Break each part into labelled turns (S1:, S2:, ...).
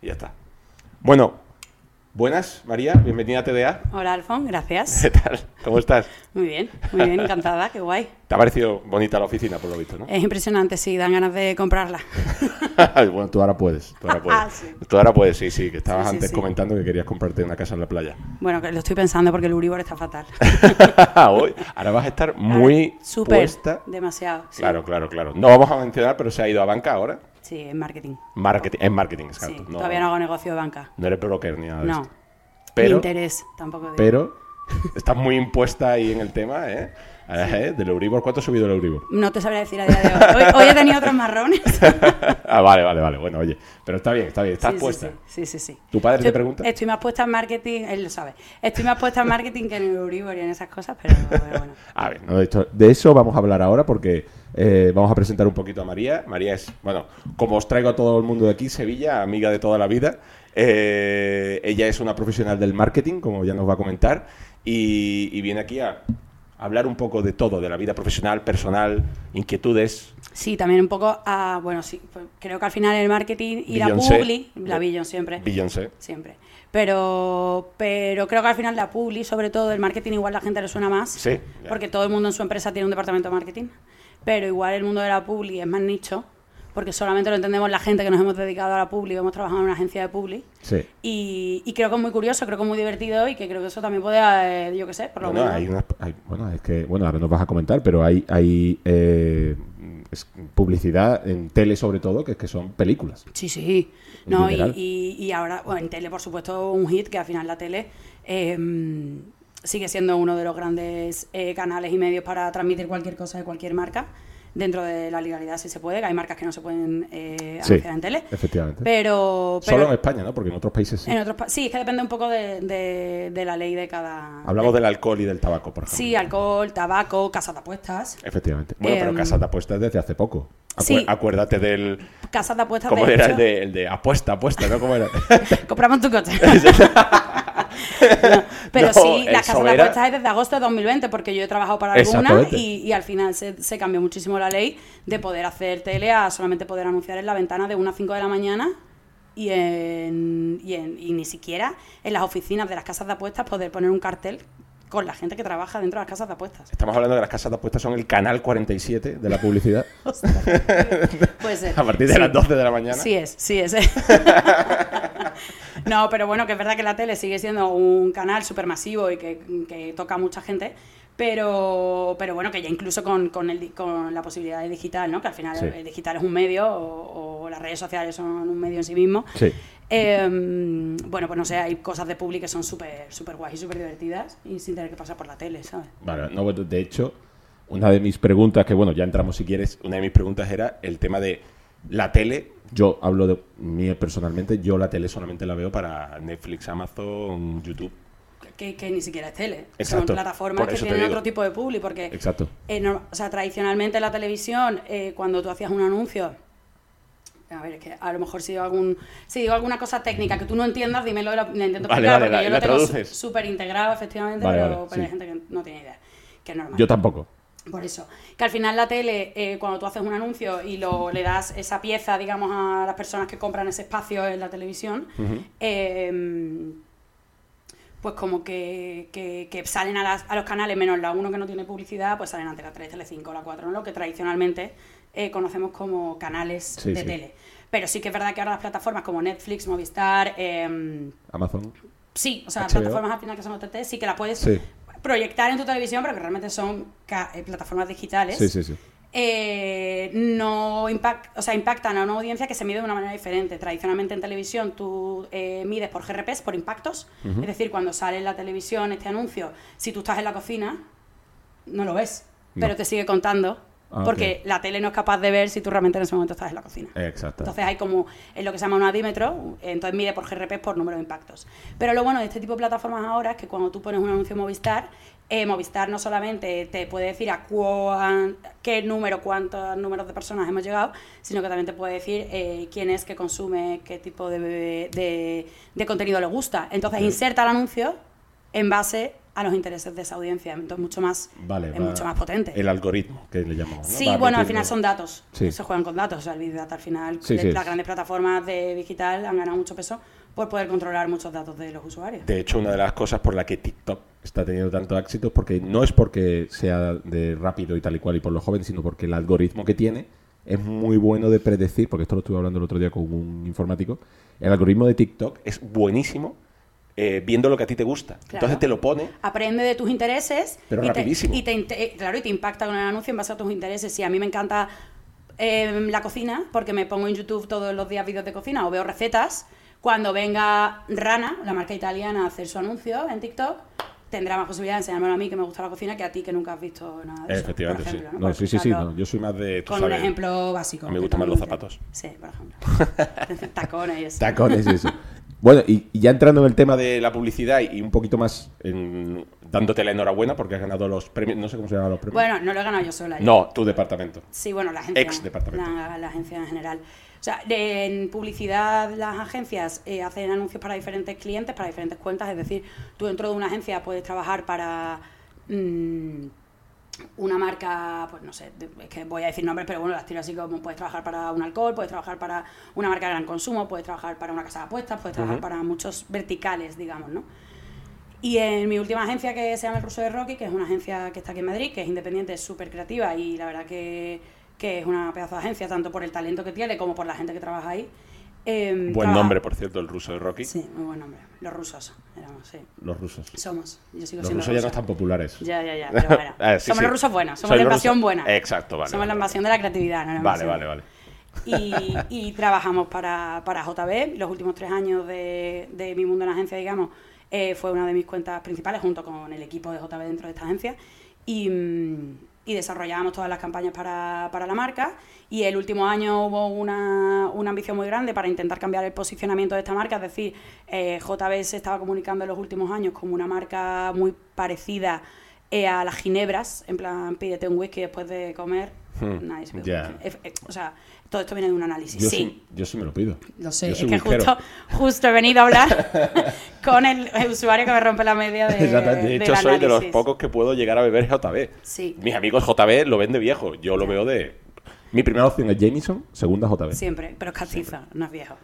S1: Y ya está. Bueno, buenas, María. Bienvenida a TDA.
S2: Hola, Alfon, gracias.
S1: ¿Qué tal? ¿Cómo estás?
S2: Muy bien, muy bien, encantada, qué guay.
S1: Te ha parecido bonita la oficina, por lo visto, ¿no?
S2: Es impresionante, sí, dan ganas de comprarla.
S1: bueno, tú ahora puedes. Tú ahora puedes.
S2: Ah, sí.
S1: Tú ahora puedes, sí, sí. Que estabas
S2: Sí, sí,
S1: antes
S2: sí.
S1: comentando que querías comprarte una casa en la playa.
S2: Bueno, que lo estoy pensando porque el Uribor está fatal.
S1: Hoy, ahora vas a estar muy
S2: Súper,
S1: puesta.
S2: demasiado. sí.
S1: Claro, claro, claro. No vamos a mencionar, pero se ha ido a banca ahora.
S2: Sí, en marketing.
S1: Marketing, en marketing,
S2: Sí,
S1: exacto.
S2: todavía no hago negocio de banca.
S1: no eres broker ni nada de
S2: No,
S1: esto.
S2: ni
S1: Pero,
S2: interés tampoco. digo.
S1: pero estás muy impuesta ahí en el tema, ¿eh? Ahora, ¿eh? Del Euribor, ¿cuánto ha subido el Euribor?
S2: No te sabría decir a día de hoy. Hoy, hoy he tenido otros marrones.
S1: ah, vale, vale, vale. Bueno, oye, pero está bien, está bien, estás
S2: Sí, sí,
S1: puesta.
S2: Sí, sí, sí. sí.
S1: ¿Tu padre te
S2: Estoy-
S1: pregunta?
S2: Estoy más puesta en marketing, él lo sabe. Estoy más puesta en marketing que en el Uribor y en esas cosas, pero bueno.
S1: A ver, no, de, hecho, de eso vamos a hablar ahora porque eh, vamos a presentar un poquito a María. María es, bueno, como os traigo a todo el mundo de aquí, Sevilla, amiga de toda la vida. Eh, ella es una profesional del marketing, como ya nos va a comentar, y, y viene aquí a hablar un poco de todo, de la vida profesional, personal, inquietudes.
S2: Sí, también un poco a, bueno, sí, pues, creo que al final el marketing y la
S1: Beyoncé.
S2: publi, la Billion siempre,
S1: Beyoncé.
S2: siempre. Pero, pero creo que al final la publi, sobre todo el marketing, igual la gente le suena más,
S1: Sí, ya.
S2: porque todo el mundo en su empresa tiene un departamento de marketing, pero igual el mundo de la publi es más nicho, porque solamente lo entendemos la gente que nos hemos dedicado a la publi, o hemos trabajado en una agencia de publi.
S1: Sí.
S2: Y, y creo que es muy curioso, creo que es muy divertido y que creo que eso también puede, eh, yo qué sé, por lo
S1: Bueno,
S2: menos.
S1: hay unas- hay- bueno, es que, bueno, ahora nos vas a comentar, pero hay, hay eh, es- publicidad en tele sobre todo, que es que son películas.
S2: Sí, sí.
S1: En
S2: No, y,
S1: general.
S2: y- y ahora, bueno, en tele, por supuesto, un hit, que al final la tele eh, sigue siendo uno de los grandes eh, canales y medios para transmitir cualquier cosa de cualquier marca, dentro de la legalidad, si se puede, que hay marcas que no se pueden eh,
S1: Sí,
S2: anunciar en tele.
S1: efectivamente.
S2: Pero, pero
S1: Solo en España, ¿no? Porque en otros países sí.
S2: en otros pa- sí, es que depende un poco de, de- de la ley de cada...
S1: Hablamos del alcohol y del tabaco, por ejemplo.
S2: Sí, alcohol, tabaco, casas de apuestas.
S1: Efectivamente. Bueno, pero
S2: Em,
S1: Casa de Apuestas desde hace poco. Acu-
S2: sí.
S1: Acuérdate del.
S2: Casas de apuestas,
S1: ¿Cómo
S2: de
S1: era
S2: hecho,
S1: el de, el de apuesta, apuesta, ¿no? ¿Cómo era?
S2: Compramos tu coche. No, pero
S1: No,
S2: sí,
S1: el
S2: las casas de
S1: Sobera-
S2: apuestas es desde agosto de 2020, porque yo he trabajado para alguna
S1: Exactamente.
S2: y, y al final se, se cambió muchísimo la ley de poder hacer tele a solamente poder anunciar en la ventana de 1 a 5 de la mañana y, en- y, en- y ni siquiera en las oficinas de las casas de apuestas poder poner un cartel con la gente que trabaja dentro de las casas de apuestas.
S1: Estamos hablando de las casas de apuestas, son el canal 47 de la publicidad.
S2: Puede ser.
S1: A partir de
S2: Sí.
S1: las 12 de la mañana.
S2: Sí es, sí es. no, pero bueno, que es verdad que la tele sigue siendo un canal súper masivo y que, que toca a mucha gente. Pero, pero bueno, que ya incluso con, con, el, di- con la posibilidad de digital, ¿no? Que al final
S1: Sí.
S2: el digital es un medio o, o las redes sociales son un medio en sí mismo.
S1: Sí.
S2: Eh, bueno, pues no sé, hay cosas de publi que son súper súper guays y súper divertidas y sin tener que pasar por la tele, ¿sabes?
S1: Vale, no, bueno, de hecho, una de mis preguntas, que bueno, ya entramos si quieres, una de mis preguntas era el tema de la tele. Yo hablo de mí personalmente, yo la tele solamente la veo para Netflix, Amazon, YouTube.
S2: Que, que ni siquiera es tele.
S1: Exacto,
S2: Son plataformas
S1: por
S2: que
S1: eso te
S2: tienen
S1: digo.
S2: otro tipo de publi porque...
S1: Exacto.
S2: Eh, no- o sea, tradicionalmente la televisión, eh, cuando tú hacías un anuncio, a ver, es que a lo mejor si digo, algún, si digo alguna cosa técnica que tú no entiendas, dímelo y la, la intento
S1: Vale,
S2: explicar,
S1: vale,
S2: porque
S1: la-
S2: yo
S1: la
S2: lo tengo
S1: traduces.
S2: su- súper integrado, efectivamente,
S1: Vale,
S2: pero,
S1: vale,
S2: pero hay
S1: sí.
S2: gente que no tiene idea, que es normal.
S1: Yo tampoco.
S2: Por eso, que al final la tele, eh, cuando tú haces un anuncio y lo, le das esa pieza, digamos, a las personas que compran ese espacio en la televisión, eh, pues como que, que- que salen a, las- a los canales, menos la 1 que no tiene publicidad, pues salen ante la 3, tele 5, la 4, ¿no? lo que tradicionalmente eh, conocemos como canales
S1: Sí,
S2: de
S1: sí.
S2: tele. Pero sí que es verdad que ahora las plataformas como Netflix, Movistar, em,
S1: Amazon.
S2: Sí, o sea,
S1: HBO.
S2: plataformas al final que son OTT, sí que las puedes
S1: Sí.
S2: proyectar en tu televisión, pero que realmente son ca- eh, plataformas digitales.
S1: Sí, sí, sí.
S2: Eh, no impact, o sea, impactan a una audiencia que se mide de una manera diferente. Tradicionalmente en televisión tú eh, mides por GRPs, por impactos. Es decir, cuando sale en la televisión este anuncio, si tú estás en la cocina, no lo ves,
S1: No.
S2: pero te sigue contando
S1: Ah,
S2: porque la tele no es capaz de ver si tú realmente en ese momento estás en la cocina.
S1: Exacto.
S2: Entonces hay como en lo que se llama un adímetro, entonces mide por GRP por número de impactos. Pero lo bueno de este tipo de plataformas ahora es que cuando tú pones un anuncio en Movistar, eh, Movistar no solamente te puede decir a cuán- qué número, cuántos números de personas hemos llegado, sino que también te puede decir eh, quién es que consume, qué tipo de, de- de contenido le gusta. Entonces inserta el anuncio en base a los intereses de esa audiencia. Entonces mucho más,
S1: Vale,
S2: es
S1: va-
S2: mucho más potente.
S1: El algoritmo que le llamamos. ¿no?
S2: Sí,
S1: Va
S2: bueno, al
S1: metiendo-
S2: final son datos.
S1: Sí.
S2: Se juegan con datos. O sea, el Big Data al final,
S1: Sí,
S2: de-
S1: sí.
S2: las grandes plataformas de digital han ganado mucho peso por poder controlar muchos datos de los usuarios.
S1: De hecho, una de las cosas por la que TikTok está teniendo tanto éxito es porque no es porque sea de rápido y tal y cual y por los jóvenes, sino porque el algoritmo que tiene es muy bueno de predecir, porque esto lo estuve hablando el otro día con un informático, el algoritmo de TikTok es buenísimo eh, viendo lo que a ti te gusta. Entonces te lo pone.
S2: Aprende de tus intereses
S1: Pero
S2: y, te,
S1: rapidísimo.
S2: y te inte- eh, claro, y te impacta con el anuncio en base a tus intereses. Si a mí me encanta eh, la cocina, porque me pongo en YouTube todos los días vídeos de cocina o veo recetas, cuando venga Rana, la marca italiana, a hacer su anuncio en TikTok, tendrá más posibilidad de enseñármelo a mí que me gusta la cocina que a ti que nunca has visto nada de eso. por
S1: Efectivamente,
S2: ejemplo,
S1: sí.
S2: Por
S1: No, sí, sí, sí.
S2: explicarlo.
S1: no, Yo soy más de... tú
S2: Con un
S1: sabes,
S2: ejemplo básico.
S1: A mí me gustan más los
S2: totalmente. Sí, por ejemplo. Tacones y eso.
S1: Tacones y eso. Bueno, y, y ya entrando en el tema de la publicidad y un poquito más en- dándote la enhorabuena porque has ganado los premios, no sé cómo se llaman los premios.
S2: Bueno, no lo he ganado yo sola. ya.
S1: no, tu departamento.
S2: Sí, bueno, la agencia.
S1: Ex departamento.
S2: La, la agencia en general. O sea, de- en publicidad las agencias eh, hacen anuncios para diferentes clientes, para diferentes cuentas. Es decir, tú dentro de una agencia puedes trabajar para mm, una marca, pues no sé, de- es que voy a decir nombres, pero bueno, las tiro así como puedes trabajar para un alcohol, puedes trabajar para una marca de gran consumo, puedes trabajar para una casa de apuestas, puedes trabajar
S1: Ujú.
S2: para muchos verticales, digamos, ¿no? Y en mi última agencia que se llama El Ruso de Rocky, que es una agencia que está aquí en Madrid, que es independiente, es súper creativa y la verdad que, que es una pedazo de agencia, tanto por el talento que tiene como por la gente que trabaja ahí. Eh,
S1: Buen
S2: trabaja-
S1: nombre, por cierto, el ruso de Rocky.
S2: Sí, muy buen nombre. Los rusos, éramos, sí.
S1: Los rusos.
S2: Somos, yo sigo
S1: Los
S2: siendo
S1: rusos ya no
S2: rusa.
S1: están populares.
S2: Ya, ya, ya, pero bueno.
S1: Ah, sí,
S2: somos
S1: sí.
S2: los rusos buenos, somos
S1: Soy
S2: la
S1: los
S2: invasión
S1: rusos-
S2: buena.
S1: Exacto, vale.
S2: somos la
S1: vale,
S2: invasión de la creatividad, no la
S1: Vale,
S2: invasión.
S1: vale, vale.
S2: Y, y trabajamos para, para JB. Los últimos tres años de, de mi mundo en agencia, digamos, eh, fue una de mis cuentas principales junto con el equipo de JB dentro de esta agencia. Y, mm, y desarrollábamos todas las campañas para, para la marca. Y el último año hubo una, una ambición muy grande para intentar cambiar el posicionamiento de esta marca. Es decir, eh, JB se estaba comunicando en los últimos años como una marca muy parecida eh, a las ginebras. En plan, pídete un whisky después de comer.
S1: Hmm,
S2: Nadie se pide un
S1: ya.
S2: whisky. Ef- eh, O sea, todo esto viene de un análisis.
S1: Yo
S2: sí,
S1: sí, yo sí me lo pido.
S2: lo sé.
S1: Yo
S2: Es
S1: soy
S2: que
S1: bujero.
S2: justo, justo he venido a hablar con el, el usuario que me rompe la media de,
S1: Exactamente. De
S2: eh, del
S1: hecho, soy de los
S2: análisis.
S1: pocos que puedo llegar a beber JB.
S2: Sí.
S1: Mis amigos JB lo ven de viejo. Yo lo veo de. Mi primera opción es Jameson, segunda JB.
S2: Siempre, pero es castizo, no es viejo.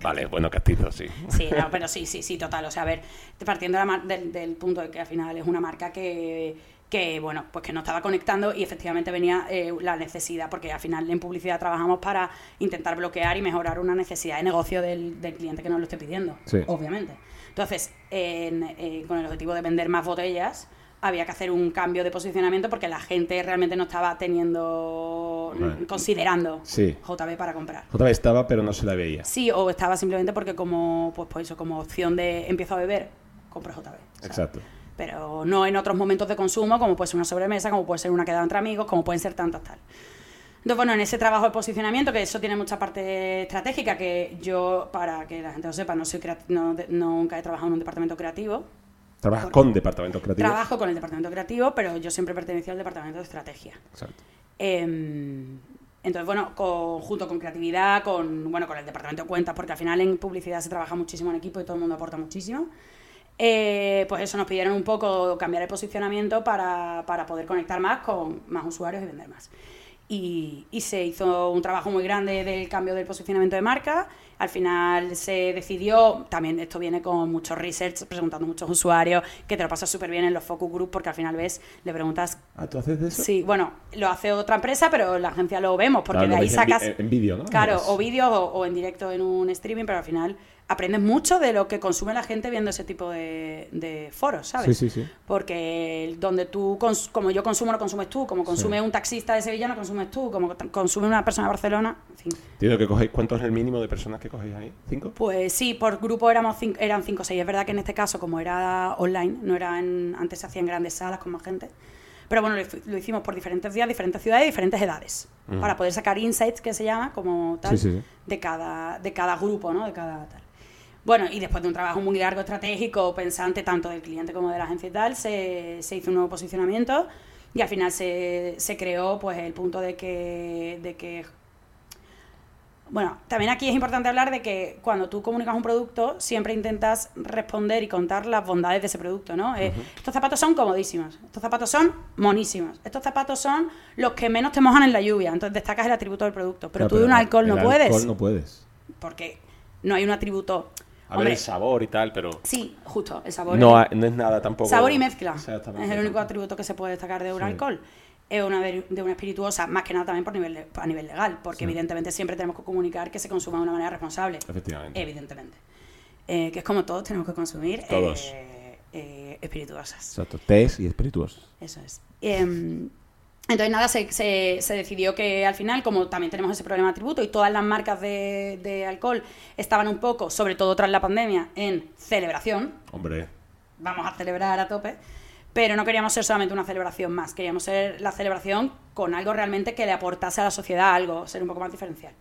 S1: Vale, bueno, castizo, sí.
S2: Sí, no, pero sí, sí, sí, total. O sea, a ver, partiendo de la mar- del, del punto de que al final es una marca que, que, bueno, pues que no estaba conectando y efectivamente venía eh, la necesidad, porque al final en publicidad trabajamos para intentar bloquear y mejorar una necesidad de negocio del, del cliente que nos lo esté pidiendo,
S1: Sí.
S2: obviamente. Entonces, en- eh, con el objetivo de vender más botellas, había que hacer un cambio de posicionamiento porque la gente realmente no estaba teniendo,
S1: Vale.
S2: considerando
S1: Sí.
S2: JB para comprar.
S1: JB estaba, pero no se la veía.
S2: Sí, o estaba simplemente porque como, pues, pues eso, como opción de empiezo a beber, compro JB. ¿sabes?
S1: Exacto.
S2: Pero no en otros momentos de consumo, como puede ser una sobremesa, como puede ser una quedada entre amigos, como pueden ser tantas tal. Entonces, bueno, en ese trabajo de posicionamiento, que eso tiene mucha parte estratégica, que yo, para que la gente lo sepa, no soy creat- no- de- nunca he trabajado en un departamento creativo.
S1: Trabajas con departamentos creativos.
S2: Trabajo con el departamento creativo, pero yo siempre pertenecía al departamento de estrategia.
S1: Exacto.
S2: Em, entonces, bueno, con- junto con creatividad, con, bueno, con el departamento de cuentas, porque al final en publicidad se trabaja muchísimo en equipo y todo el mundo aporta muchísimo. eh, pues eso, nos pidieron un poco cambiar el posicionamiento para, para poder conectar más con más usuarios y vender más. Y, y se hizo un trabajo muy grande del cambio del posicionamiento de marca. Al final se decidió, también esto viene con mucho research, preguntando a muchos usuarios, que te lo pasas súper bien en los focus group, porque al final ves, le preguntas
S1: Ah, ¿tú haces de eso?
S2: Sí, bueno, lo hace otra empresa, pero la agencia lo vemos, porque
S1: Claro,
S2: de
S1: lo
S2: ahí
S1: veis en vi-
S2: sacas.
S1: En, en vídeo, ¿no?
S2: Claro,
S1: Es-
S2: o vídeos o, o en directo en un streaming, pero al final aprendes mucho de lo que consume la gente viendo ese tipo de, de foros, ¿sabes?
S1: Sí, sí, sí.
S2: Porque el- donde tú, cons- como yo consumo, no consumes tú, como consume un taxista de Sevilla, no consumes tú, como t- consume una persona de Barcelona, en fin.
S1: Entiendo que cogéis, ¿cuántos es el mínimo de personas que cogéis ahí? ¿Cinco?
S2: Pues sí, por grupo éramos cin- eran 5 o 6. Es verdad que en este caso, como era online, no era en- antes se hacían grandes salas con más gente, Pero bueno, lo, lo hicimos por diferentes días, diferentes ciudades, diferentes edades,
S1: Ujú.
S2: para poder sacar insights, que se llama, como tal,
S1: Sí, sí, sí.
S2: De, cada, de cada grupo, ¿no? De cada tal. Bueno, y después de un trabajo muy largo, estratégico, pensante tanto del cliente como de la agencia y tal, se, se hizo un nuevo posicionamiento y al final se, se creó pues el punto de que, de que... Bueno, también aquí es importante hablar de que cuando tú comunicas un producto, siempre intentas responder y contar las bondades de ese producto, ¿no? Eh, estos zapatos son comodísimos, estos zapatos son monísimos, estos zapatos son los que menos te mojan en la lluvia, entonces destacas el atributo del producto. Pero
S1: No,
S2: tú de un alcohol
S1: el
S2: no puedes,
S1: alcohol no puedes.
S2: porque no hay un atributo...
S3: A ver
S2: Hombre,
S3: el sabor y tal, pero.
S2: Sí, justo, el sabor.
S1: No,
S2: es,
S1: ha- no es nada tampoco.
S2: sabor y mezcla.
S1: Exactamente.
S2: Es el único atributo que se puede destacar de un
S1: Sí.
S2: alcohol. Es una de, de una espirituosa, más que nada también por nivel de- a nivel legal, porque
S1: Sí.
S2: evidentemente siempre tenemos que comunicar que se consuma de una manera responsable.
S1: Efectivamente.
S2: Evidentemente. Eh, que es como todos tenemos que consumir
S1: Todos.
S2: eh, eh, espirituosas.
S1: Exacto. Tés y espirituosos.
S2: Eso es. Em, entonces, nada, se, se- se decidió que al final, como también tenemos ese problema de tributo y todas las marcas de, de alcohol estaban un poco, sobre todo tras la pandemia, en celebración,
S1: Hombre.
S2: vamos a celebrar a tope, pero no queríamos ser solamente una celebración más, queríamos ser la celebración con algo realmente que le aportase a la sociedad algo, ser un poco más diferencial.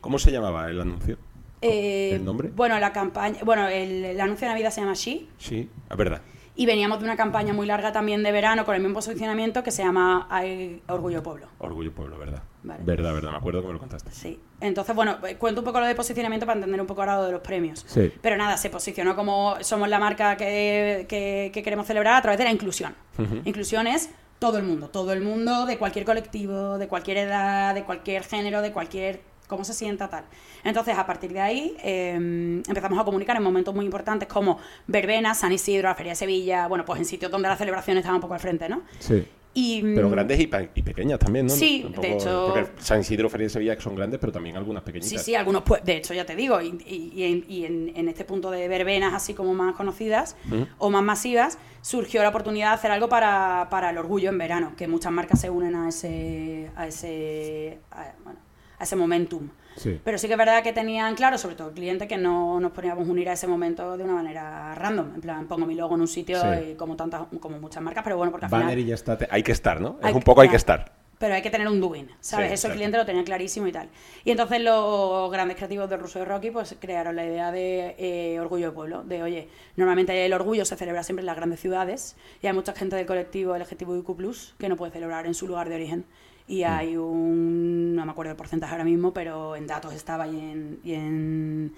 S1: ¿Cómo se llamaba el anuncio?
S2: Eh,
S1: ¿El nombre?
S2: Bueno, la campaña, bueno, el, el anuncio de Navidad se llama She,
S1: Sí, es Ah, verdad.
S2: y veníamos de una campaña muy larga también de verano con el mismo posicionamiento que se llama Hay Orgullo Pueblo.
S1: Orgullo Pueblo, verdad.
S2: Vale.
S1: Verdad, verdad. Me acuerdo que me lo contaste.
S2: Sí. Entonces, bueno, eh, cuento un poco lo de posicionamiento para entender un poco ahora lo de los premios.
S1: Sí.
S2: Pero nada, se posicionó como somos la marca que, que- que queremos celebrar a través de la inclusión. Inclusión es todo el mundo, todo el mundo de cualquier colectivo, de cualquier edad, de cualquier género, de cualquier cómo se sienta tal. Entonces, a partir de ahí, eh, empezamos a comunicar en momentos muy importantes como Verbena, San Isidro, la Feria de Sevilla, bueno, pues en sitios donde la celebración estaba un poco al frente, ¿no?
S1: Sí.
S2: Y,
S1: Pero
S2: mm,
S1: grandes y, pa- y pequeñas también, ¿no?
S2: Sí,
S1: Tampoco-
S2: de hecho-
S1: Porque San Isidro, Feria de Sevilla, que son grandes, pero también algunas pequeñitas.
S2: Sí, sí, algunos, pues, de hecho, ya te digo, y, y- y en, y en- en este punto de verbenas así como más conocidas o más masivas, surgió la oportunidad de hacer algo para, para el orgullo en verano, que muchas marcas se unen a ese, a ese, a- bueno, a ese momentum.
S1: Sí.
S2: Pero sí que es verdad que tenían claro, sobre todo el cliente, que no nos poníamos a unir a ese momento de una manera random. En plan, pongo mi logo en un sitio
S1: Sí.
S2: y como tantas, como muchas marcas, pero bueno, porque al
S1: Banner
S2: final
S1: y ya está. te- Hay que estar, ¿no?
S2: Hay
S1: es un
S2: que-
S1: poco hay que
S2: claro.
S1: estar.
S2: pero hay que tener un doing, ¿sabes?
S1: Sí,
S2: Eso el
S1: exacto.
S2: cliente lo tenía clarísimo y tal. Y entonces los grandes creativos del Ruso y Rocky pues crearon la idea de eh, Orgullo de Pueblo, de oye, normalmente el orgullo se celebra siempre en las grandes ciudades y hay mucha gente del colectivo LGTBIQ+, que no puede celebrar en su lugar de origen.
S1: Mm.
S2: Y hay un, no me acuerdo el porcentaje ahora mismo, pero en datos estaba y en, y en,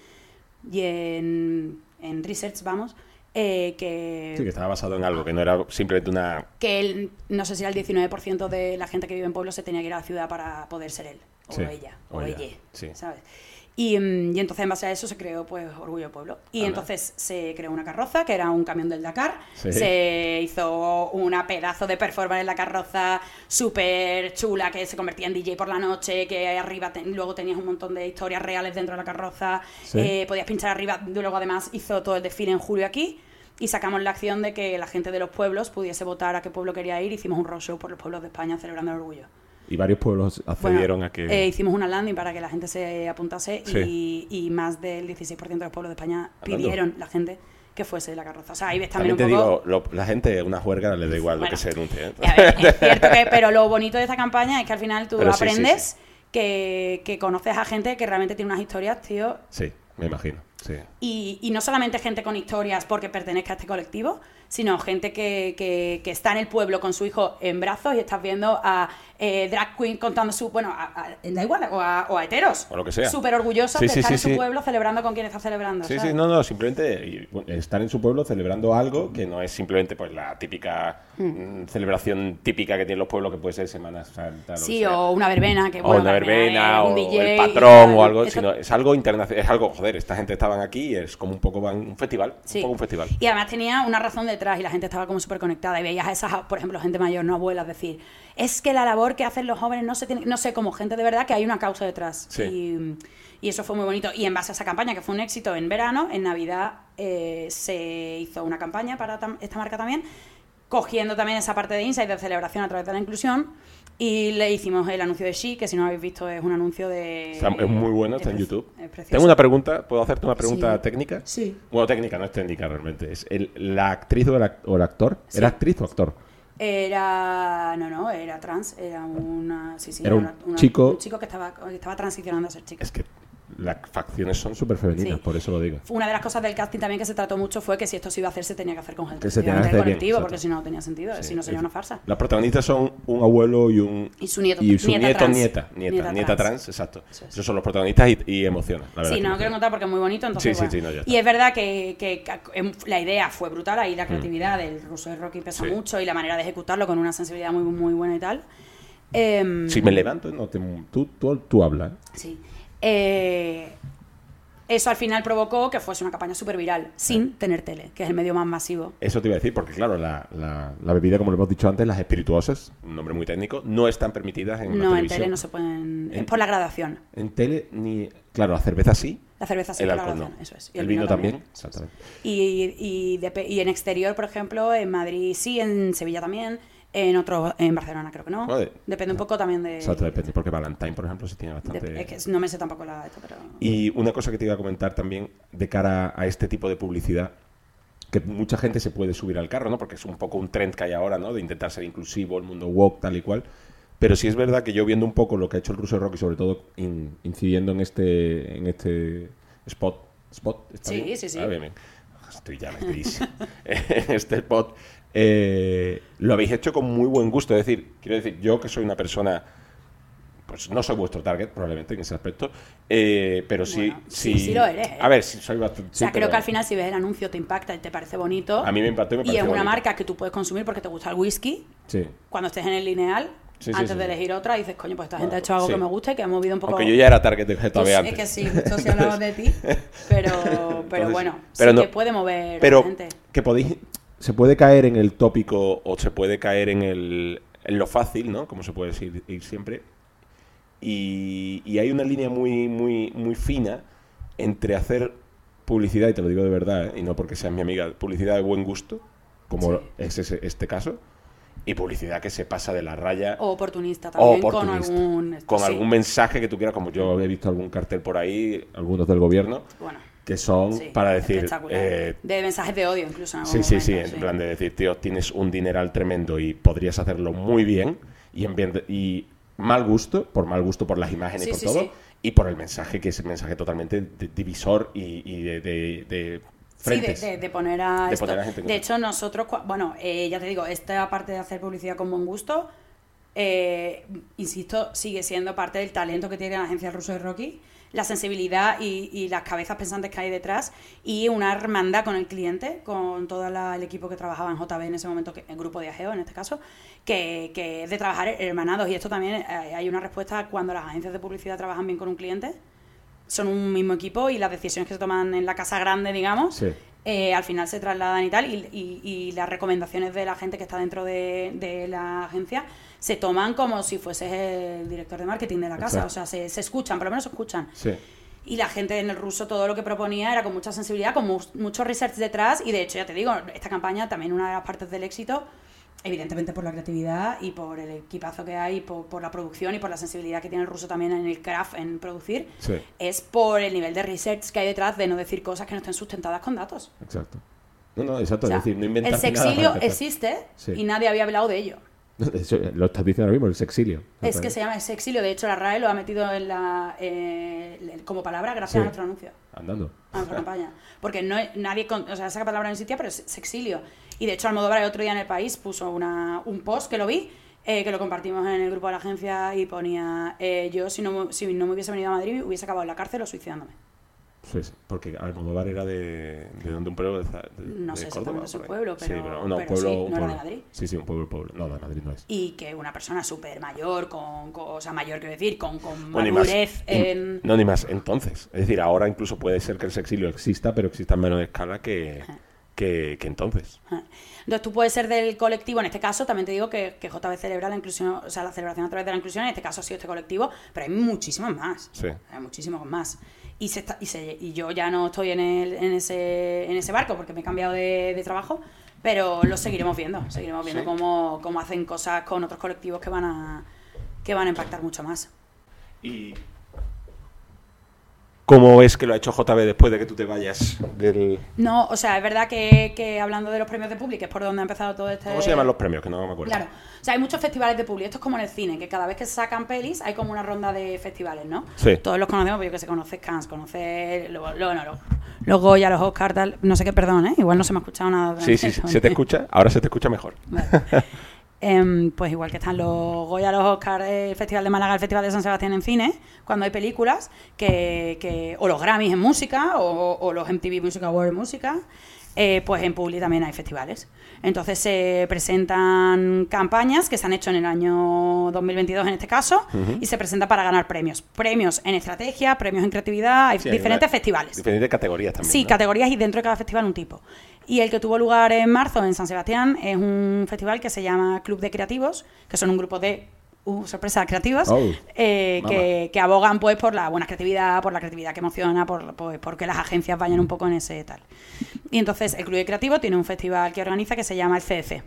S2: y en, en research, vamos, eh, que
S1: Sí, que estaba basado en algo, que no era simplemente una.
S2: que él, no sé si era el 19% de la gente que vive en pueblos se tenía que ir a la ciudad para poder ser él, o
S1: Sí,
S2: ella, o,
S1: o ella,
S2: ella,
S1: sí.
S2: ¿sabes? Y, mm, y entonces en base a eso se creó pues Orgullo Pueblo. Y
S1: Ala.
S2: entonces se creó una carroza, que era un camión del Dakar,
S1: Sí.
S2: se Eh, hizo una pedazo de performance en la carroza súper chula, que se convertía en DJ por la noche, que arriba ten- luego tenías un montón de historias reales dentro de la carroza,
S1: Sí.
S2: eh, eh, podías pinchar arriba. Luego, además, hizo todo el desfile en julio aquí. Y sacamos la acción de que la gente de los pueblos pudiese votar a qué pueblo quería ir. Hicimos un roadshow por los pueblos de España celebrando el orgullo.
S1: Y varios pueblos
S2: Bueno,
S1: accedieron a que.
S2: eh, hicimos una landing para que la gente se apuntase
S1: Sí.
S2: y, y más del 16% de los pueblos de España
S1: Andando.
S2: pidieron la gente que fuese la carroza. O sea, ahí ves
S1: también
S2: también,
S1: te
S2: un poco...
S1: digo, lo- la gente, una juerga, le da igual lo
S2: Bueno.
S1: que se denuncie. ¿eh?
S2: A ver, es cierto que, pero lo bonito de esta campaña es que al final tú
S1: Pero sí, sí,
S2: aprendes Que, que conoces a gente que realmente tiene unas historias, tío,
S1: Sí, me imagino. Sí.
S2: Y, y no solamente gente con historias porque pertenezca a este colectivo, sino gente que, que- que está en el pueblo con su hijo en brazos y estás viendo a eh, drag queen contando su. Bueno, a- a- da igual, o a, o a heteros.
S1: O lo que sea.
S2: Súper orgullosos
S1: Sí,
S2: de
S1: sí,
S2: estar
S1: sí,
S2: en su
S1: sí.
S2: pueblo celebrando con quien está celebrando.
S1: Sí,
S2: ¿sabes?
S1: sí, no, no, simplemente y, bueno, estar en su pueblo celebrando algo que no es simplemente pues la típica
S2: Hmm.
S1: mm, celebración típica que tienen los pueblos que puede ser Semana Santa. lo que
S2: Sí,
S1: sea.
S2: o una verbena. Que,
S1: O
S2: bueno,
S1: una verbena,
S2: es
S1: o
S2: un DJ
S1: el
S2: y
S1: patrón,
S2: tal.
S1: o algo,
S2: Esto-
S1: sino es algo internacional, es algo, joder, esta gente estaban aquí y es como un poco van, un festival,
S2: Sí.
S1: un poco un festival.
S2: Y además tenía una razón detrás y la gente estaba como súper conectada y veías a esas, por ejemplo, gente mayor, no abuelas, decir, es que la labor que hacen los jóvenes no se tiene, no sé, como gente de verdad que hay una causa detrás.
S1: Sí.
S2: Y, y eso fue muy bonito. Y en base a esa campaña, que fue un éxito en verano, en Navidad eh, se hizo una campaña para tam- esta marca también, cogiendo también esa parte de insight de celebración a través de la inclusión. Y le hicimos el anuncio de She, que si no lo habéis visto es un anuncio de...
S1: Está- es muy bueno, está en
S2: es preci-
S1: YouTube.
S2: es precioso.
S1: Tengo una pregunta, ¿puedo hacerte una pregunta
S2: Sí.
S1: técnica?
S2: Sí.
S1: Bueno, técnica, no es técnica realmente, es el- la actriz o el, ac- o el actor,
S2: Sí.
S1: ¿era actriz o actor?
S2: Era. No, no, era trans. Era una. Sí, sí,
S1: Era un
S2: una- una-
S1: chico-
S2: Un chico que estaba, que estaba transicionando a ser chica.
S1: Es que las facciones son súper femeninas,
S2: Sí.
S1: por eso lo digo.
S2: Una de las cosas del casting también que se trató mucho fue que si esto se iba a hacer, se tenía que hacer con gente
S1: Que se tenía que
S2: del
S1: hacer bien,
S2: colectivo,
S1: exacto.
S2: porque si no, no tenía sentido.
S1: Sí,
S2: si no, sería
S1: es-
S2: una farsa.
S1: Las protagonistas son un abuelo y un.
S2: Y su nieto-
S1: Y su
S2: nieta
S1: nieto,
S2: trans.
S1: nieta. Nieta,
S2: Nieta
S1: nieta trans.
S2: trans.
S1: exacto.
S2: Eso es.
S1: Esos son los protagonistas y, y emociona, la verdad.
S2: Sí,
S1: que
S2: no lo
S1: emociona.
S2: quiero contar porque es muy bonito. Entonces,
S1: Sí, sí,
S2: bueno.
S1: sí, no, ya está. Mm.
S2: y es verdad que, que ca- em, la idea fue brutal. Ahí la creatividad del ruso de Rocky pesa
S1: Sí.
S2: mucho y la manera de ejecutarlo con una sensibilidad muy, muy buena y tal. Em,
S1: Si me levanto, no te, tú, tú, tú hablas. ¿eh?
S2: Sí. Eh, eso al final provocó que fuese una campaña súper viral, sin tener tele, que es el medio más masivo.
S1: Eso te iba a decir, porque claro, la, la- la bebida, como lo hemos dicho antes, las espirituosas, un nombre muy técnico, no están permitidas en la
S2: No, en
S1: televisión.
S2: tele no se pueden.
S1: En-
S2: Es por la graduación.
S1: En tele ni... Claro, la cerveza sí,
S2: La cerveza sí,
S1: el
S2: por la
S1: alcohol no.
S2: graduación, eso es.
S1: el, vino, también.
S2: eso es.
S1: Exactamente.
S2: Y, y depe- y en exterior, por ejemplo, en Madrid sí, en Sevilla también, en otro, en Barcelona creo que no.
S1: Joder.
S2: Depende un poco también de.
S1: Exacto, depende, porque Valentine, por ejemplo, sí tiene bastante...
S2: Eh, de- es que no me sé tampoco la esto, pero.
S1: Y una cosa que te iba a comentar también de cara a este tipo de publicidad, que mucha gente se puede subir al carro, ¿no? Porque es un poco un trend que hay ahora, ¿no? De intentar ser inclusivo, el mundo woke, tal y cual. Pero sí es verdad que yo viendo un poco lo que ha hecho el ruso Rocky, sobre todo in- incidiendo en este, en este spot. ¿Spot? ¿Está
S2: Sí,
S1: bien?
S2: sí, sí.
S1: Ah, bien, bien. Estoy ya metidísimo. en este spot. eh, lo habéis hecho con muy buen gusto. Es decir, quiero decir, yo que soy una persona pues no soy vuestro target, probablemente, en ese aspecto. eh, pero sí,
S2: Bueno,
S1: sí.
S2: sí, sí lo eres, ¿eh?
S1: A ver, sí, soy bastante.
S2: o sea, creo que al final si ves el anuncio te impacta y te parece bonito.
S1: A mí me impactó y me
S2: Y es
S1: pareció
S2: una
S1: bonito.
S2: marca que tú puedes consumir porque te gusta el whisky.
S1: Sí.
S2: Cuando estés en el lineal,
S1: Sí, sí,
S2: antes
S1: sí,
S2: de
S1: sí.
S2: elegir otra, dices, coño, pues esta gente
S1: Bueno,
S2: ha hecho algo
S1: sí.
S2: que me gusta y que ha movido un poco.
S1: Aunque yo ya era target del GTV
S2: Pues,
S1: antes.
S2: Es que sí, mucho se hablaba de ti, pero, pero
S1: Entonces,
S2: bueno,
S1: pero
S2: sí
S1: no-
S2: que puede mover a
S1: pero
S2: la gente.
S1: que podéis se puede caer en el tópico o se puede caer en el en lo fácil no como se puede decir ir siempre y, y hay una línea muy muy muy fina entre hacer publicidad y te lo digo de verdad ¿eh? y no porque seas mi amiga publicidad de buen gusto como
S2: Sí.
S1: es ese- este caso y publicidad que se pasa de la raya
S2: O oportunista
S1: o
S2: también,
S1: oportunista,
S2: con algún. este,
S1: con
S2: sí,
S1: algún mensaje que tú quieras como yo he visto algún cartel por ahí algunos del gobierno
S2: Bueno,
S1: que son
S2: sí,
S1: para decir
S2: espectacular.
S1: eh,
S2: de mensajes de odio, incluso. En
S1: Sí,
S2: algún
S1: sí, sí,
S2: momento,
S1: en plan de decir, tío, tienes un dineral tremendo y podrías hacerlo muy bien y, en bien de- y mal gusto, por mal gusto, por las imágenes y
S2: Sí,
S1: por
S2: sí,
S1: todo,
S2: sí.
S1: y por el mensaje, que es un mensaje totalmente de- divisor y, y de, de, de
S2: Sí, de,
S1: frentes.
S2: de- de poner a
S1: De
S2: esto.
S1: poner a gente en
S2: de
S1: contra.
S2: hecho, nosotros, cua- bueno, eh, ya te digo, esta parte de hacer publicidad con buen gusto, eh, insisto, sigue siendo parte del talento que tiene la agencia ruso de Rocky, la sensibilidad y, y las cabezas pensantes que hay detrás y una hermandad con el cliente, con todo la- el equipo que trabajaba en JB en ese momento, que, el grupo de Ageo en este caso, que, que es de trabajar hermanados. Y esto también eh, hay una respuesta cuando las agencias de publicidad trabajan bien con un cliente. Son un mismo equipo y las decisiones que se toman en la casa grande, digamos,
S1: Sí.
S2: eh, al final se trasladan y tal, y, y- y las recomendaciones de la gente que está dentro de, de la agencia se toman como si fueses el director de marketing de la casa,
S1: Exacto.
S2: o sea, se, se escuchan, por lo menos se escuchan.
S1: Sí.
S2: Y la gente en el ruso todo lo que proponía era con mucha sensibilidad, con mu- mucho research detrás, y de hecho, ya te digo, esta campaña también una de las partes del éxito, evidentemente por la creatividad y por el equipazo que hay, y por, por la producción y por la sensibilidad que tiene el ruso también en el craft, en producir,
S1: Sí.
S2: es por el nivel de research que hay detrás de no decir cosas que no estén sustentadas con datos.
S1: exacto. No, no, exacto,
S2: O sea,
S1: es decir, no inventar
S2: el sexilio
S1: existe.
S2: existe
S1: Sí.
S2: y nadie había hablado de ello.
S1: lo estás diciendo ahora mismo, el sexilio.
S2: Es que se llama sexilio, de hecho la RAE lo ha metido en la, eh, el- como palabra gracias
S1: Sí.
S2: a nuestro anuncio,
S1: Andando.
S2: a nuestra campaña. Porque no nadie, con- o sea, esa palabra no existía, pero es sexilio. Y de hecho Almodóvar el otro día en El País puso una, un post que lo vi, eh, que lo compartimos en el grupo de la agencia y ponía, eh, yo si no, me- si no me hubiese venido a Madrid hubiese acabado en la cárcel o suicidándome.
S1: Sí, sí, porque Almodóvar era de, de donde un pueblo de, Za- de-
S2: No
S1: de
S2: sé
S1: Córdoba,
S2: exactamente su
S1: por ahí.
S2: pueblo,
S1: Sí,
S2: pero-
S1: no, un
S2: pero
S1: pueblo,
S2: sí,
S1: un
S2: ¿no era de
S1: pueblo.
S2: Madrid?
S1: Sí, sí, un pueblo, pueblo. No, de Madrid no es.
S2: Y que una persona súper mayor, con, con- o sea, mayor quiero decir, con, con
S1: Bueno, ni más.
S2: madurez em,
S1: Y-
S2: en...
S1: No, ni más. Entonces. Es decir, ahora incluso puede ser que el sexilio exista, pero exista en menor escala que, que, que entonces.
S2: Entonces tú puedes ser del colectivo, en este caso también te digo que, que JB celebra la inclusión, o sea, la celebración a través de la inclusión, en este caso ha sido este colectivo, pero hay muchísimos más.
S1: Sí.
S2: Hay muchísimos más. Y, se está- y, se- y yo ya no estoy en, el- en, ese, en ese barco porque me he cambiado de, de trabajo, pero lo seguiremos viendo. Seguiremos viendo
S1: Sí.
S2: cómo, cómo hacen cosas con otros colectivos que van a, que van a impactar mucho más.
S1: Y cómo es que lo ha hecho JB después de que tú te vayas del...
S2: No, o sea, es verdad que, que hablando de los premios de Publi, que es por donde ha empezado todo este...
S1: ¿Cómo se llaman los premios? Que no me acuerdo.
S2: Claro. O sea, hay muchos festivales de Publi. Esto es como en el cine, que cada vez que se sacan pelis hay como una ronda de festivales, ¿no?
S1: Sí.
S2: Todos los conocemos, pero yo que se conoce Cannes, conoce lo, lo- no, lo- los Goya, los Oscar, tal. No sé qué, perdón, ¿eh? Igual no se me ha escuchado nada. durante
S1: Sí, sí, sí,
S2: esto.
S1: se te escucha. Ahora se te escucha mejor.
S2: Vale. Em, pues igual que están los Goya, los Oscar, eh, el Festival de Málaga, el Festival de San Sebastián en cine, cuando hay películas, que, que- o los Grammys en música, o, o los MTV Music Awards en música, eh, pues en Publi también hay festivales. Entonces se presentan campañas que se han hecho en el año 2022 en este caso, y se presenta para ganar premios. Premios en estrategia, premios en creatividad, hay
S1: Sí, hay
S2: diferentes
S1: una-
S2: festivales.
S1: Diferentes categorías también.
S2: Sí,
S1: ¿no?
S2: categorías y dentro de cada festival un tipo. Y el que tuvo lugar en marzo en San Sebastián es un festival que se llama Club de Creativos, que son un grupo de, uh, sorpresa, creativos,
S1: Oh,
S2: eh,
S1: mamá.
S2: que, que abogan pues por la buena creatividad, por la creatividad que emociona, por, pues, porque las agencias vayan un poco en ese tal. Y entonces el Club de Creativos tiene un festival que organiza que se llama el E CF,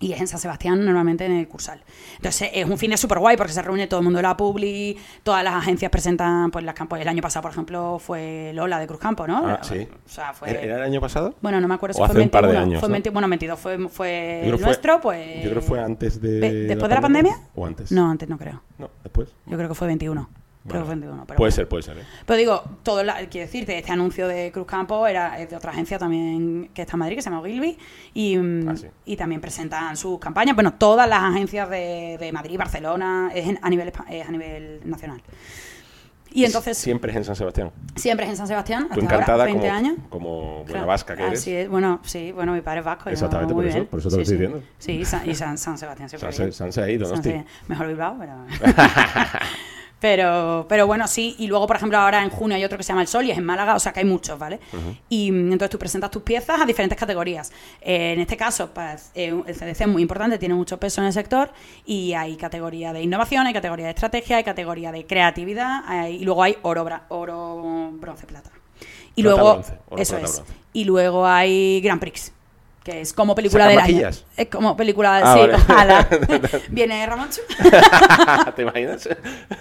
S2: y es en San Sebastián, normalmente en el Cursal. Entonces es un fin de súper guay porque se reúne todo el mundo de la Publi, todas las agencias presentan pues las campos. El año pasado, por ejemplo, fue Lola de Cruzcampo, ¿no?
S1: Ah, sí.
S2: O sea, fue.
S1: ¿Era- ¿Era el año pasado?
S2: Bueno, no me acuerdo si
S1: O
S2: fue
S1: hace un par de
S2: 21,
S1: años,
S2: fue
S1: ¿no?
S2: 20 bueno, 22 fue, fue
S1: Yo creo
S2: el
S1: fue-
S2: nuestro, pues.
S1: Yo creo que fue antes de.
S2: Ve- ¿Después de la pandemia?
S1: ¿O antes?
S2: No, antes no creo.
S1: No, después.
S2: Yo creo que fue 21. Creo
S1: Bueno,
S2: que fue 21. Pero
S1: puede
S2: bueno.
S1: ser, puede ser. ¿eh?
S2: Pero digo, todo la, quiero decirte, este anuncio de Cruz Campo era es de otra agencia también que está en Madrid, que se llama Gilby, y, mm,
S1: Ah, sí.
S2: y también presentan sus campañas. Bueno, todas las agencias de, de Madrid, Barcelona, es en- a, nivel, espa- es a nivel nacional. Y entonces,
S1: Siempre es en San Sebastián.
S2: siempre es en San Sebastián, hasta
S1: Tú encantada
S2: ahora, 20
S1: como,
S2: años.
S1: como buena
S2: Claro,
S1: vasca que eres.
S2: así es. Bueno, sí, bueno, mi padre es vasco. yo-
S1: Exactamente,
S2: muy
S1: por eso-
S2: bien.
S1: por eso te lo
S2: Sí,
S1: estoy
S2: sí.
S1: diciendo.
S2: Sí, y San- y San, San Sebastián siempre.
S1: San Se-
S2: bien.
S1: San Se ahí,
S2: San
S1: Donosti.
S2: Se- Mejor Bilbao, pero... pero... Pero bueno, sí. Y luego, por ejemplo, ahora en junio hay otro que se llama El Sol y es en Málaga, o sea que hay muchos, ¿vale? Y mm, entonces tú presentas tus piezas a diferentes categorías. Eh, en este caso, para, eh, el CDC es muy importante, tiene mucho peso en el sector y hay categoría de innovación, hay categoría de estrategia, hay categoría de creatividad hay- y luego hay oro, bra- oro bronce, plata. Y
S1: Plata,
S2: luego,
S1: bronce, oro,
S2: eso
S1: plata,
S2: es.
S1: bronce.
S2: Y luego hay Grand Prix, que es como película
S1: ¿Sacan
S2: del
S1: vaquillas?
S2: año. Es como película,
S1: Ah,
S2: sí,
S1: vale.
S2: ojalá. Viene Ramón Chu.
S1: ¿Te imaginas?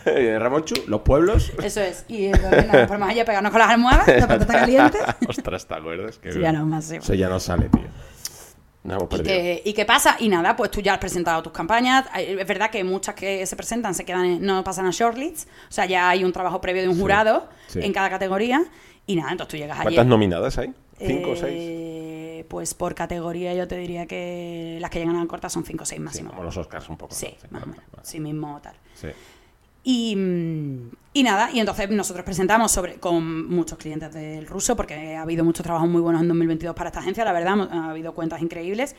S1: Ramonchu, los pueblos.
S2: Eso es. Y entonces, nada, por más allá pegarnos con las almohadas, la patata caliente.
S1: Ostras, ¿te acuerdas? Que
S2: Sí, ya no, más sí.
S1: Eso ya no sale, tío. No hemos
S2: ¿Y
S1: perdido.
S2: qué, ¿Y qué pasa? Y nada, pues tú ya has presentado tus campañas. Hay- Es verdad que muchas que se presentan se quedan en- no pasan a shortlists. O sea, ya hay un trabajo previo de un jurado
S1: sí.
S2: en cada categoría. Y nada, entonces tú llegas allí.
S1: ¿Cuántas nominadas hay? ¿Cinco o seis?
S2: Eh, Pues por categoría yo te diría que las que llegan a la corta son 5 o 6
S1: Sí,
S2: máximo.
S1: como los Oscars un poco.
S2: Sí,
S1: ¿no?
S2: más o
S1: vale,
S2: menos.
S1: vale.
S2: Sí mismo tal.
S1: Sí.
S2: Y, mm, y nada, y entonces nosotros presentamos sobre con muchos clientes del ruso, porque ha habido muchos trabajos muy buenos en 2022 para esta agencia, la verdad, mo- ha habido cuentas increíbles.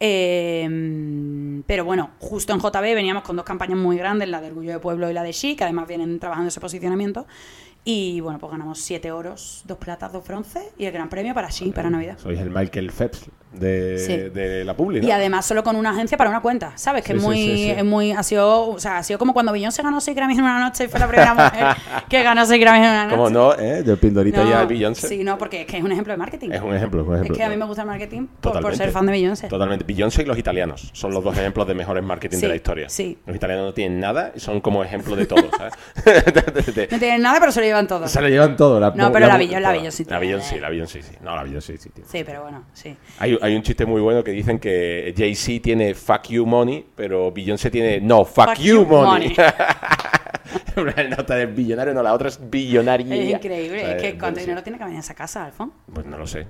S2: Eh, mm, pero bueno, justo en JB veníamos con dos campañas muy grandes, la de Orgullo de Pueblo y la de Chic, además vienen trabajando ese posicionamiento. Y bueno, pues ganamos siete oros, dos platas, dos bronces y el gran premio para Chic, para Navidad.
S1: Sois el Michael Phelps de,
S2: Sí.
S1: de la Publi, ¿no?
S2: Y además solo con una agencia para una cuenta, ¿sabes? Que
S1: Sí,
S2: es
S1: sí,
S2: muy,
S1: sí, sí.
S2: es muy, ha sido, o sea, ha sido como cuando Beyoncé ganó seis Grammys en una noche y fue la primera mujer que ganó seis Grammys en una noche.
S1: Como no, ¿eh? Del Pindorita
S2: No,
S1: ya al Beyoncé.
S2: Sí, no, porque es que es un ejemplo de marketing.
S1: Es un ejemplo, es un ejemplo.
S2: Es que a mí me gusta el marketing por, por
S1: Totalmente.
S2: ser fan de Beyoncé.
S1: Totalmente. Beyoncé y los italianos son los dos ejemplos de mejores marketing
S2: Sí,
S1: de la historia.
S2: sí.
S1: Los italianos no tienen nada y son como ejemplo de todo, ¿sabes? De- de- de-
S2: No tienen nada, pero se lo llevan todos.
S1: Se le llevan todo. La,
S2: No, pero la Beyoncé- la Beyoncé sí
S1: La
S2: tiene. eh.
S1: Beyoncé, la Beyoncé sí. No, la Beyoncé sí, tío.
S2: Sí, pero bueno, sí.
S1: Hay, hay un chiste muy bueno que dicen que Jay-Z tiene fuck you money, pero Beyoncé tiene no, fuck,
S2: Fuck
S1: you,
S2: you
S1: money.
S2: money.
S1: Una nota de billonario, no, la otra es billonaria.
S2: Es increíble.
S1: O sea,
S2: es que cuánto
S1: buenísimo.
S2: dinero tiene que venir a esa casa, Alfon.
S1: Pues no lo sé.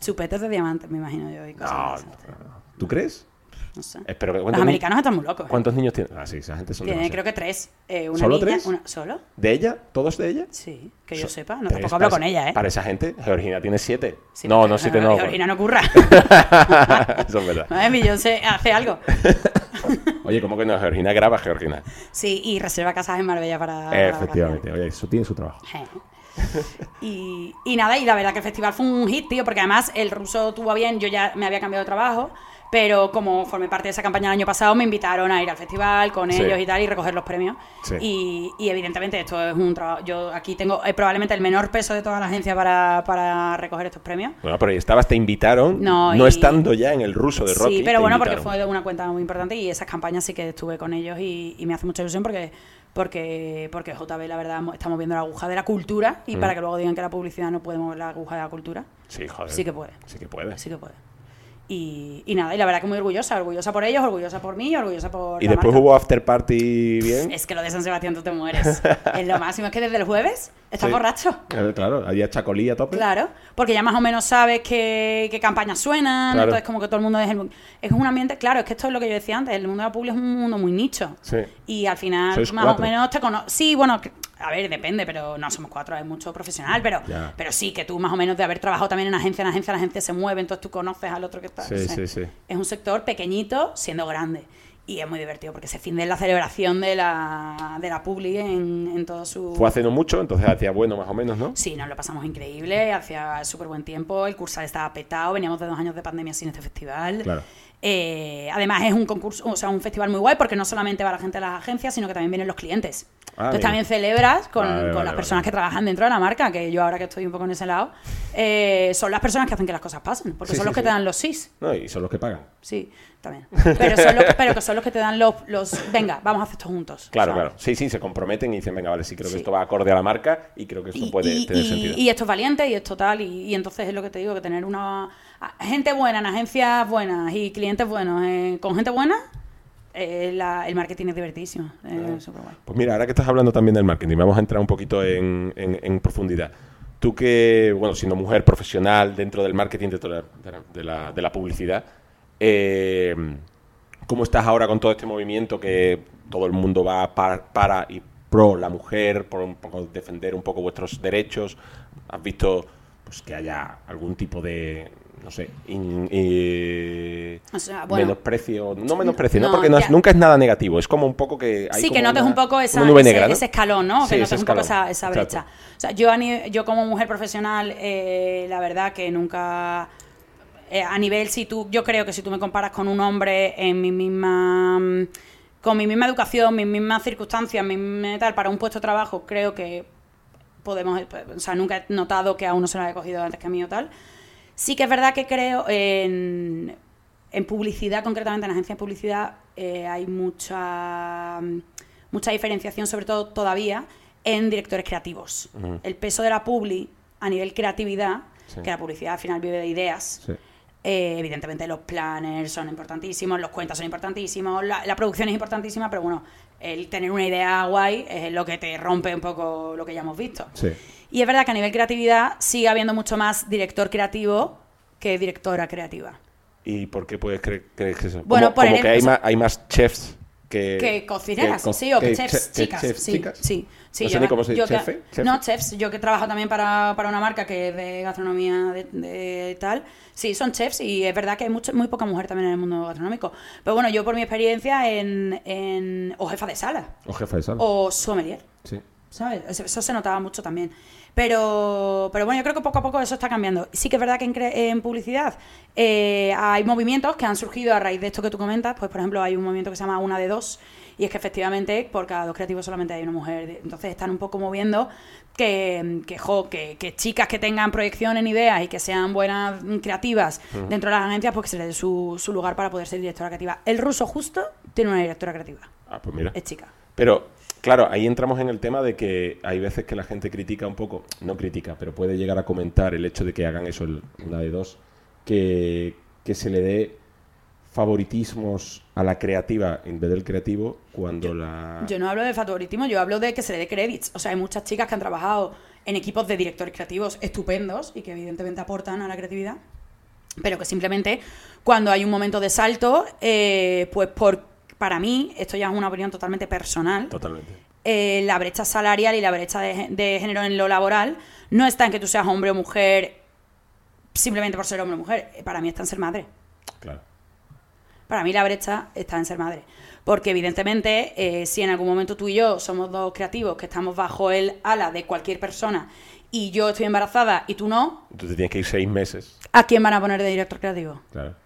S2: Chupetes de diamantes, me imagino yo. Y cosas
S1: No,
S2: de esas.
S1: no, no. ¿Tú crees?
S2: No sé.
S1: Espero que-
S2: Los
S1: ¿cuántos ni-
S2: americanos están muy locos. ¿eh?
S1: ¿Cuántos niños tiene? Ah, sí, esa gente son
S2: Tiene,
S1: demasiados.
S2: creo que tres. Eh, una
S1: ¿Solo
S2: niña,
S1: tres?
S2: una- ¿Solo?
S1: ¿De ella? ¿Todos de ella?
S2: Sí, que yo
S1: So-
S2: sepa. No,
S1: Pero
S2: tampoco
S1: es
S2: hablo
S1: para-
S2: con ella, ¿eh?
S1: Para esa gente, Georgina tiene siete.
S2: Sí,
S1: no,
S2: porque
S1: no, siete no.
S2: Georgina no curra.
S1: Eso es verdad.
S2: Madre mía, Beyoncé hace algo.
S1: Oye, ¿cómo que no? Georgina graba,
S2: Ah,
S1: Georgina. Eh,
S2: Sí, y reserva casas en Marbella para. para
S1: Efectivamente, oye, eso tiene su trabajo.
S2: vacaciones. Je. Y, y nada, y la verdad que el festival fue un hit, tío, porque además el ruso tuvo bien, yo ya me había cambiado de trabajo, pero como formé parte de esa campaña el año pasado, me invitaron a ir al festival con
S1: Sí.
S2: ellos y tal y recoger los premios.
S1: Sí.
S2: Y, y evidentemente esto es un trabajo, yo aquí tengo eh, probablemente el menor peso de toda la agencia para, para recoger estos premios.
S1: Bueno, pero ahí estabas, te invitaron, no,
S2: No, y-
S1: estando ya en el ruso de Rocky.
S2: Sí, pero
S1: te
S2: bueno, porque
S1: invitaron.
S2: fue de una cuenta muy importante y esas campañas sí que estuve con ellos y, y me hace mucha ilusión porque porque, porque JB, la verdad, mo- está moviendo la aguja de la cultura
S1: Mm.
S2: y para que luego digan que la publicidad no puede mover la aguja de la cultura,
S1: Sí, joder.
S2: sí que puede.
S1: Sí que puede.
S2: Sí que puede. Y, y nada, y la verdad que muy orgullosa, orgullosa por ellos, orgullosa por mí, orgullosa por
S1: Y
S2: la
S1: después
S2: marca.
S1: hubo after party bien.
S2: Es que lo de San Sebastián tú te mueres. es lo máximo, es que desde el jueves estás
S1: Sí.
S2: borracho.
S1: Eh, Claro, había chacolía a tope.
S2: Claro, porque ya más o menos sabes qué, qué campañas suenan,
S1: Claro.
S2: entonces como que todo el mundo es el- es un ambiente, claro, es que esto es lo que yo decía antes, el mundo de la publi es un mundo muy nicho.
S1: Sí.
S2: Y al final
S1: Sois
S2: más
S1: cuatro.
S2: o menos te conoces. Sí, bueno, que- a ver, depende, pero no somos cuatro, hay mucho profesional, pero,
S1: Ya.
S2: pero sí que tú más o menos de haber trabajado también en agencia, en agencia, la gente se mueve, entonces tú conoces al otro que está.
S1: Sí,
S2: no sé.
S1: sí, sí.
S2: Es un sector pequeñito siendo grande. Y es muy divertido porque se finde la celebración de la, de la publi en, en todo su...
S1: Fue hace no mucho, entonces hacía bueno más o menos, ¿no?
S2: Sí, nos lo pasamos increíble, hacía súper buen tiempo, el cursal estaba petado, veníamos de dos años de pandemia sin este festival.
S1: Claro.
S2: Eh, además es un concurso, o sea, un festival muy guay porque no solamente va la gente de las agencias, sino que también vienen los clientes.
S1: Ah,
S2: Entonces
S1: bien.
S2: también celebras con,
S1: Vale,
S2: con
S1: vale,
S2: las
S1: vale.
S2: personas que trabajan dentro de la marca, que yo ahora que estoy un poco en ese lado, eh, son las personas que hacen que las cosas pasen, porque
S1: Sí,
S2: son
S1: sí,
S2: los que
S1: sí.
S2: te dan los sís.
S1: No, y son los que pagan.
S2: Sí, también. Pero, son los, pero que son los que te dan los, los... Venga, vamos a hacer esto juntos.
S1: Claro,
S2: O sea,
S1: claro. Sí, sí, se comprometen y dicen, venga, vale, sí, creo
S2: Sí.
S1: que esto va acorde a la marca y creo que esto
S2: y,
S1: puede
S2: y-
S1: tener
S2: y-
S1: sentido.
S2: y esto es valiente y esto tal. Y, y entonces es lo que te digo, que tener una a- gente buena en agencias buenas y clientes buenos eh, con gente buena, eh, la- el marketing es divertísimo. eh, superguay.
S1: Pues mira, ahora que estás hablando también del marketing, vamos a entrar un poquito en, en- en profundidad. Tú que, bueno, siendo mujer profesional dentro del marketing, dentro de la, de la- de la- de la publicidad, eh, ¿cómo estás ahora con todo este movimiento que todo el mundo va para, para y pro la mujer, por un poco defender un poco vuestros derechos? ¿Has visto pues, que haya algún tipo de, no sé, in- eh,
S2: O sea, bueno.
S1: menosprecio? No menosprecio, ¿no?
S2: No,
S1: Porque no es-
S2: ya.
S1: nunca es nada negativo, es como un poco que hay
S2: Sí, que
S1: como
S2: notes
S1: una-
S2: un poco esa,
S1: una nube
S2: ese,
S1: negra, ¿no?
S2: ese escalón, ¿no?
S1: Sí,
S2: que
S1: ese
S2: notes un poco
S1: escalón.
S2: esa, esa
S1: Exacto.
S2: brecha. O sea, yo, a ni- yo como mujer profesional, eh, la verdad que nunca... eh, a nivel, si tú, yo creo que si tú me comparas con un hombre en mi misma... mm, Con mi misma educación, mis mismas circunstancias, mi misma tal, para un puesto de trabajo, creo que podemos... eh, pues, O sea, nunca he notado que a uno se lo haya cogido antes que a mí o tal. Sí que es verdad que creo en, en publicidad, concretamente en agencias de publicidad, eh, hay mucha, mucha diferenciación, sobre todo todavía, en directores creativos.
S1: Ujú.
S2: El peso de la publi a nivel creatividad,
S1: Sí.
S2: que la publicidad al final vive de ideas,
S1: Sí.
S2: eh, evidentemente los planners son importantísimos, los cuentas son importantísimos, la, la producción es importantísima, pero bueno, el tener una idea guay es lo que te rompe un poco lo que ya hemos visto.
S1: Sí.
S2: Y es verdad que a nivel creatividad sigue habiendo mucho más director creativo que directora creativa.
S1: ¿Y por qué puedes creer que es eso?
S2: Bueno,
S1: como,
S2: por
S1: como
S2: el-
S1: que hay,
S2: o sea-
S1: más, hay más chefs que...
S2: que cocineras,
S1: que co-
S2: sí, o que
S1: que che-
S2: chefs,
S1: que
S2: chicas,
S1: chefs
S2: sí,
S1: chicas.
S2: sí, sí,
S1: No sé
S2: yo
S1: ni
S2: me-
S1: cómo se
S2: yo
S1: dice,
S2: que-
S1: ¿chefe? ¿Chefe?
S2: No, chefs, yo que trabajo también para, para una marca que es de gastronomía de, de tal, sí, son chefs y es verdad que hay mucho, muy poca mujer también en el mundo gastronómico, pero bueno, yo por mi experiencia en, en o jefa de sala,
S1: O jefa de sala.
S2: o sommelier,
S1: Sí.
S2: ¿sabes? Eso, eso se notaba mucho también. Pero, pero bueno, yo creo que poco a poco eso está cambiando. Sí que es verdad que en, cre- en publicidad eh, hay movimientos que han surgido a raíz de esto que tú comentas. Pues, por ejemplo, hay un movimiento que se llama Una de Dos. Y es que efectivamente por cada dos creativos solamente hay una mujer. Entonces están un poco moviendo que, que, jo, que, que chicas que tengan proyección en ideas y que sean buenas mm, creativas dentro de las agencias, pues que se les dé su, su lugar para poder ser directora creativa. El ruso justo tiene una directora creativa.
S1: Ah, pues mira.
S2: Es chica.
S1: Pero, claro, ahí entramos en el tema de que hay veces que la gente critica un poco, no critica, pero puede llegar a comentar el hecho de que hagan eso, el- una de dos, que, que se le dé favoritismos a la creativa en vez del creativo cuando la...
S2: Yo no hablo de favoritismo, yo hablo de que se le dé credits. O sea, hay muchas chicas que han trabajado en equipos de directores creativos estupendos y que evidentemente aportan a la creatividad, pero que simplemente cuando hay un momento de salto, eh, pues por, para mí, esto ya es una opinión totalmente personal,
S1: Totalmente.
S2: eh, la brecha salarial y la brecha de, gé- de género en lo laboral no está en que tú seas hombre o mujer simplemente por ser hombre o mujer, Eh, para mí está en ser madre.
S1: Claro.
S2: Para mí la brecha está en ser madre. Porque evidentemente, eh, si en algún momento tú y yo somos dos creativos que estamos bajo el ala de cualquier persona y yo estoy embarazada y tú no,
S1: Entonces tienes que ir seis meses.
S2: ¿a quién van a poner de director creativo?
S1: Claro.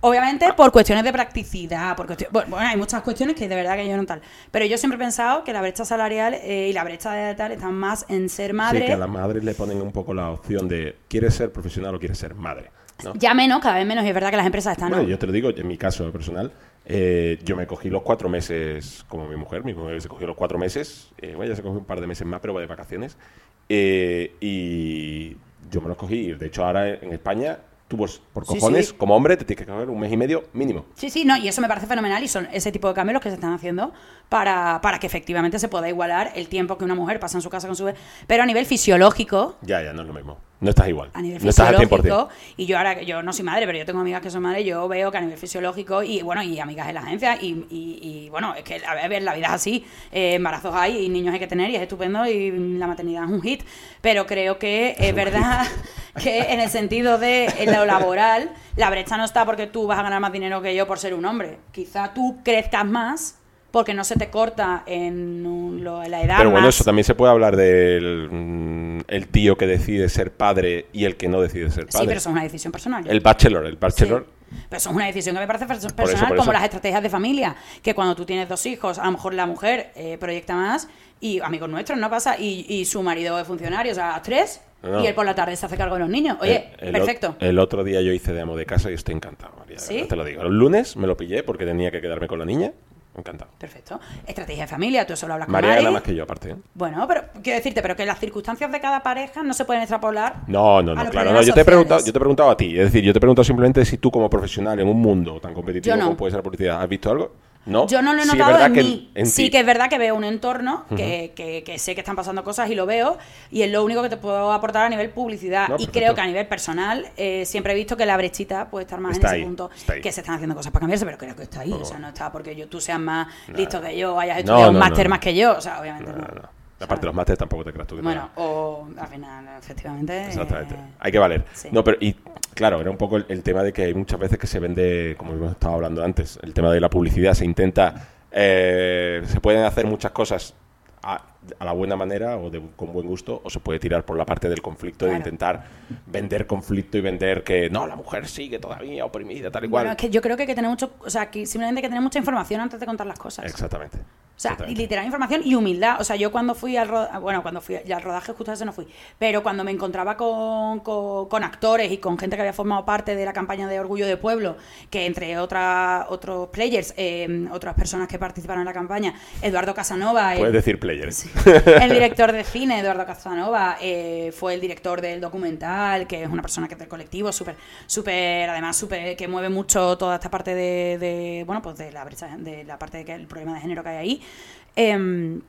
S2: Obviamente por cuestiones de practicidad, por cuestiones, bueno, bueno, hay muchas cuestiones que de verdad que yo no tal. Pero yo siempre he pensado que la brecha salarial eh, y la brecha de tal están más en ser madre.
S1: Sí, que a las madres le ponen un poco la opción de ¿quieres ser profesional o quieres ser madre? ¿no?
S2: Ya menos, cada vez menos, y es verdad que las empresas están...
S1: Bueno,
S2: ¿no?
S1: yo te lo digo, en mi caso personal, eh, yo me cogí los cuatro meses, como mi mujer, mi mujer se cogió los cuatro meses, eh, bueno, ya se cogió un par de meses más, pero va de vacaciones, eh, y yo me los cogí. De hecho, ahora en España, tú pues, por
S2: Sí,
S1: cojones,
S2: sí.
S1: como hombre, te tienes que coger un mes y medio mínimo.
S2: Sí, sí, no, y eso me parece fenomenal y son ese tipo de cambios los que se están haciendo para, para que efectivamente se pueda igualar el tiempo que una mujer pasa en su casa con su bebé. Pero a nivel fisiológico,
S1: Ya, ya, no es lo mismo. No estás igual.
S2: a nivel
S1: no estás al 100%.
S2: fisiológico, y yo ahora, yo no soy madre, pero yo tengo amigas que son madres, yo veo que a nivel fisiológico, y bueno, y amigas en la agencia, y, y- y, bueno, es que a ver, la vida es así, eh, embarazos hay y niños hay que tener, y es estupendo, y la maternidad es un hit, pero creo que es verdad que en el sentido de en lo laboral, la brecha no está porque tú vas a ganar más dinero que yo por ser un hombre, quizá tú crezcas más porque no se te corta en un- lo- la edad.
S1: Pero bueno,
S2: más.
S1: eso también se puede hablar del mm, el tío que decide ser padre y el que no decide ser padre.
S2: Sí, pero eso es una decisión personal. yo
S1: El bachelor, el
S2: Sí.
S1: bachelor.
S2: Pero eso es una decisión que me parece perso- personal,
S1: por
S2: como
S1: eso.
S2: las estrategias de familia, que cuando tú tienes dos hijos, a lo mejor la mujer eh, proyecta más y amigos nuestros, ¿no pasa? Y, y su marido es funcionario, o sea, a tres,
S1: No.
S2: y él por la tarde se hace cargo de los niños. Oye,
S1: El- el
S2: perfecto.
S1: ot- El otro día yo hice de amo de casa y estoy encantado, María. de
S2: ¿Sí?
S1: verdad Te lo digo. El lunes me lo pillé porque tenía que quedarme con la niña. Encantado.
S2: Perfecto. Estrategia de familia, tú solo hablas Ah, con
S1: María
S2: Mari.
S1: gana más que yo, aparte. ¿eh?
S2: Bueno, pero quiero decirte, pero que las circunstancias de cada pareja no se pueden extrapolar.
S1: No, no, no,
S2: A los
S1: claro. No,
S2: problemas
S1: yo, te he
S2: sociales.
S1: preguntado, yo te he preguntado a ti. Es decir, yo te he preguntado simplemente si tú, como profesional en un mundo tan competitivo
S2: Yo no.
S1: como puede ser la publicidad, ¿has visto algo? No.
S2: Yo no lo he
S1: Sí, es
S2: notado
S1: verdad
S2: en
S1: que
S2: mí.
S1: en
S2: sí
S1: ti.
S2: que es verdad que veo un entorno que, que- que sé que están pasando cosas y lo veo y es lo único que te puedo aportar a nivel publicidad.
S1: No,
S2: y
S1: perfecto.
S2: creo que a nivel personal eh, siempre he visto que la brechita puede estar más
S1: Está
S2: en ese
S1: ahí,
S2: punto.
S1: está ahí.
S2: Que se están haciendo cosas para cambiarse, pero creo que está ahí.
S1: Bueno,
S2: O sea,
S1: bueno.
S2: no está porque yo, tú seas más listo que yo, hayas
S1: No,
S2: estudiado un
S1: no,
S2: máster
S1: no,
S2: más
S1: no.
S2: que yo. O sea, obviamente
S1: No,
S2: no.
S1: no, no.
S2: O sea,
S1: Aparte, los másteres tampoco te creas tú que te
S2: Bueno,
S1: dan.
S2: o al final, efectivamente.
S1: Exactamente.
S2: eh,
S1: Hay que valer.
S2: sí.
S1: No, pero y claro, era un poco el, el tema de que hay muchas veces que se vende, como hemos estado hablando antes, el tema de la publicidad. Se intenta, eh, se pueden hacer muchas cosas a, a la buena manera o de- con buen gusto, o se puede tirar por la parte del conflicto de
S2: Claro.
S1: intentar vender conflicto y vender que no, la mujer sigue todavía oprimida, tal y cual.
S2: Bueno, es que yo creo que hay que tener mucho, o sea, que simplemente hay que tener mucha información antes de contar las cosas.
S1: Exactamente.
S2: O sea,
S1: Exactamente.
S2: literal información y humildad. O sea, yo cuando fui al rodaje, bueno, cuando fui ya al rodaje justo a ese no fui, pero cuando me encontraba con, con- con actores y con gente que había formado parte de la campaña de Orgullo de Pueblo, que entre otras otros players, eh, otras personas que participaron en la campaña, Eduardo Casanova,
S1: Puedes
S2: el,
S1: decir players.
S2: el director de cine, Eduardo Casanova, eh, fue el director del documental, que es una persona que es del colectivo, súper, súper, además, súper, que mueve mucho toda esta parte de, de, bueno, pues de la brecha, de la parte de que el problema de género que hay ahí. Em,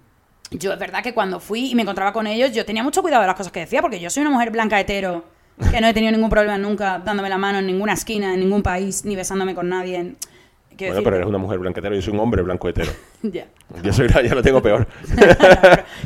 S2: yo es verdad que cuando fui y me encontraba con ellos, yo tenía mucho cuidado de las cosas que decía, porque yo soy una mujer blanca hetero, que no he tenido ningún problema nunca dándome la mano en ninguna esquina, en ningún país, ni besándome con nadie. en- Quiero
S1: Bueno, pero eres
S2: decir-
S1: una mujer blanca hetero, yo soy un hombre blanco hetero.
S2: Ya.
S1: Yo soy, ya lo tengo peor.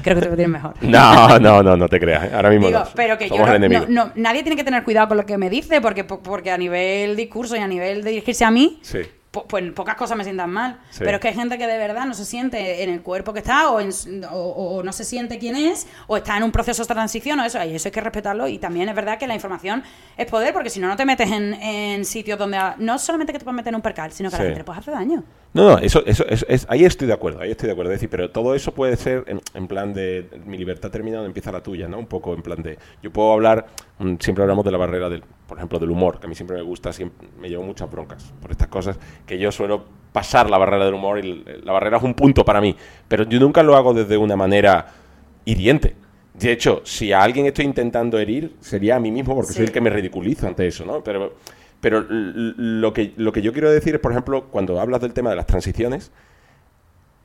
S2: Creo que te lo tienes mejor.
S1: No, no, no, no te creas. Ahora mismo
S2: Digo,
S1: no.
S2: pero que yo
S1: Somos
S2: no-
S1: el enemigo.
S2: no- no- nadie tiene que tener cuidado con lo que me dice, porque, po- porque a nivel discurso y a nivel de dirigirse a mí,
S1: Sí.
S2: po- pues pocas cosas me sientan mal.
S1: Sí.
S2: Pero es que hay gente que de verdad no se siente en el cuerpo que está, o, en s- o- o no se siente quién es, o está en un proceso de transición, o eso, y eso hay que respetarlo. Y también es verdad que la información es poder, porque si no, no te metes en, en sitios donde ha- no solamente que te puedes meter en un percal, sino que a
S1: Sí.
S2: la gente le puedes hacer daño.
S1: No, no, eso, eso, eso- es, ahí estoy de acuerdo, ahí estoy de acuerdo. Es decir, pero todo eso puede ser en, en plan de mi libertad termina donde empieza la tuya, ¿no? Un poco en plan de. Yo puedo hablar, mm, siempre hablamos de la barrera del, por ejemplo, del humor, que a mí siempre me gusta, siempre, me llevo muchas broncas por estas cosas, que yo suelo pasar la barrera del humor y l- la barrera es un punto para mí, pero yo nunca lo hago desde una manera hiriente. De hecho, si a alguien estoy intentando herir, sería a mí mismo, porque
S2: Sí.
S1: soy el que me ridiculizo ante eso, ¿no? Pero, pero l- l- lo que, lo que yo quiero decir es, por ejemplo, cuando hablas del tema de las transiciones,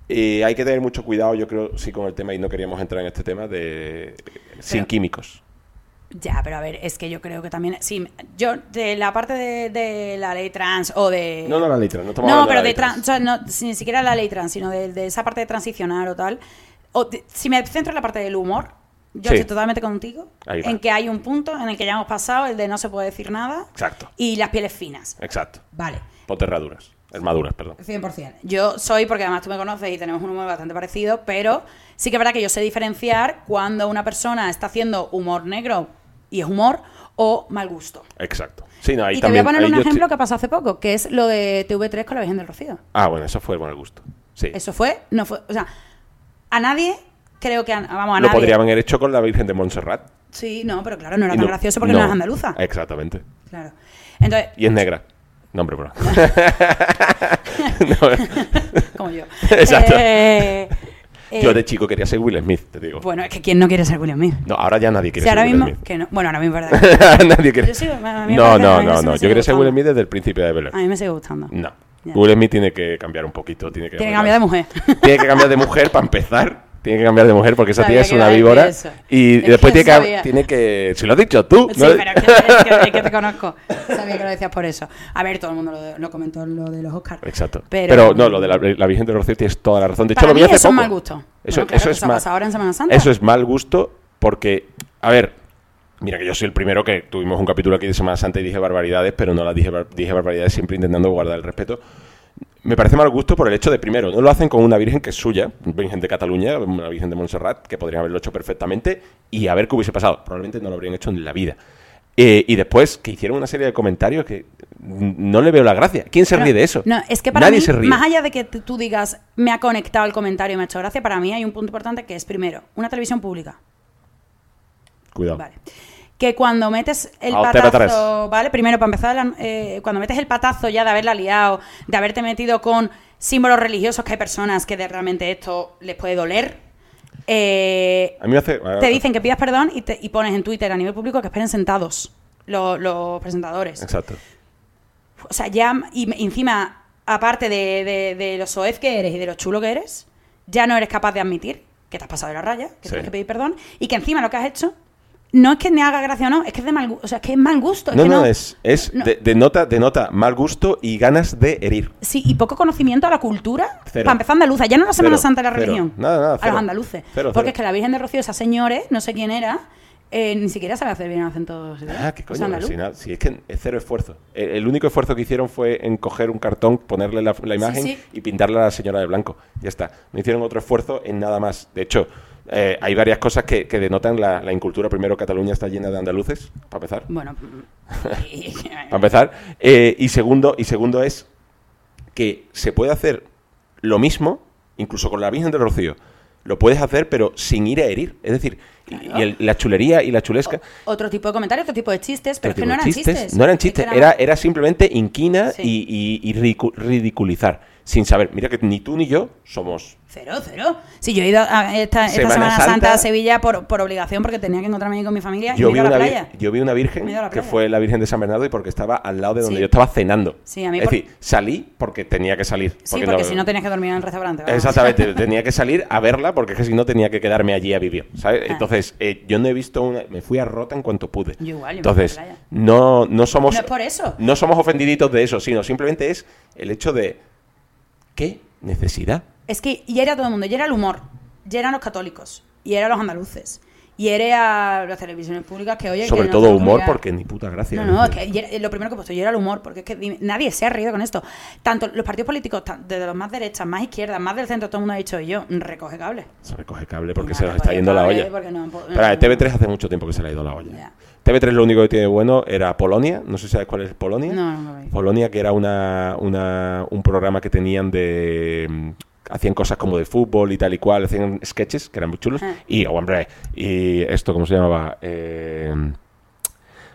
S1: eh, hay que tener mucho cuidado, yo creo, sí, con el tema, y no queríamos entrar en este tema, de sin
S2: Pero-
S1: químicos.
S2: Ya, pero a ver, es que yo creo que también. Sí, yo, de la parte de, de la ley trans o de.
S1: No, no, la letra, no estamos
S2: eh, No,
S1: hablando
S2: pero
S1: la
S2: de
S1: letra.
S2: trans, o sea, no, si- ni siquiera la ley trans, sino de, de esa parte de transicionar o tal. O de- si me centro en la parte del humor, yo
S1: Sí.
S2: estoy totalmente contigo,
S1: Ahí va.
S2: en que hay un punto en el que ya hemos pasado, el de no se puede decir nada,
S1: Exacto,
S2: y las pieles finas.
S1: exacto.
S2: Vale.
S1: Ponte herraduras, hermaduras, perdón.
S2: 100%. Yo soy, porque además tú me conoces y tenemos un humor bastante parecido, pero sí que es verdad que yo sé diferenciar cuando una persona está haciendo humor negro y es humor, o mal gusto.
S1: Exacto. Sí, no, ahí
S2: y
S1: también.
S2: te voy a poner
S1: ahí
S2: un
S1: yo
S2: ejemplo
S1: estoy-
S2: que pasó hace poco, que es lo de TV3 con la Virgen del Rocío.
S1: Ah, bueno, eso fue buen gusto. Sí.
S2: Eso fue, no fue, o sea, a nadie, creo que, a- vamos, a
S1: Lo
S2: nadie.
S1: podrían haber hecho con la Virgen de Montserrat.
S2: Sí, no, pero claro, no era
S1: Y
S2: tan
S1: no-
S2: gracioso porque no,
S1: no.
S2: era andaluza.
S1: Exactamente.
S2: Claro. Entonces,
S1: Y es negra. No, hombre, bro. No,
S2: como yo.
S1: Exacto.
S2: Eh, eh,
S1: yo de chico quería ser Will Smith, te digo.
S2: Bueno, es que quién no quiere ser William Smith.
S1: No, ahora ya nadie quiere
S2: Si
S1: ser
S2: ahora
S1: Will
S2: mismo,
S1: Smith.
S2: que no, bueno, ahora mismo es verdad. que
S1: nadie quiere
S2: Yo sí, a mí
S1: No,
S2: me parece- a
S1: no,
S2: mí
S1: no,
S2: eso me
S1: no. Yo
S2: sigue
S1: quería ser
S2: gustando.
S1: Will Smith desde el príncipe de Belén.
S2: A mí me sigue gustando.
S1: No.
S2: Ya.
S1: Will Smith tiene que cambiar un poquito. Tiene que,
S2: Tiene que cambiar de mujer.
S1: Tiene que cambiar de mujer para empezar. Tiene que cambiar de mujer porque esa
S2: Sabía
S1: tía es
S2: que iba
S1: una
S2: a decir
S1: víbora.
S2: eso.
S1: Y, y
S2: Es que
S1: después tiene que,
S2: sabía.
S1: tiene que. Si lo has dicho tú.
S2: Sí,
S1: ¿no?
S2: pero es que, es que- es que te conozco. Sabía que lo decías por eso. A ver, todo el mundo lo, lo comentó lo de los Oscars.
S1: Exacto. Pero,
S2: Pero,
S1: no, lo de la, la Virgen de Rocío tienes toda la razón. De hecho,
S2: Para
S1: lo vi
S2: mí
S1: hace
S2: eso
S1: poco.
S2: es mal gusto.
S1: Eso,
S2: Bueno, claro,
S1: eso
S2: que
S1: es
S2: eso ha
S1: mal,
S2: pasado ahora en Semana Santa.
S1: Eso es mal gusto porque, a ver, mira que yo soy el primero que tuvimos un capítulo aquí de Semana Santa y dije barbaridades, pero no las dije, bar- dije barbaridades siempre intentando guardar el respeto. Me parece mal gusto por el hecho de, primero, no lo hacen con una virgen que es suya, virgen de Cataluña, una virgen de Montserrat, que podrían haberlo hecho perfectamente y a ver qué hubiese pasado. Probablemente no lo habrían hecho en la vida. Eh, y después, que hicieron una serie de comentarios que mm, no le veo la gracia. ¿Quién se
S2: Pero-
S1: ríe de eso?
S2: No, es que para
S1: Nadie
S2: mí,
S1: se ríe.
S2: más allá de que t- tú digas, me ha conectado el comentario y me ha hecho gracia, para mí hay un punto importante que es, primero, una televisión pública.
S1: Cuidado.
S2: Vale. Que cuando metes el
S1: A usted
S2: patazo, ¿vale? Primero, para empezar, la- eh, cuando metes el patazo ya de haberla liado, de haberte metido con símbolos religiosos que hay personas que de- realmente esto les puede doler, eh,
S1: A mí me hace...
S2: te dicen que pidas perdón y, te- y pones en Twitter a nivel público que esperen sentados los, los presentadores.
S1: Exacto.
S2: O sea, ya, y encima, aparte de, de- de lo soez que eres y de lo chulo que eres, ya no eres capaz de admitir que te has pasado de la raya, que
S1: Sí.
S2: tienes que pedir perdón, y que encima lo que has hecho no es que me haga gracia o no, es que es de mal gusto. O sea, es que es mal gusto. es
S1: No,
S2: que
S1: no, es, es
S2: no.
S1: de- denota, denota mal gusto y ganas de herir.
S2: Sí, y poco conocimiento a la cultura.
S1: Cero.
S2: Para empezar, andaluza. Ya no la Semana
S1: Cero,
S2: Santa de la
S1: cero.
S2: religión.
S1: Nada, nada,
S2: A
S1: cero.
S2: los andaluces.
S1: Cero, cero.
S2: Porque es que la Virgen de Rocío, esa señores, no sé quién era, eh, ni siquiera sabe hacer bien el acento. sevillano.
S1: Ah, qué
S2: O
S1: coño.
S2: sea,
S1: al
S2: andaluz.
S1: final, si es que es cero esfuerzo. El, el único esfuerzo que hicieron fue en coger un cartón, ponerle la, la imagen
S2: sí.
S1: y pintarle a la señora de blanco. Ya está. No hicieron otro esfuerzo en nada más. De hecho, eh, hay varias cosas que, que denotan la, la incultura. Primero, Cataluña está llena de andaluces, para empezar.
S2: Bueno. mm,
S1: Para empezar. Eh, y segundo, y segundo es que se puede hacer lo mismo, incluso con la Virgen del Rocío. Lo puedes hacer, pero sin ir a herir. Es decir, y- y el- la chulería y la chulesca.
S2: Otro tipo de comentarios, otro tipo de chistes, Oh, pero es que
S1: tipo
S2: no
S1: de
S2: eran chistes.
S1: No eran
S2: Es que
S1: chistes,
S2: eran-
S1: era, era simplemente inquina
S2: Sí.
S1: y, y- y ridicu- ridiculizar. Sin saber, mira que ni tú ni yo somos.
S2: Cero, cero. Sí, yo he ido a esta, esta
S1: Semana
S2: Semana, Santa,
S1: Santa.
S2: a Sevilla por, por obligación porque tenía que encontrarme ahí con mi familia
S1: Yo
S2: y me
S1: vi,
S2: he ido a
S1: una
S2: la
S1: vir-
S2: playa.
S1: yo vi una virgen
S2: Me he ido a la
S1: que
S2: playa.
S1: fue la Virgen de San Bernardo y porque estaba al lado de donde
S2: Sí.
S1: yo estaba cenando.
S2: Sí, a mí
S1: es
S2: por-
S1: decir, salí porque tenía que salir.
S2: sí, porque si no tenías que dormir en el restaurante. vamos.
S1: Exactamente, tenía que salir a verla porque es que si no tenía que quedarme allí a vivir, ¿sabes?
S2: Ah.
S1: Entonces, eh, yo no he visto una... Me fui a rota en cuanto pude.
S2: Yo igual, yo me
S1: Entonces,
S2: fui a la playa.
S1: no, no somos...
S2: No es por eso.
S1: No somos ofendiditos de eso, sino simplemente es el hecho de... ¿Qué necesidad?
S2: Es que y era todo el mundo, y era el humor, y eran los católicos, y eran los andaluces, y era a las televisiones públicas que oye... que
S1: Sobre
S2: no
S1: todo
S2: tengo que
S1: humor,
S2: mirar.
S1: porque ni puta gracia. ¿eh?
S2: No, no, es que y era- lo primero que he puesto yo era el humor, porque es que dime, nadie se ha reído con esto. Tanto los partidos políticos, tan- desde los más derechas, más izquierdas, más del centro, todo el mundo ha dicho, y yo, mm, recoge cables.
S1: Se recoge cable porque
S2: No,
S1: se nos
S2: no
S1: está
S2: podía
S1: yendo la
S2: caber,
S1: olla.
S2: porque no po-
S1: Pero a ver, TV3 hace mucho tiempo que se le ha ido la olla.
S2: Ya.
S1: TV3 lo único que tiene bueno era Polonia. No sé si sabes cuál es Polonia.
S2: No, no lo veo.
S1: Polonia, que era una, una- un programa que tenían de. mm, Hacían cosas como de fútbol y tal y cual, hacían sketches que eran muy chulos.
S2: Ah.
S1: Y, oh, hombre, y esto, ¿cómo se llamaba? Eh,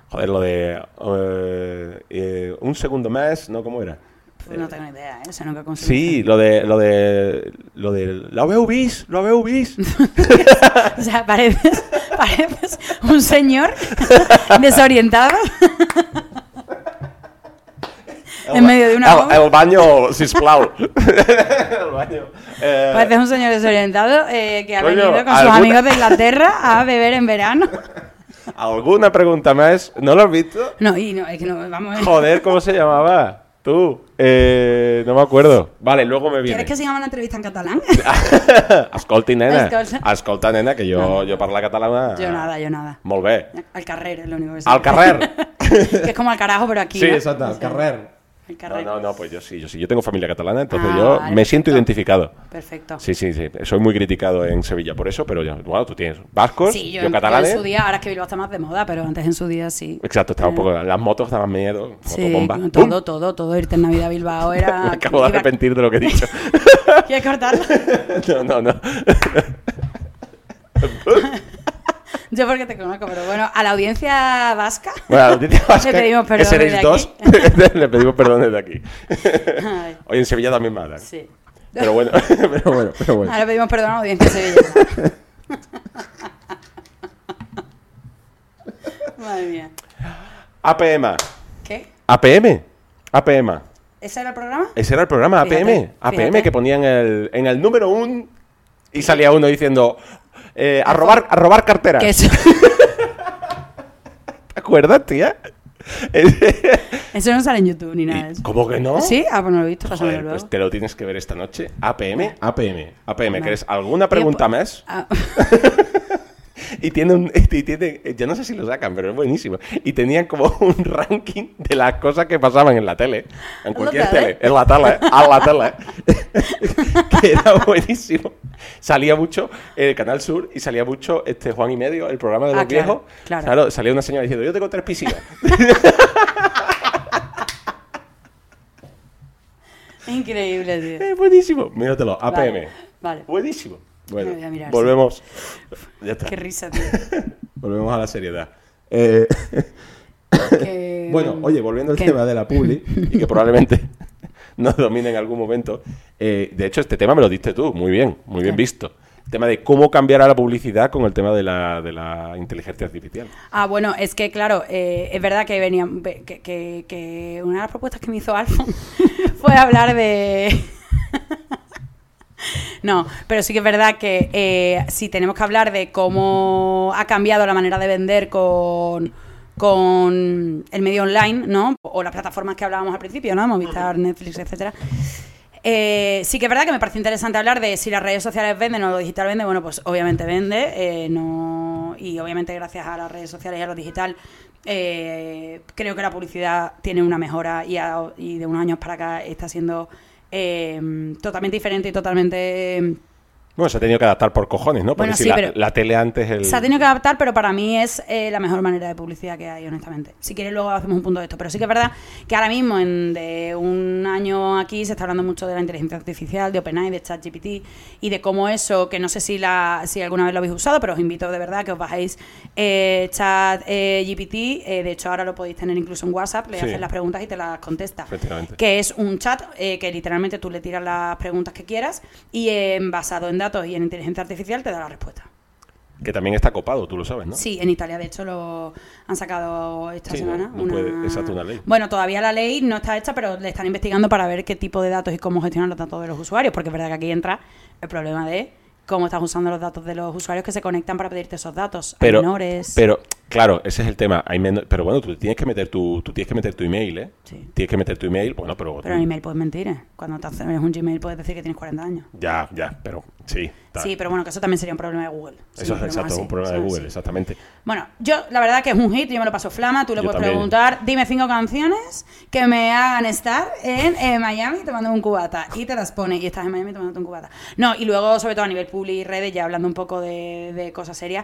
S1: joder, lo de. eh, eh, un segundo más, ¿no? ¿Cómo era?
S2: Pues no tengo ni idea, ¿eh? O sea, nunca conseguí.
S1: Sí, lo de. Lo de. Lo de. La veo bis, la veo bis.
S2: O sea, pareces, pareces un señor desorientado. En medio de una
S1: El-
S2: obra.
S1: El, baño sisplau. el baño. eh,
S2: Pareces un señor desorientado eh, que ha
S1: Coño,
S2: venido con sus
S1: alguna-
S2: amigos de Inglaterra a beber en verano.
S1: ¿Alguna pregunta más? ¿No lo has visto?
S2: No, y no, es que no, vamos a ver.
S1: Joder, ¿cómo se llamaba? Tú. Eh, no me acuerdo. Vale, luego me viene.
S2: ¿Quieres que sigamos la entrevista en catalán?
S1: Ascolti, nena.
S2: Escolta.
S1: Ascolta, nena, que yo, yo parla catalana.
S2: Yo nada, yo nada.
S1: Molt bé.
S2: Al carrer es lo único que sé.
S1: Al carrer.
S2: que es como al carajo, pero aquí. eh?
S1: Sí,
S2: ¿no?
S1: exacto,
S2: O
S1: al
S2: sea,
S1: carrer.
S2: el
S1: No,
S2: carrero.
S1: no, no, pues yo sí, yo sí. Yo tengo familia catalana, entonces
S2: Ah,
S1: yo
S2: vale,
S1: me siento
S2: perfecto.
S1: identificado.
S2: Perfecto.
S1: Sí, sí, sí. Soy muy criticado en Sevilla por eso, pero ya, bueno, tú tienes vascos,
S2: Sí,
S1: yo,
S2: yo, en- yo
S1: catalanes.
S2: en su día, ahora es que Bilbao está más de moda, pero antes en su día sí.
S1: Exacto, estaba un
S2: Eh,
S1: poco. Las motos daban miedo,
S2: Sí,
S1: motobomba.
S2: todo,
S1: ¡Pum!
S2: todo, todo, Irte en Navidad a Bilbao era...
S1: Me acabo de
S2: iba-
S1: arrepentir de lo que he dicho.
S2: ¿Quieres cortarlo?
S1: no, no, no.
S2: Yo porque te conozco, pero bueno, a la audiencia vasca...
S1: Bueno, la noticia vasca,
S2: Le pedimos
S1: que
S2: perdón
S1: seréis
S2: desde
S1: dos, le pedimos perdón desde aquí.
S2: Ay,
S1: Hoy en Sevilla también mala.
S2: sí.
S1: Pero bueno, pues. pero bueno, pero bueno.
S2: Ahora pedimos perdón a la audiencia sevillana. Madre mía. Ah.
S1: APM.
S2: ¿Qué?
S1: APM. APM.
S2: ¿Ese era el programa?
S1: Ese era el programa APM.
S2: Fíjate,
S1: APM
S2: fíjate.
S1: que ponían el, en el número un y salía uno diciendo eh, a robar, a robar carteras.
S2: Que eso,
S1: ¿Te acuerdas, tía?
S2: eso no sale en YouTube ni nada de eso.
S1: ¿Cómo que no?
S2: ¿Sí? Ah, pues no lo he visto,
S1: Joder,
S2: pásamelo luego.
S1: pues te lo tienes que ver esta noche. APM, APM, APM.
S2: Vale.
S1: ¿Quieres alguna pregunta más?
S2: Ah,
S1: Y tiene un. y tiene- yo no sé si lo sacan, pero es buenísimo. Y tenían como un ranking de las cosas que pasaban en la tele. En
S2: la
S1: cualquier
S2: tele?
S1: tele. En la tele. A la tele. que era buenísimo. Salía mucho el Canal Sur y salía mucho este Juan y Medio, el programa de
S2: Ah,
S1: los
S2: claro,
S1: viejos.
S2: claro.
S1: salía una señora diciendo: Yo tengo tres piscinas.
S2: increíble, tío.
S1: es buenísimo. Míratelo. APM.
S2: Vale. vale.
S1: Buenísimo. Bueno,
S2: voy a mirar, sí.
S1: volvemos. Ya está.
S2: Qué risa, tío.
S1: Volvemos a la seriedad. Eh,
S2: Que,
S1: Bueno, oye, volviendo al
S2: que-
S1: tema de la publi, y que probablemente nos domine en algún momento. eh, de hecho, este tema me lo diste tú, muy bien, muy bien
S2: Claro.
S1: visto. El tema de cómo cambiar a la publicidad con el tema de la, de la inteligencia artificial.
S2: Ah, bueno, es que claro, eh, es verdad que venía ve- que, que- que una de las propuestas que me hizo Alfon fue hablar de. No, pero sí que es verdad que eh, si tenemos que hablar de cómo ha cambiado la manera de vender con, con el medio online, ¿no? O las plataformas que hablábamos al principio, ¿no? Movistar, Netflix, etcétera. Eh, sí que es verdad que me parece interesante hablar de si las redes sociales venden o lo digital vende. Bueno, pues obviamente vende. eh, no, y obviamente gracias a las redes sociales y a lo digital, eh, creo que la publicidad tiene una mejora y, ha- y de unos años para acá está siendo eh, totalmente diferente y totalmente...
S1: Bueno, se ha tenido que adaptar por cojones, ¿no? Porque
S2: Bueno,
S1: si
S2: sí,
S1: la,
S2: pero-
S1: la tele antes... El...
S2: Se ha tenido que adaptar, pero para mí es eh, la mejor manera de publicidad que hay, honestamente. Si quieres, luego hacemos un punto de esto. Pero sí que es verdad que ahora mismo, en, de un año aquí, se está hablando mucho de la inteligencia artificial, de OpenAI, de ChatGPT y de cómo eso, que no sé si, la, si alguna vez lo habéis usado, pero os invito de verdad que os bajéis eh, ChatGPT. eh, de hecho, ahora lo podéis tener incluso en WhatsApp, le
S1: Sí.
S2: haces las preguntas y te las contesta
S1: Efectivamente.
S2: que es un chat eh, que literalmente tú le tiras las preguntas que quieras y eh, basado en datos y en inteligencia artificial te da la respuesta.
S1: Que también está copado, tú lo sabes, ¿no?
S2: Sí, en Italia, de hecho, lo han sacado esta
S1: Sí,
S2: semana.
S1: no- no puede- exacto, una ley.
S2: Bueno, todavía la ley no está hecha, pero le están investigando para ver qué tipo de datos y cómo gestionan los datos de los usuarios, porque es verdad que aquí entra el problema de cómo estás usando los datos de los usuarios que se conectan para pedirte esos datos a
S1: Pero,
S2: menores.
S1: pero claro, ese es el tema. Hay men- pero bueno, tú tienes que meter tu, tú tienes que meter tu email, ¿eh?
S2: Sí.
S1: Tienes que meter tu email, bueno, pero...
S2: Pero en email puedes mentir, ¿eh? Cuando te haces un Gmail puedes decir que tienes 40 años.
S1: Ya, ya, pero sí. está.
S2: Sí, pero bueno, que eso también sería un problema de Google. si
S1: Eso
S2: nos
S1: es
S2: ponemos
S1: exacto,
S2: así,
S1: un problema de
S2: ¿sabes?
S1: Google,
S2: Sí.
S1: exactamente.
S2: Bueno, yo la verdad que es un hit, yo me lo paso flama, tú le
S1: Yo
S2: puedes
S1: también.
S2: preguntar, dime cinco canciones que me hagan estar en eh, Miami tomando un cubata y te las pone y estás en Miami tomando un cubata. No, y luego sobre todo a nivel public y redes, ya hablando un poco de, de cosas serias,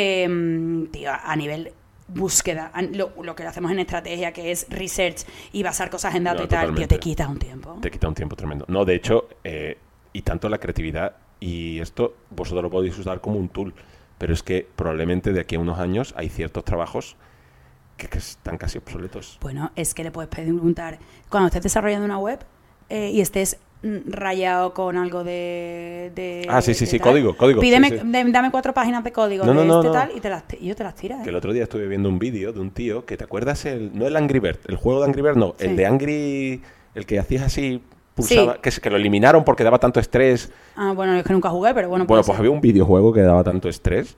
S2: eh, tío, a nivel búsqueda, a- lo, lo que hacemos en estrategia que es research y basar cosas en datos
S1: No,
S2: y tal, tío,
S1: totalmente.
S2: te quita un tiempo.
S1: Te quita un tiempo tremendo. No, de hecho, eh, y tanto la creatividad, y esto vosotros lo podéis usar como un tool, pero es que probablemente de aquí a unos años hay ciertos trabajos que, que están casi obsoletos.
S2: Bueno, es que le puedes preguntar, cuando estés desarrollando una web eh, y estés mm, rayado con algo de... de-
S1: Ah, sí, sí,
S2: de
S1: sí, código, código,
S2: Pídeme,
S1: sí, sí.
S2: de- dame cuatro páginas de código
S1: No, no,
S2: de
S1: no,
S2: este
S1: no.
S2: tal y te las, y yo te las ¿eh? tiras.
S1: Que el otro día estuve viendo un vídeo de un tío que te acuerdas el no el Angry Bird, el juego de Angry Bird no, el
S2: Sí.
S1: de Angry el que hacías así pulsaba,
S2: Sí.
S1: que, se- que lo eliminaron porque daba tanto estrés.
S2: Ah, bueno, es que nunca jugué, pero
S1: Bueno,
S2: bueno... puede
S1: pues
S2: ser.
S1: había un videojuego que daba tanto estrés.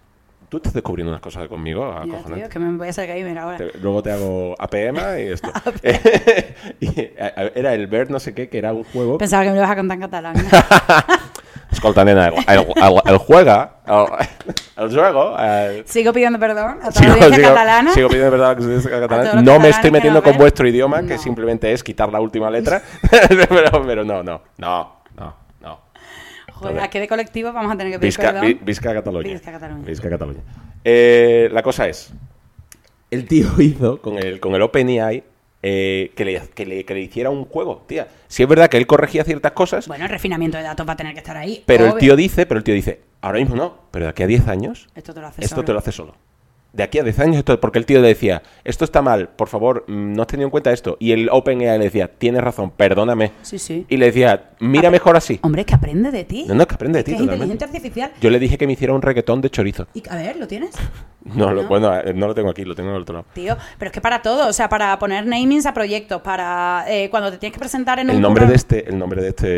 S1: Tú estás descubriendo unas cosas conmigo,
S2: Ya,
S1: acojonante.
S2: tío, que me voy a hacer gamer ahora.
S1: Te- luego te hago APM y esto. Y, a- a- era el Bird no sé qué, que era un juego.
S2: Pues- Pensaba que me lo ibas a contar en catalán.
S1: Escolta, nena, el, el, el, el juega, el, el juego... el-
S2: Sigo pidiendo perdón a toda
S1: Sigo,
S2: la audiencia
S1: sigo-
S2: catalana.
S1: sigo pidiendo perdón a la audiencia catalana.
S2: A todos los
S1: No me
S2: catalanes
S1: estoy
S2: que
S1: metiendo
S2: nos ven.
S1: con vuestro idioma, que
S2: No.
S1: simplemente es quitar la última letra. pero, pero no, no, no, no, no.
S2: Joder, ¿a qué de colectivo vamos a tener que pedir
S1: Visca,
S2: perdón?
S1: Vi- Visca Cataluña.
S2: Visca Cataluña.
S1: Visca Cataluña. Eh, la cosa es, el tío hizo con el, con el OpenAI eh, que, le, que, le, que le hiciera un juego, tía. Si es verdad que él corregía ciertas cosas,
S2: Bueno, el refinamiento de datos va a tener que estar ahí.
S1: pero el
S2: obvio.
S1: tío dice, pero el tío dice, ahora mismo no, pero de aquí a 10 años
S2: Esto te lo hace
S1: esto
S2: solo.
S1: te lo hace solo. De aquí a 10 años, esto, porque el tío le decía, esto está mal, por favor, mm, no has tenido en cuenta esto. Y el OpenAI le decía, tienes razón, perdóname.
S2: Sí, sí.
S1: Y le decía, mira
S2: Apre-
S1: mejor así.
S2: Hombre, es que aprende de ti.
S1: No, no, es que aprende de
S2: Es
S1: ti
S2: que es
S1: totalmente.
S2: inteligencia artificial.
S1: Yo le dije que me hiciera un reggaetón de chorizo.
S2: Y, a ver, ¿lo tienes?
S1: No, lo-
S2: ¿No?
S1: bueno, eh, no lo tengo aquí, lo tengo en el otro lado.
S2: Tío, pero es que para todo, o sea, para poner namings a proyectos, para eh, cuando te tienes que presentar en un...
S1: El nombre
S2: curro-
S1: de este, el nombre de este,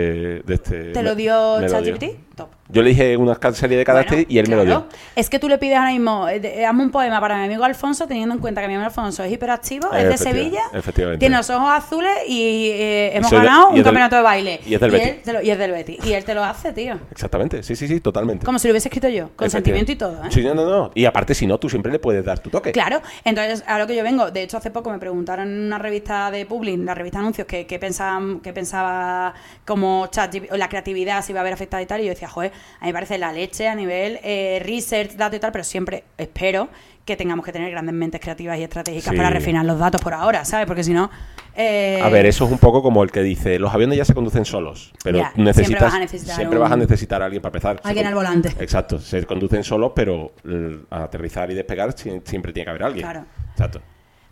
S1: de este.
S2: ¿Te
S1: me-
S2: lo dio
S1: me lo
S2: ChatGPT? Top.
S1: Yo le dije una ca- serie de caracteres
S2: Bueno,
S1: y él me lo
S2: claro.
S1: dio.
S2: Es que tú le pides ahora mismo, eh, de- eh, hazme un poema para mi amigo Alfonso, teniendo en cuenta que mi amigo Alfonso es hiperactivo,
S1: Eh,
S2: es de
S1: efectiva-
S2: Sevilla,
S1: efectivamente.
S2: tiene los ojos azules y eh, hemos
S1: soy de- y
S2: ganado un
S1: es del-
S2: campeonato de baile.
S1: y es del Betis.
S2: él te lo- y es del Betis. Y él te lo hace, tío.
S1: Exactamente, sí, sí, sí, totalmente.
S2: Como si lo hubiese escrito yo, con sentimiento y todo, ¿eh?
S1: Sí, no, no, no. Y aparte, si no, tú siempre le puedes dar tu toque.
S2: Claro, entonces a lo que yo vengo, de hecho hace poco me preguntaron en una revista de Publin, la revista Anuncios, que, que, pensaban, que pensaba como ChatGPT, o la creatividad se iba a ver afectada y tal, y yo decía, joder, a mí me parece la leche a nivel eh, research, datos y tal, pero siempre espero que tengamos que tener grandes mentes creativas y estratégicas
S1: Sí.
S2: para refinar los datos por ahora, ¿sabes? Porque si no... eh,
S1: A ver, eso es un poco como el que dice, los aviones ya se conducen solos, pero
S2: Ya, siempre
S1: necesitas,
S2: vas a necesitar
S1: siempre
S2: un-
S1: vas a necesitar a alguien para empezar. Se
S2: Alguien
S1: con-
S2: al volante.
S1: Exacto, se conducen solos, pero eh, a aterrizar y despegar si- siempre tiene que haber alguien.
S2: Claro.
S1: Exacto.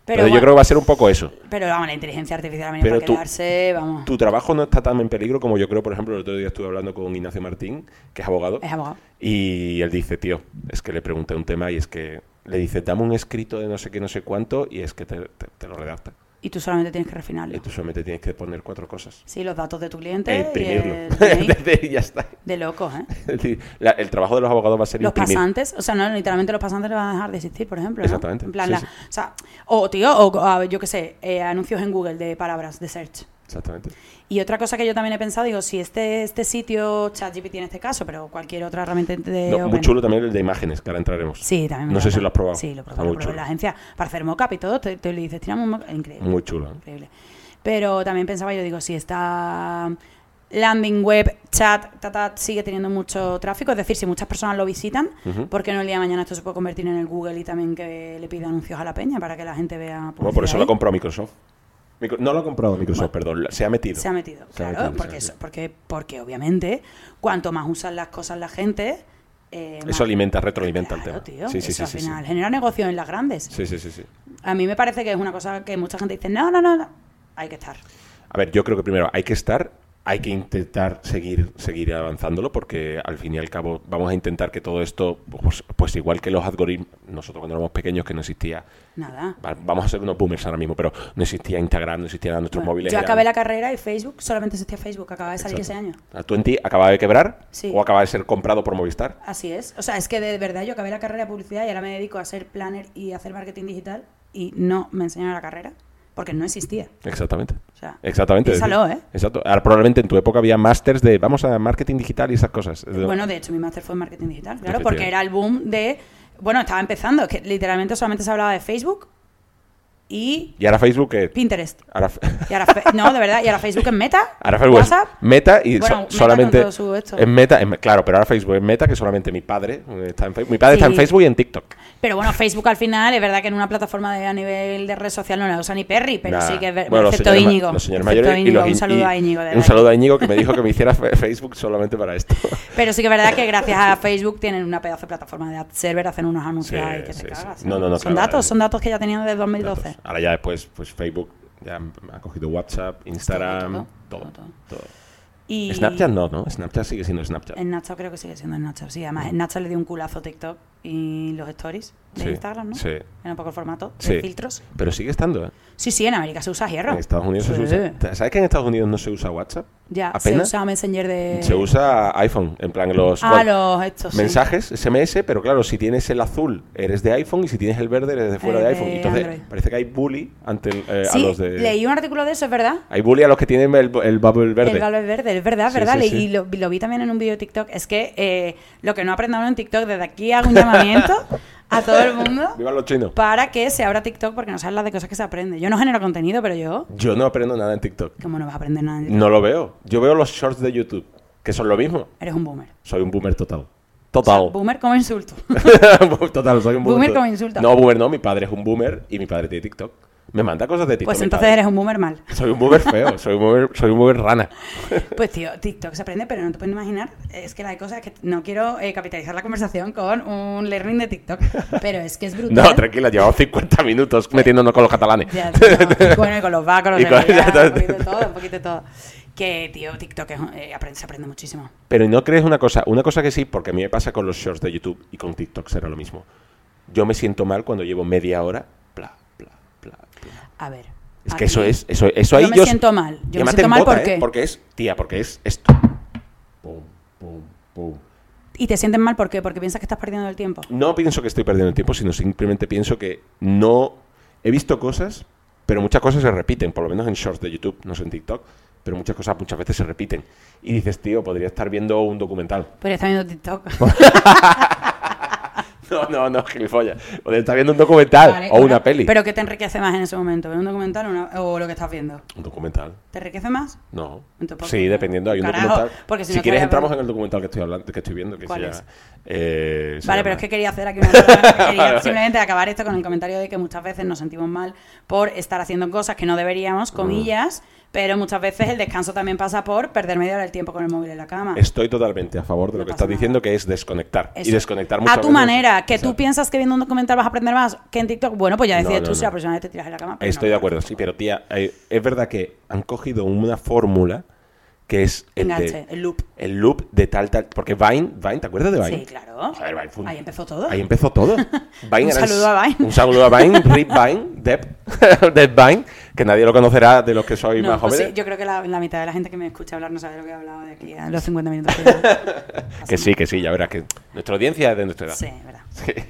S1: Pero,
S2: Pero
S1: yo
S2: bueno.
S1: creo que va a ser un poco eso.
S2: Pero vamos, la inteligencia artificial ha venido
S1: Pero
S2: para
S1: tú-
S2: quedarse, vamos,
S1: Tu trabajo no está tan en peligro como yo creo, por ejemplo, el otro día estuve hablando con Ignacio Martín, que es abogado.
S2: es abogado.
S1: Y él dice, tío, es que le pregunté un tema y es que le dice, dame un escrito de no sé qué, no sé cuánto, y es que te, te- te lo redacta.
S2: Y tú solamente tienes que refinarlo.
S1: Y tú solamente tienes que poner cuatro cosas.
S2: Sí, los datos de tu cliente.
S1: E
S2: y
S1: imprimirlo.
S2: el DNI.
S1: y ya está.
S2: de locos, ¿eh?
S1: Es decir, la- el trabajo de los abogados va a ser
S2: Los
S1: imprimir.
S2: pasantes, o sea, no, literalmente los pasantes le van a dejar de existir, por ejemplo. ¿no?
S1: Exactamente,
S2: En plan,
S1: sí,
S2: la-
S1: sí.
S2: O, sea, o tío, o a- yo qué sé, eh, anuncios en Google de palabras, de search.
S1: Exactamente.
S2: Y otra cosa que yo también he pensado, digo, si este, este sitio, ChatGPT en este caso, pero cualquier otra herramienta de.
S1: No, muy
S2: Open-
S1: chulo también el de imágenes, que ahora entraremos.
S2: Eh, Sí, también. me
S1: No sé
S2: encanta.
S1: si lo has probado.
S2: Sí, lo, he
S1: Está
S2: probado, lo
S1: muy
S2: probé en la
S1: chulo.
S2: agencia. Para hacer mocap y todo, te, te le dices, tiramos un mockup. Increíble.
S1: Muy chulo. ¿eh?
S2: Increíble. Pero también pensaba, yo digo, si esta landing web, chat, ta, ta, sigue teniendo mucho tráfico, es decir, si muchas personas lo visitan,
S1: Ujú.
S2: ¿por qué no el día de mañana esto se puede convertir en el Google y también que le pida anuncios a la peña para que la gente vea?
S1: Bueno, por
S2: publicidad
S1: eso
S2: ahí?
S1: lo compró Microsoft. Micro- no lo ha comprado Microsoft, perdón. la- Se ha metido.
S2: Se ha metido,
S1: Se ha
S2: claro,
S1: metido, se ha
S2: porque,
S1: metido.
S2: eso- porque, porque obviamente cuanto más usan las cosas la gente... eh, más-
S1: Eso alimenta, retroalimenta
S2: Claro,
S1: el tema.
S2: tío,
S1: sí, sí,
S2: eso
S1: sí,
S2: al
S1: sí, sí.
S2: final genera negocio en las grandes.
S1: Sí, sí, sí, sí.
S2: A mí me parece que es una cosa que mucha gente dice, no, no, no, no, hay que estar.
S1: A ver, yo creo que primero hay que estar, hay que intentar seguir, seguir avanzándolo, porque al fin y al cabo vamos a intentar que todo esto, pues, pues igual que los algoritmos, nosotros cuando éramos pequeños que no existía,
S2: Nada.
S1: va- vamos a ser unos boomers ahora mismo, pero no existía Instagram, no existían nuestros
S2: Bueno,
S1: móviles.
S2: Yo
S1: eran-
S2: acabé la carrera y Facebook, solamente existía Facebook, acaba de salir ese año.
S1: Exacto. ¿Twenty acaba de quebrar
S2: Sí.
S1: o acaba de ser comprado por Movistar?
S2: Así es. O sea, es que de verdad yo acabé la carrera de publicidad y ahora me dedico a ser planner y a hacer marketing digital y no me enseñaron la carrera porque no existía.
S1: Exactamente.
S2: O sea,
S1: Exactamente. es
S2: piénsalo,
S1: decir,
S2: ¿eh?
S1: Exacto. Ahora, probablemente en tu época había másters de vamos a marketing digital y esas cosas.
S2: Bueno, de hecho, mi máster fue en marketing digital, claro,
S1: Efectivamente.
S2: porque era el boom de. Bueno, estaba empezando, es que literalmente solamente se hablaba de Facebook y
S1: y ahora Facebook que
S2: Pinterest.
S1: ahora,
S2: Y ahora fe- no, de verdad, y ahora Facebook es Meta,
S1: ahora Facebook es
S2: WhatsApp.
S1: Meta y
S2: Bueno,
S1: so-
S2: Meta
S1: solamente
S2: con todo su esto.
S1: es Meta, es- claro, pero ahora Facebook es Meta que solamente mi padre eh, está en Facebook. Mi padre está en
S2: Sí.
S1: Facebook y en TikTok.
S2: Pero bueno, Facebook al final es verdad que en una plataforma de, a nivel de red social no la usa ni Perry, pero
S1: Nah.
S2: sí que es ver-
S1: Bueno, los
S2: excepto
S1: señores ma-
S2: Íñigo.
S1: los señores
S2: excepto
S1: mayores y
S2: Íñigo,
S1: los
S2: un
S1: in-
S2: saludo
S1: y-
S2: a Íñigo. de
S1: un
S2: verdad.
S1: saludo a Íñigo que me dijo que me hiciera fe- Facebook solamente para esto.
S2: Pero sí que es verdad que gracias a Facebook tienen una pedazo de plataforma de ad server, hacen unos anuncios
S1: Sí,
S2: ahí que
S1: sí,
S2: te cagas.
S1: sí. No, no, no,
S2: Son
S1: claro,
S2: datos,
S1: eh.
S2: son datos que ya tenían desde 2012.
S1: Datos. Ahora ya después pues Facebook ya ha cogido WhatsApp, Instagram,
S2: todo,
S1: todo,
S2: todo.
S1: todo.
S2: Y
S1: Snapchat no, ¿no? Snapchat sigue siendo Snapchat. Mm.
S2: En Snapchat creo que sigue siendo en Snapchat, sí. Además, en Snapchat le dio un culazo TikTok. y los stories de
S1: Sí,
S2: Instagram, ¿no?
S1: sí.
S2: En un poco el formato de
S1: Sí.
S2: filtros.
S1: Pero sigue estando, ¿eh?
S2: Sí, sí, en América se usa hierro.
S1: En Estados Unidos se
S2: Sí.
S1: usa. ¿Sabes que en Estados Unidos no se usa WhatsApp?
S2: Ya,
S1: Apenas.
S2: se usa Messenger de...
S1: Se usa iPhone, en plan los.
S2: Eh, Ah,
S1: cual-
S2: los estos, sí.
S1: Mensajes, SMS, pero claro, si tienes el azul eres de iPhone y si tienes el verde eres de fuera
S2: Eh,
S1: de
S2: de
S1: iPhone. Entonces
S2: Android.
S1: parece que hay bully ante el- eh,
S2: Sí,
S1: a los de.
S2: leí un artículo de eso, es verdad.
S1: Hay bully a los que tienen el, el bubble verde.
S2: El valor verde, es verdad,
S1: Sí,
S2: verdad.
S1: sí,
S2: Leí-
S1: sí.
S2: Y lo, lo vi también en un video de TikTok. Es que eh, lo que no aprendamos en TikTok, desde aquí hago un llamamiento a todo el mundo
S1: Viva los chinos.
S2: para que se abra TikTok porque no sabes las de cosas que se aprende. Yo no genero contenido, pero yo,
S1: Yo no aprendo nada en TikTok.
S2: ¿cómo no vas a aprender nada? en TikTok?
S1: No lo veo. Yo veo los shorts de YouTube, que son lo mismo.
S2: Eres un boomer.
S1: Soy un boomer total.
S2: O sea,
S1: Total.
S2: boomer como insulto.
S1: total, soy un boomer.
S2: Boomer
S1: total.
S2: como insulto.
S1: No, boomer no. Mi padre es un boomer y mi padre tiene TikTok. Me manda cosas de TikTok.
S2: Pues
S1: mi
S2: entonces
S1: padre.
S2: eres un boomer mal.
S1: Soy un boomer feo. Soy un boomer, soy un boomer rana.
S2: Pues tío, TikTok se aprende, pero no te puedes imaginar. Es que la cosa es que no quiero eh, capitalizar la conversación con un learning de TikTok, pero es que es brutal.
S1: No, tranquila, llevamos 50 minutos metiéndonos con los catalanes.
S2: ¿Eh? Ya, tío. bueno, y con los vacos,
S1: Y
S2: los
S1: con-
S2: un poquito de todo, un poquito de todo. Que, tío, TikTok es un- eh, aprende- se aprende muchísimo.
S1: Pero ¿no crees una cosa? Una cosa que sí, porque a mí me pasa con los shorts de YouTube y con TikTok será lo mismo. Yo me siento mal cuando llevo media hora. Bla, bla, bla, bla.
S2: A ver.
S1: Es
S2: aquí-
S1: que eso es, eso, eso ahí
S2: Yo me siento mal. Yo me
S1: Llámate
S2: siento
S1: en
S2: mal
S1: bota,
S2: porque-
S1: ¿eh? porque es, tía, porque es esto. Pum, pum, pum.
S2: ¿Y te sientes mal por qué? Porque piensas que estás perdiendo el tiempo.
S1: No pienso que estoy perdiendo el tiempo, sino simplemente pienso que no he visto cosas, pero muchas cosas se repiten, por lo menos en shorts de YouTube, no sé en TikTok, pero muchas cosas muchas veces se repiten. Y dices, tío, podría estar viendo un documental.
S2: Pero estás viendo TikTok.
S1: No, no, no, gilipollas. Podría estar viendo un documental
S2: Vale,
S1: o una peli.
S2: Pero ¿qué te enriquece más en ese momento? ¿Ver un documental o, una- o lo que estás viendo?
S1: Un documental.
S2: ¿Te enriquece más?
S1: No.
S2: Entonces, ¿por
S1: Sí,
S2: qué?
S1: dependiendo. Hay un
S2: Carajo,
S1: documental.
S2: porque si
S1: si
S2: no
S1: quieres
S2: estaría-
S1: entramos en el documental que estoy hablando, que estoy viendo, que
S2: ¿Cuál
S1: se
S2: es?
S1: llama. eh, se
S2: Vale,
S1: llama-
S2: pero es que quería hacer aquí una cosa.
S1: Vale, vale.
S2: Quería simplemente acabar esto con el comentario de que muchas veces nos sentimos mal por estar haciendo cosas que no deberíamos,
S1: Mm.
S2: comillas, pero muchas veces el descanso también pasa por perder media hora del tiempo con el móvil en la cama.
S1: Estoy totalmente a favor de lo
S2: No
S1: que
S2: pasa
S1: estás
S2: nada.
S1: diciendo, que es desconectar.
S2: Eso.
S1: Y desconectar muchas
S2: A tu
S1: veces-
S2: manera, que tú
S1: Exacto.
S2: piensas que viendo un documental vas a aprender más que en TikTok. Bueno, pues ya
S1: No,
S2: decides
S1: no,
S2: tú si
S1: no.
S2: la próxima vez te tiras en la cama. pero
S1: Estoy
S2: no.
S1: de acuerdo, sí, pero tía, eh, es verdad que han cogido una fórmula que es el, Eh, de-
S2: Enganche, el loop.
S1: el loop de tal, tal. Porque Vine, Vine ¿te acuerdas de Vine?
S2: Sí, claro.
S1: Joder, Vine fue un-
S2: Ahí empezó todo.
S1: Ahí empezó todo. Vine
S2: Un
S1: era el-
S2: saludo a Vine.
S1: Un saludo a Vine, Rip Vine, Depp, Depp Vine, que nadie lo conocerá de los que sois
S2: No,
S1: más
S2: pues
S1: jóvenes.
S2: sí, yo creo que la, la mitad de la gente que me escucha hablar no sabe lo que he hablado de aquí a los 50 minutos. que llevamos.
S1: Que sí, que sí, ya verás que nuestra audiencia es de nuestra edad.
S2: Sí, verdad.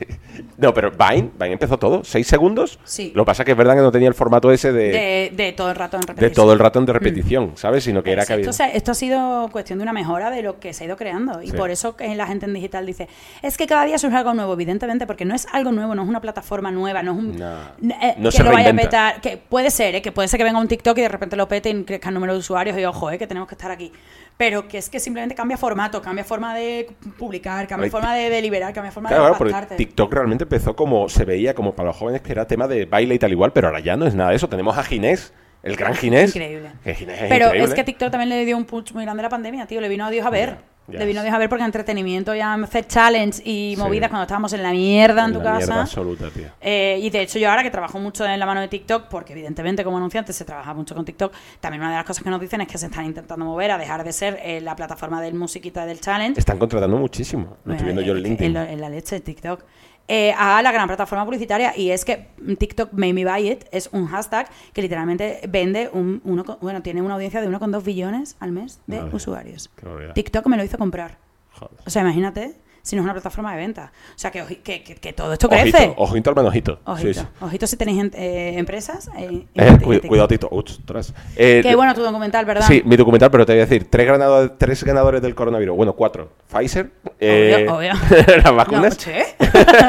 S1: No, pero Vine, Vine empezó todo, seis segundos.
S2: Sí.
S1: Lo que pasa es que es verdad que no tenía el formato ese
S2: De, de todo el rato en
S1: Eh, de
S2: repetición.
S1: todo el ratón de repetición, ¿sabes? Sino que era
S2: Sí,
S1: que había...
S2: esto, se- esto ha sido cuestión de una mejora de lo que se ha ido creando. Y
S1: Sí.
S2: por eso que la gente en digital dice, es que cada día surge algo nuevo, evidentemente, porque no es algo nuevo, no es una plataforma nueva, no es un...
S1: No.
S2: n- eh,
S1: No
S2: que
S1: se
S2: lo vaya a
S1: reinventa.
S2: petar. Que puede ser, ¿eh? que puede ser que venga un TikTok y de repente lo pete y crezca el número de usuarios y ojo, ¿eh? que tenemos que estar aquí. Pero que es que simplemente cambia formato, cambia forma de publicar, cambia
S1: Ay,
S2: forma de deliberar, cambia forma
S1: Claro,
S2: de
S1: claro, porque
S2: impactarte.
S1: TikTok realmente empezó como se veía como para los jóvenes que era tema de baile y tal igual, pero ahora ya no es nada de eso. Tenemos a Ginés, el gran Ginés.
S2: Increíble.
S1: Que Ginés es
S2: Pero
S1: increíble.
S2: es que TikTok también le dio un punch muy grande a la pandemia, tío. Le vino a Dios a ver.
S1: Ya, ya
S2: le vino a
S1: es.
S2: Dios a ver porque entretenimiento, ya hacer challenge y
S1: Sí.
S2: movidas cuando estábamos en la mierda en,
S1: En
S2: tu
S1: la
S2: casa.
S1: mierda absoluta, tío.
S2: Eh, y de hecho yo ahora que trabajo mucho en la mano de TikTok, porque evidentemente como anunciante se trabaja mucho con TikTok, también una de las cosas que nos dicen es que se están intentando mover a dejar de ser eh, la plataforma del musiquita del challenge.
S1: Están contratando muchísimo. Lo estoy
S2: Bueno,
S1: viendo yo en
S2: eh,
S1: LinkedIn.
S2: lo- En, la leche de TikTok. Eh, a la gran plataforma publicitaria y es que TikTok Made Me Buy It es un hashtag que literalmente vende un uno con- bueno tiene una audiencia de 1,2 billones al mes de
S1: Madre,
S2: usuarios
S1: qué barbaridad.
S2: TikTok me lo hizo comprar
S1: Joder.
S2: o sea imagínate si no es una plataforma de venta o sea que, oji- que, que- que todo esto crece
S1: Ojito, ojito al manojito.
S2: ojito
S1: Sí, sí.
S2: ojito si tenéis en- eh, empresas eh,
S1: Eh,
S2: en- en
S1: cuida-
S2: TikTok.
S1: cuidado, Tito. Ostras. Eh,
S2: que bueno tu documental verdad
S1: Sí, mi documental, pero te voy a decir, tres, ganado- tres ganadores del coronavirus. Bueno, cuatro. Pfizer, eh,
S2: obvio.
S1: las vacunas,
S2: No, che.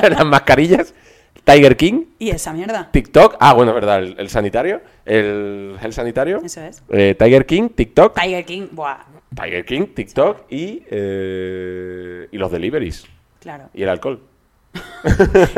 S1: las mascarillas, Tiger King,
S2: y esa mierda
S1: TikTok. Ah, bueno, es verdad, el, el sanitario. El, el sanitario.
S2: Eso es.
S1: Eh, Tiger King, TikTok.
S2: Tiger King buah
S1: Tiger King, TikTok y, eh, y los deliveries.
S2: claro
S1: Y el alcohol.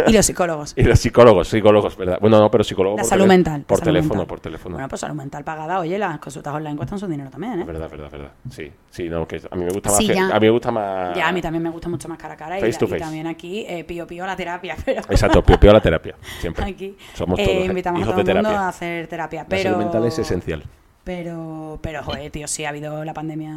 S2: y los psicólogos
S1: Y los psicólogos, psicólogos, ¿verdad? Bueno, no, pero psicólogos
S2: La
S1: por,
S2: salud
S1: tele-
S2: mental. la
S1: por
S2: salud
S1: teléfono,
S2: mental.
S1: por teléfono.
S2: Bueno, pues salud mental pagada. Oye, las consultas online cuestan su dinero también, ¿eh?
S1: Verdad, verdad, verdad. Sí, sí, no, que a mí me gusta más.
S2: Sí,
S1: que-
S2: ya.
S1: a mí me gusta más.
S2: Ya, a mí también me gusta mucho más cara a cara. y
S1: Face
S2: la-
S1: to
S2: y,
S1: face.
S2: también aquí, eh, pío pío la terapia. Pero
S1: Exacto, pio, pio a la terapia, siempre.
S2: aquí
S1: Somos
S2: eh,
S1: todos
S2: invitamos
S1: hijos
S2: a todo
S1: de
S2: el mundo
S1: terapia.
S2: a hacer terapia.
S1: La
S2: Pero...
S1: salud mental es esencial.
S2: Pero, pero joder, tío, sí ha habido la pandemia,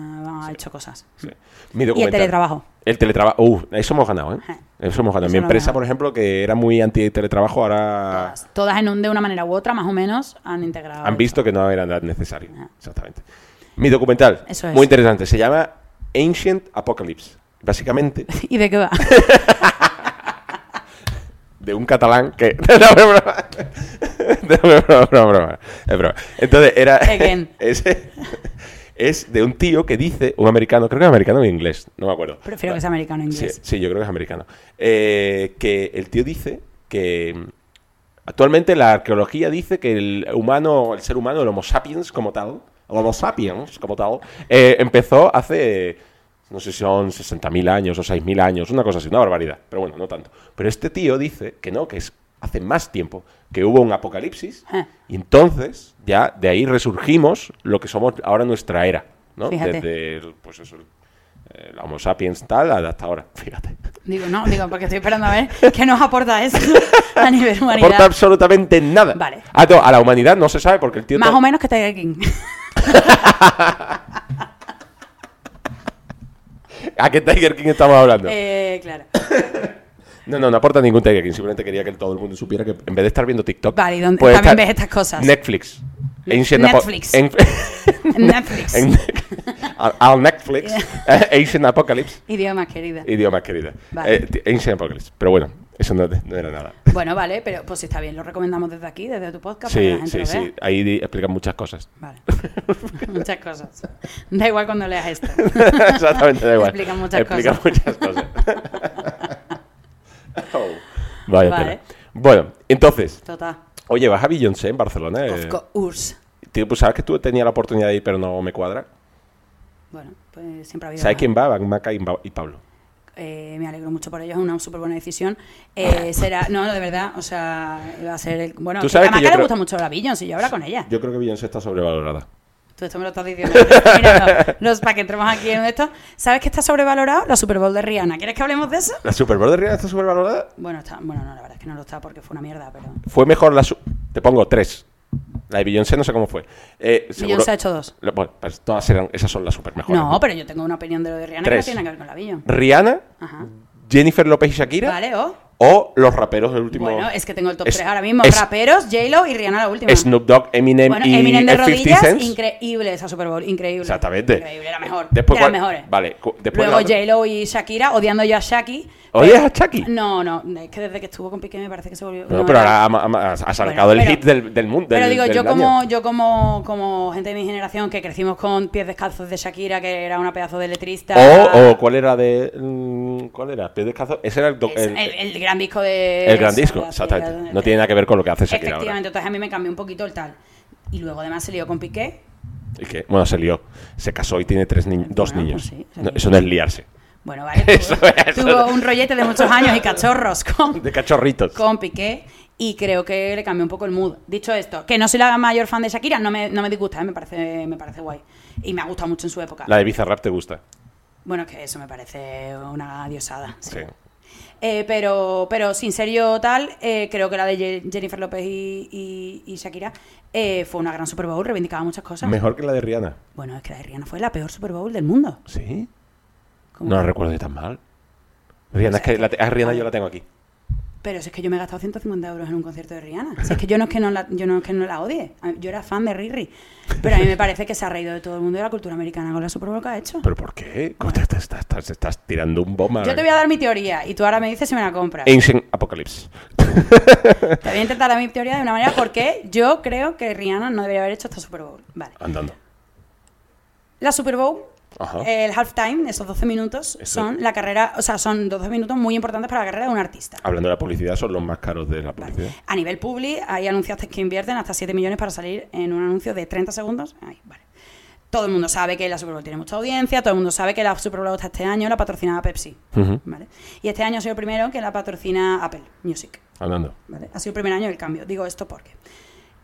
S2: ha hecho cosas.
S1: Sí. Mi
S2: Y el
S1: documental.
S2: teletrabajo.
S1: El teletrabajo. Uh, eso hemos ganado, ¿eh?
S2: Ajá.
S1: Eso hemos ganado.
S2: Eso
S1: Mi
S2: lo
S1: empresa,
S2: ganamos.
S1: por ejemplo, que era muy anti-teletrabajo, ahora
S2: Todas, todas en un, de una manera u otra, más o menos, han integrado.
S1: Ah. han visto que no era nada necesario.
S2: Ajá.
S1: Exactamente. Mi documental,
S2: Eso es.
S1: muy interesante, se llama Ancient Apocalypse. Básicamente,
S2: ¿Y de qué va?
S1: de un catalán que... No, es broma. No, es broma, es broma, es broma. Es broma. Entonces, era...
S2: Again.
S1: Es, es de un tío que dice, un americano, creo que es americano o inglés, no me acuerdo.
S2: Prefiero
S1: No.
S2: que sea americano o inglés.
S1: Sí, sí, yo creo que es americano. Eh, que el tío dice que mm, actualmente la arqueología dice que el humano, el ser humano, el Homo sapiens como tal, el Homo sapiens como tal, eh, empezó hace, no sé si son 60.000 años o 6.000 años, una cosa así, una barbaridad, pero bueno, no tanto. Pero este tío dice que no, que es hace más tiempo que hubo un apocalipsis
S2: Ah.
S1: y entonces ya de ahí resurgimos lo que somos ahora nuestra era, ¿no?
S2: Fíjate.
S1: Desde, el- pues eso, el- eh, la Homo sapiens tal hasta ahora, fíjate.
S2: Digo, no, digo, porque estoy esperando a ver qué nos aporta eso a nivel
S1: No
S2: humanidad.
S1: aporta absolutamente nada.
S2: Vale.
S1: Ah, no, a la humanidad no se sabe porque el tío...
S2: Más
S1: to-
S2: o menos que Tiger King.
S1: ¿A qué Tiger King estamos hablando?
S2: Eh, claro.
S1: No, no, no aporta ningún Tiger King. Simplemente quería que todo el mundo supiera que en vez de estar viendo TikTok...
S2: Vale, ¿y dónde
S1: puede
S2: también
S1: estar-
S2: ves estas cosas?
S1: Netflix. Ancient Apo-
S2: Netflix.
S1: en-
S2: Netflix.
S1: en- al- al Netflix. eh, Ancient Apocalypse.
S2: Idioma querida.
S1: Idioma, querida.
S2: Vale.
S1: Eh, t- Ancient Apocalypse. Pero bueno, eso no, no era nada.
S2: Bueno, vale, pero pues está bien, lo recomendamos desde aquí, desde tu podcast, para que
S1: Sí,
S2: la gente
S1: sí,
S2: lo vea.
S1: sí. Ahí di- explican muchas cosas.
S2: Vale. Muchas cosas. Da igual cuando leas esto.
S1: Exactamente, da igual.
S2: Explican muchas
S1: Explican muchas cosas. Oh, vaya
S2: Vale.
S1: tela. Bueno, entonces,
S2: Total.
S1: oye, vas a Beyoncé en Barcelona. Eh?
S2: Of course.
S1: Tío, pues sabes que tú tenías la oportunidad de ir, pero no me cuadra.
S2: Bueno, pues siempre ha habido.
S1: ¿Sabes quién va? Van Maca y, Ba- y Pablo.
S2: Eh, me alegro mucho por ello, es una súper buena decisión. Eh, será, no, no, de verdad, o sea, va a ser el. Bueno,
S1: Tú
S2: es que
S1: sabes
S2: a
S1: que
S2: Maca
S1: yo
S2: le
S1: creo-
S2: gusta mucho la Beyoncé, yo hablo con ella.
S1: Yo creo que Beyoncé está sobrevalorada.
S2: Tú esto me lo estás diciendo. Mira, no, los, para que entremos aquí en esto. ¿Sabes que está sobrevalorado? La Super Bowl de Rihanna. ¿Quieres que hablemos de eso?
S1: ¿La Super Bowl de Rihanna está sobrevalorada?
S2: Bueno, está, bueno, no, la verdad es que no lo está porque fue una mierda, pero.
S1: Fue mejor la... su- Te pongo tres. La de Beyoncé no sé cómo fue. Eh, seguro-
S2: Beyoncé ha hecho dos.
S1: Lo- Bueno, pues todas eran... Esas son las super mejores.
S2: No, pero yo tengo una opinión de lo de Rihanna
S1: Tres.
S2: que no tiene que ver con la Beyoncé.
S1: Rihanna,
S2: Ajá.
S1: Jennifer López y Shakira.
S2: Vale, o.
S1: O los raperos del último.
S2: Bueno, es que tengo el top
S1: Es-
S2: 3 ahora mismo.
S1: es-
S2: Raperos, J-Lo y Rihanna la última.
S1: Snoop Dogg, Eminem
S2: bueno,
S1: y
S2: Eminem de
S1: el 50
S2: rodillas,
S1: Cent.
S2: increíble esa Super Bowl, increíble.
S1: Exactamente.
S2: Increíble, era mejor.
S1: Después,
S2: de las
S1: ¿cuál?
S2: mejores.
S1: Vale, cu- después
S2: Luego
S1: la otra.
S2: J-Lo y Shakira, odiando yo a Shaki.
S1: ¿Odias a Shaki?
S2: No, no, es que desde que estuvo con Piqué me parece que se volvió...
S1: Bueno,
S2: no,
S1: pero
S2: era-
S1: ahora ha, ha- ha- ha sacado
S2: Bueno,
S1: el
S2: pero-
S1: hit del, del mundo.
S2: Pero
S1: del-
S2: digo,
S1: del
S2: yo
S1: año.
S2: como, yo como, como gente de mi generación que crecimos con pies descalzos de Shakira, que era una pedazo de letrista.
S1: O, o cuál era de. mm, ¿Cuál era? Pie descalzo. Ese era el. do-
S2: Es-
S1: el,
S2: el, el gran disco de...
S1: el gran disco,
S2: Sí,
S1: exactamente.
S2: el-
S1: No tiene nada que ver con lo que hace Shakira ahora.
S2: Efectivamente, entonces a mí me cambió un poquito el tal. Y luego además se lió con Piqué.
S1: Y que, bueno, se lió. Se casó y tiene tres ni- dos
S2: Bueno,
S1: niños.
S2: pues sí, se
S1: No,
S2: lió.
S1: eso no es liarse.
S2: Bueno, vale.
S1: Eso
S2: tuvo,
S1: es, eso
S2: tuvo
S1: es.
S2: un rollete de muchos años y cachorros con,
S1: De cachorritos.
S2: con Piqué y creo que le cambió un poco el mood. Dicho esto, que no soy la mayor fan de Shakira, no me, no me disgusta, ¿eh? me, parece, me parece guay. Y me ha gustado mucho en su época.
S1: La de Bizarrap te gusta.
S2: Bueno, es que eso me parece una diosada. sí.
S1: Sí.
S2: Eh, pero, pero sin serio tal, eh, creo que la de Ye- Jennifer López y, y- y Shakira eh, fue una gran Super Bowl, reivindicaba muchas cosas.
S1: Mejor que la de Rihanna.
S2: Bueno, es que la de Rihanna fue la peor Super Bowl del mundo.
S1: Sí.
S2: Como-
S1: No la recuerdo yo tan mal. Rihanna, es que la, te- a Rihanna yo la tengo aquí.
S2: Pero si es que yo me he gastado 150 euros en un concierto de Rihanna. Si es que yo no es que no la, yo no es que no la odie. A- Yo era fan de Riri. Pero a mí me parece que se ha reído de todo el mundo de la cultura americana con la Super Bowl que ha hecho.
S1: ¿Pero por qué? ¿Cómo te, te- te- te- te- te estás tirando un bomba?
S2: Yo te voy a dar mi teoría y tú ahora me dices si me la compras.
S1: Ancient Apocalypse.
S2: Te voy a intentar dar mi teoría de una manera porque yo creo que Rihanna no debería haber hecho esta Super Bowl. Vale.
S1: Andando.
S2: La Super Bowl,
S1: Ajá.
S2: el halftime, esos 12 minutos,
S1: Eso.
S2: son la carrera, o sea, son 12 minutos muy importantes para la carrera de un artista.
S1: Hablando de la publicidad, son los más caros de la publicidad.
S2: A nivel publi, hay anunciantes que invierten hasta 7 millones para salir en un anuncio de 30 segundos. Ay, vale. Todo el mundo sabe que la Super Bowl tiene mucha audiencia, todo el mundo sabe que la Super Bowl hasta este año la patrocinaba Pepsi.
S1: Ujú.
S2: ¿vale? Y este año ha sido el primero que la patrocina Apple Music.
S1: Andando.
S2: ¿vale? Ha sido el primer año del cambio. Digo esto porque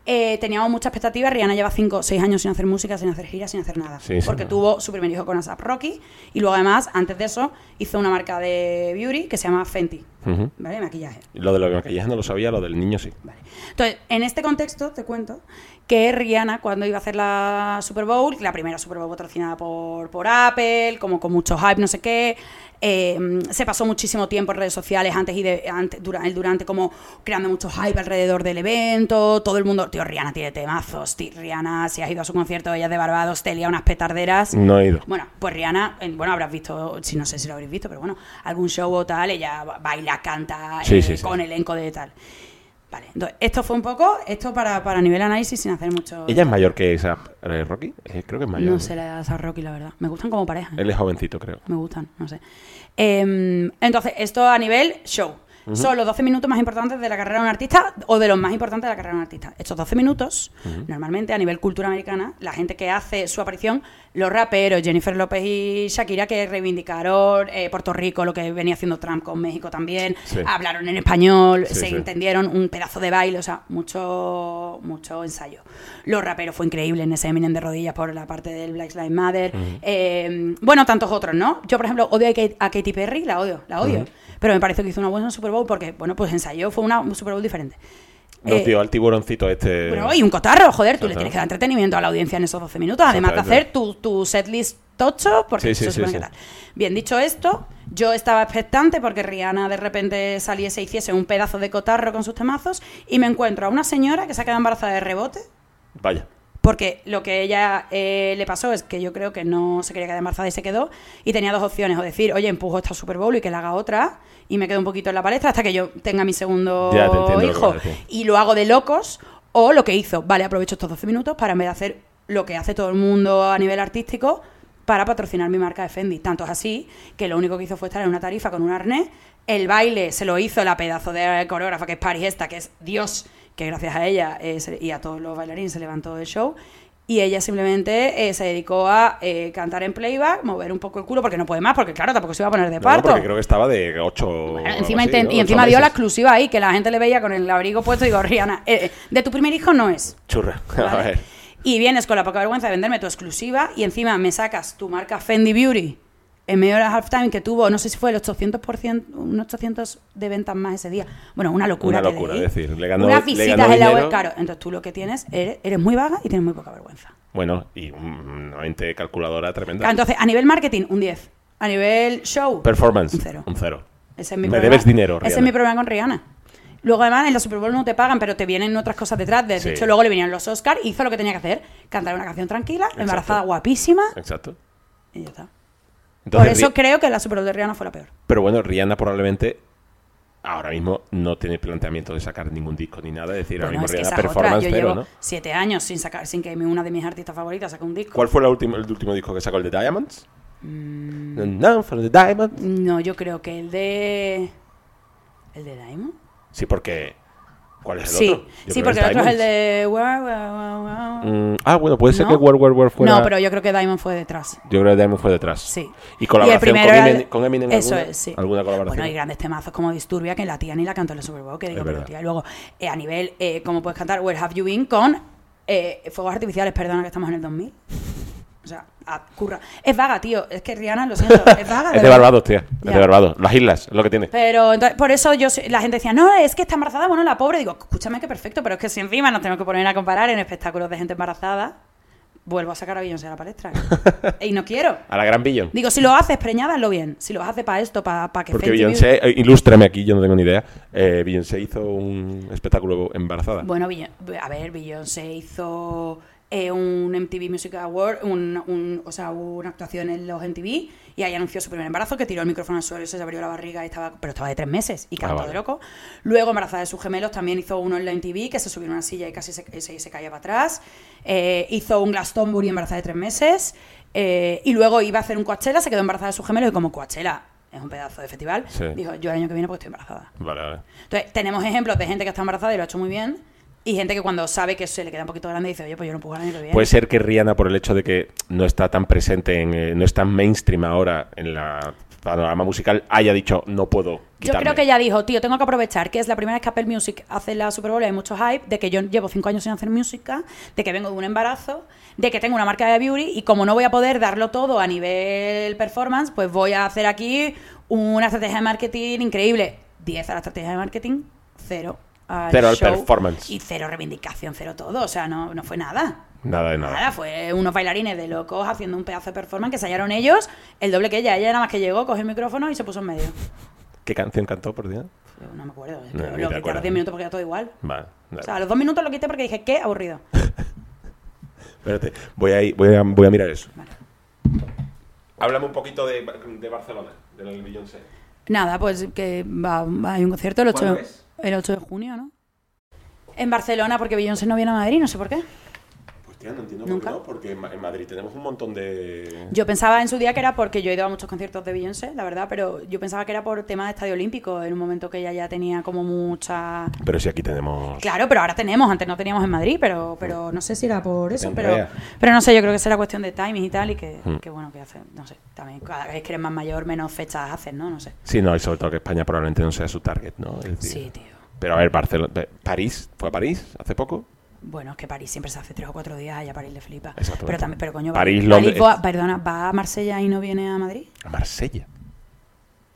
S2: eh, teníamos mucha expectativa. Rihanna lleva 5 o 6 años sin hacer música, sin hacer giras, sin hacer nada.
S1: Sí, sí,
S2: porque
S1: no.
S2: tuvo su primer hijo con ASAP Rocky y luego además, antes de eso, hizo una marca de beauty que se llama Fenty.
S1: Ujú.
S2: ¿vale? Maquillaje.
S1: Lo de los maquillaje no lo sabía, lo del niño sí.
S2: Vale. Entonces, en este contexto te cuento que Rihanna, cuando iba a hacer la Super Bowl, la primera Super Bowl patrocinada por, por Apple, como con mucho hype, no sé qué, eh, se pasó muchísimo tiempo en redes sociales antes y de, antes, durante, durante, como creando mucho hype alrededor del evento, todo el mundo, tío, Rihanna tiene temazos, tío, Rihanna, si has ido a su concierto, ella es de Barbados, te lía unas petarderas.
S1: No he ido.
S2: Bueno, pues Rihanna, en- bueno, habrás visto, si no sé si lo habréis visto, pero bueno, algún show o tal, ella ba- baila, canta,
S1: Sí,
S2: eh,
S1: sí, sí.
S2: con elenco de tal. Vale, entonces, esto fue un poco, esto para, para nivel análisis sin hacer mucho.
S1: ¿Ella es mayor que esa eh, Rocky? Eh, creo que es mayor.
S2: No sé la edad a Rocky, la verdad. Me gustan como pareja. ¿eh?
S1: Él es jovencito, creo.
S2: Me gustan, no sé. Em, entonces, esto a nivel show. Son los 12 minutos más importantes de la carrera de un artista o de los más importantes de la carrera de un artista. Estos 12 minutos, normalmente a nivel cultura americana, la gente que hace su aparición, los raperos, Jennifer López y Shakira, que reivindicaron eh, Puerto Rico, lo que venía haciendo Trump con México también,
S1: Sí.
S2: hablaron en español,
S1: Sí,
S2: se
S1: sí.
S2: entendieron, un pedazo de baile, o sea, mucho, mucho ensayo. Los raperos fue increíble en ese Eminem de rodillas por la parte del Black Lives Matter. Eh, bueno, tantos otros, ¿no? Yo, por ejemplo, odio a, Kate- a Katy Perry, la odio, la odio. Pero me parece que hizo una buena Super Bowl porque, bueno, pues ensayó, fue una un Super Bowl diferente.
S1: Nos
S2: Eh,
S1: dio al tiburoncito este.
S2: bueno, y un cotarro, joder, tú le
S1: Exactamente.
S2: tienes que dar entretenimiento a la audiencia en esos 12 minutos, además de hacer
S1: Exactamente.
S2: tu, tu setlist tocho, porque
S1: Sí, sí,
S2: se
S1: sí,
S2: supone que
S1: sí.
S2: tal. Bien, dicho esto, yo estaba expectante porque Rihanna de repente saliese e hiciese un pedazo de cotarro con sus temazos y me encuentro a una señora que se ha quedado embarazada de rebote,
S1: Vaya.
S2: porque lo que ella eh, le pasó es que yo creo que no se quería quedar embarazada y se quedó, y tenía dos opciones, o decir, oye, empujo esta Super Bowl y que la haga otra, y me quedo un poquito en la palestra hasta que yo tenga mi segundo
S1: Ya, te entiendo lo que
S2: hijo,
S1: vas a decir.
S2: y lo hago de locos, o lo que hizo, vale, aprovecho estos 12 minutos para en vez de hacer lo que hace todo el mundo a nivel artístico, para patrocinar mi marca de Fendi. Tanto es así que lo único que hizo fue estar en una tarifa con un arnés. El baile se lo hizo la pedazo de coreógrafa que es Paris esta, que es Dios, que gracias a ella eh, se- y a todos los bailarines se levantó el show. Y ella simplemente eh, se dedicó a eh, cantar en playback, mover un poco el culo, porque no puede más, porque claro, tampoco se iba a poner de
S1: No,
S2: parto.
S1: porque creo que estaba de 8.
S2: Bueno, encima inten- y encima dio la exclusiva ahí, que la gente le veía con el abrigo puesto y digo, Rihanna, eh, eh, de tu primer hijo no es.
S1: Churra. A
S2: ¿vale?
S1: ver.
S2: Y vienes con la poca vergüenza de venderme tu exclusiva y encima me sacas tu marca Fendi Beauty en medio de la halftime que tuvo, no sé si fue el 800%, un 800 de ventas más ese día. Bueno, una locura.
S1: Una
S2: que
S1: locura,
S2: leí.
S1: es decir, le ganó-
S2: Unas
S1: le
S2: visitas
S1: ganó
S2: en la web,
S1: dinero.
S2: claro. Entonces tú lo que tienes, eres, eres muy vaga y tienes muy poca vergüenza.
S1: Bueno, y un- una mente calculadora tremenda.
S2: Entonces, a nivel marketing, un 10. A nivel show,
S1: Performance.
S2: un cero. Ese es mi
S1: Me
S2: problema.
S1: debes dinero,
S2: Ese es
S1: Rihanna.
S2: mi problema con Rihanna. Luego, además, en la Super Bowl no te pagan, pero te vienen otras cosas detrás. De
S1: Sí.
S2: hecho, luego le vinieron los Oscars, hizo lo que tenía que hacer: cantar una canción tranquila,
S1: Exacto.
S2: embarazada, guapísima,
S1: Exacto.
S2: y ya está.
S1: Entonces,
S2: Por eso
S1: Ri-
S2: creo que la Super Bowl de Rihanna fue la peor.
S1: Pero bueno, Rihanna probablemente ahora mismo no tiene planteamiento de sacar ningún disco ni nada. Es decir, ahora
S2: Bueno,
S1: mismo
S2: es que
S1: Rihanna
S2: esa es otra.
S1: performance
S2: Yo
S1: cero,
S2: llevo
S1: ¿no?
S2: siete años sin sacar, sin que mi- una de mis artistas favoritas saque un disco.
S1: ¿Cuál fue la última- el último disco que sacó? ¿El de Diamonds?
S2: Mm.
S1: No, for the Diamonds.
S2: No, yo creo que el de. ¿El de Diamond?
S1: Sí, porque. ¿Cuál es el
S2: Sí,
S1: otro? Yo
S2: sí,
S1: creo
S2: porque
S1: que
S2: el otro es
S1: Diamonds.
S2: el de. Wow, wow, wow, wow.
S1: Mm, ah, bueno, puede ser
S2: ¿No?
S1: que World War War fuera.
S2: No, pero yo creo que Diamond fue detrás.
S1: Yo creo que Diamond fue detrás.
S2: Sí.
S1: Y colaboración
S2: el
S1: con,
S2: primero era
S1: Eminem,
S2: el-
S1: con Eminem
S2: Eso
S1: alguna,
S2: es, sí.
S1: alguna colaboración.
S2: Bueno, hay grandes temazos como Disturbia, que la tía ni la cantó en el Super Bowl, que digo,
S1: Es
S2: pero
S1: verdad.
S2: tía, y luego eh, a nivel, eh, como puedes cantar Where Have You Been con eh, Fuegos Artificiales, perdona que estamos en el 2000. O sea, a- curra. Es vaga, tío. Es que Rihanna, lo siento, es vaga.
S1: es de
S2: verdad.
S1: Barbados, tía. Es
S2: Ya.
S1: de Barbados. Las islas, es lo que tiene.
S2: Pero entonces, por eso yo soy- la gente decía, no, es que está embarazada, bueno, la pobre. Digo, escúchame que perfecto, pero es que si encima nos tenemos que poner a comparar en espectáculos de gente embarazada, vuelvo a sacar a Beyoncé a la palestra. y no quiero.
S1: A la gran Billion.
S2: Digo, si lo haces preñada, hazlo bien. Si lo haces para esto, para que
S1: Porque
S2: Fenty
S1: Beyoncé, eh, ilústrame aquí, yo no tengo ni idea. Eh, Beyoncé hizo un espectáculo embarazada.
S2: Beauty- Bueno, Beyon- a ver, Beyoncé hizo eh, un MTV Music Award, un, un- o sea, una actuación en los MTV y ahí anunció su primer embarazo, que tiró el micrófono al suelo, se le abrió la barriga y estaba, pero estaba de tres meses y cantó
S1: Ah, vale.
S2: de loco. Luego, embarazada de sus gemelos, también hizo uno en la MTV, que se subió en una silla y casi se, se, se caía para atrás. Eh, hizo un Glastonbury embarazada de tres meses eh, y luego iba a hacer un Coachella, se quedó embarazada de sus gemelos y como Coachella es un pedazo de festival,
S1: Sí.
S2: dijo, yo el año que viene porque estoy embarazada.
S1: Vale, vale.
S2: Entonces, tenemos ejemplos de gente que está embarazada y lo ha hecho muy bien. Y gente que cuando sabe que se le queda un poquito grande dice, oye, pues yo no puedo ganar ni lo bien.
S1: Puede ser que Rihanna, por el hecho de que no está tan presente, en, eh, no es tan mainstream ahora en la panorama musical, haya dicho, no puedo
S2: yo
S1: quitarme.
S2: creo que ella dijo, tío, tengo que aprovechar que es la primera vez que Apple Music hace la Super Bowl y hay mucho hype, de que yo llevo cinco años sin hacer música, de que vengo de un embarazo, de que tengo una marca de beauty y como no voy a poder darlo todo a nivel performance, pues voy a hacer aquí una estrategia de marketing increíble. 10 a la estrategia de marketing, 0 al
S1: Cero al
S2: show
S1: performance.
S2: y cero reivindicación, cero todo. O sea, no, no fue nada.
S1: Nada de
S2: Nada,
S1: nada.
S2: fue unos bailarines de locos haciendo un pedazo de performance que se hallaron ellos, el doble que ella. Ella nada más que llegó, cogió el micrófono y se puso en medio.
S1: ¿Qué canción cantó, por Dios?
S2: Yo no me acuerdo. es que
S1: No, ni te
S2: lo quité a
S1: acuerdas.
S2: los 10 minutos porque era todo igual.
S1: Vale,
S2: O
S1: vale.
S2: sea, a los dos minutos lo quité porque dije, qué aburrido.
S1: Espérate, voy a, ir- voy a, voy a mirar eso.
S2: Vale.
S1: Háblame un poquito de, de Barcelona, del Beyoncé.
S2: Nada, pues que va, va- hay un concierto el 8,
S1: ¿Cuándo es?
S2: el 8 de junio, ¿no? En Barcelona, porque Beyoncé no viene a Madrid, no sé por qué.
S1: Pues tía, no entiendo por qué
S2: Nunca.
S1: no, porque en Ma- en Madrid tenemos un montón de...
S2: Yo pensaba en su día que era porque yo he ido a muchos conciertos de Beyoncé, la verdad, pero yo pensaba que era por tema de estadio olímpico, en un momento que ella ya tenía como mucha...
S1: Pero si aquí tenemos...
S2: Pues Claro, pero ahora tenemos, antes no teníamos en Madrid, pero, pero no sé si era por eso,
S1: Te
S2: pero,
S1: enredas.
S2: pero no sé, yo creo que será cuestión de timing y tal, y que,
S1: Mm.
S2: que bueno, que hace, no sé, también cada vez que eres más mayor, menos fechas haces, ¿no? No sé.
S1: Sí, no, y sobre todo que España probablemente no sea su target, ¿no? Es decir-
S2: Sí, tío.
S1: Pero a ver, Barcelona, pe- París, ¿fue a París hace poco?
S2: Bueno, es que París siempre se hace tres o cuatro días y a París le flipa.
S1: Exactamente.
S2: Pero también, pero coño,
S1: París,
S2: París,
S1: Londres-
S2: va, perdona, ¿va a Marsella y no viene a Madrid?
S1: A Marsella,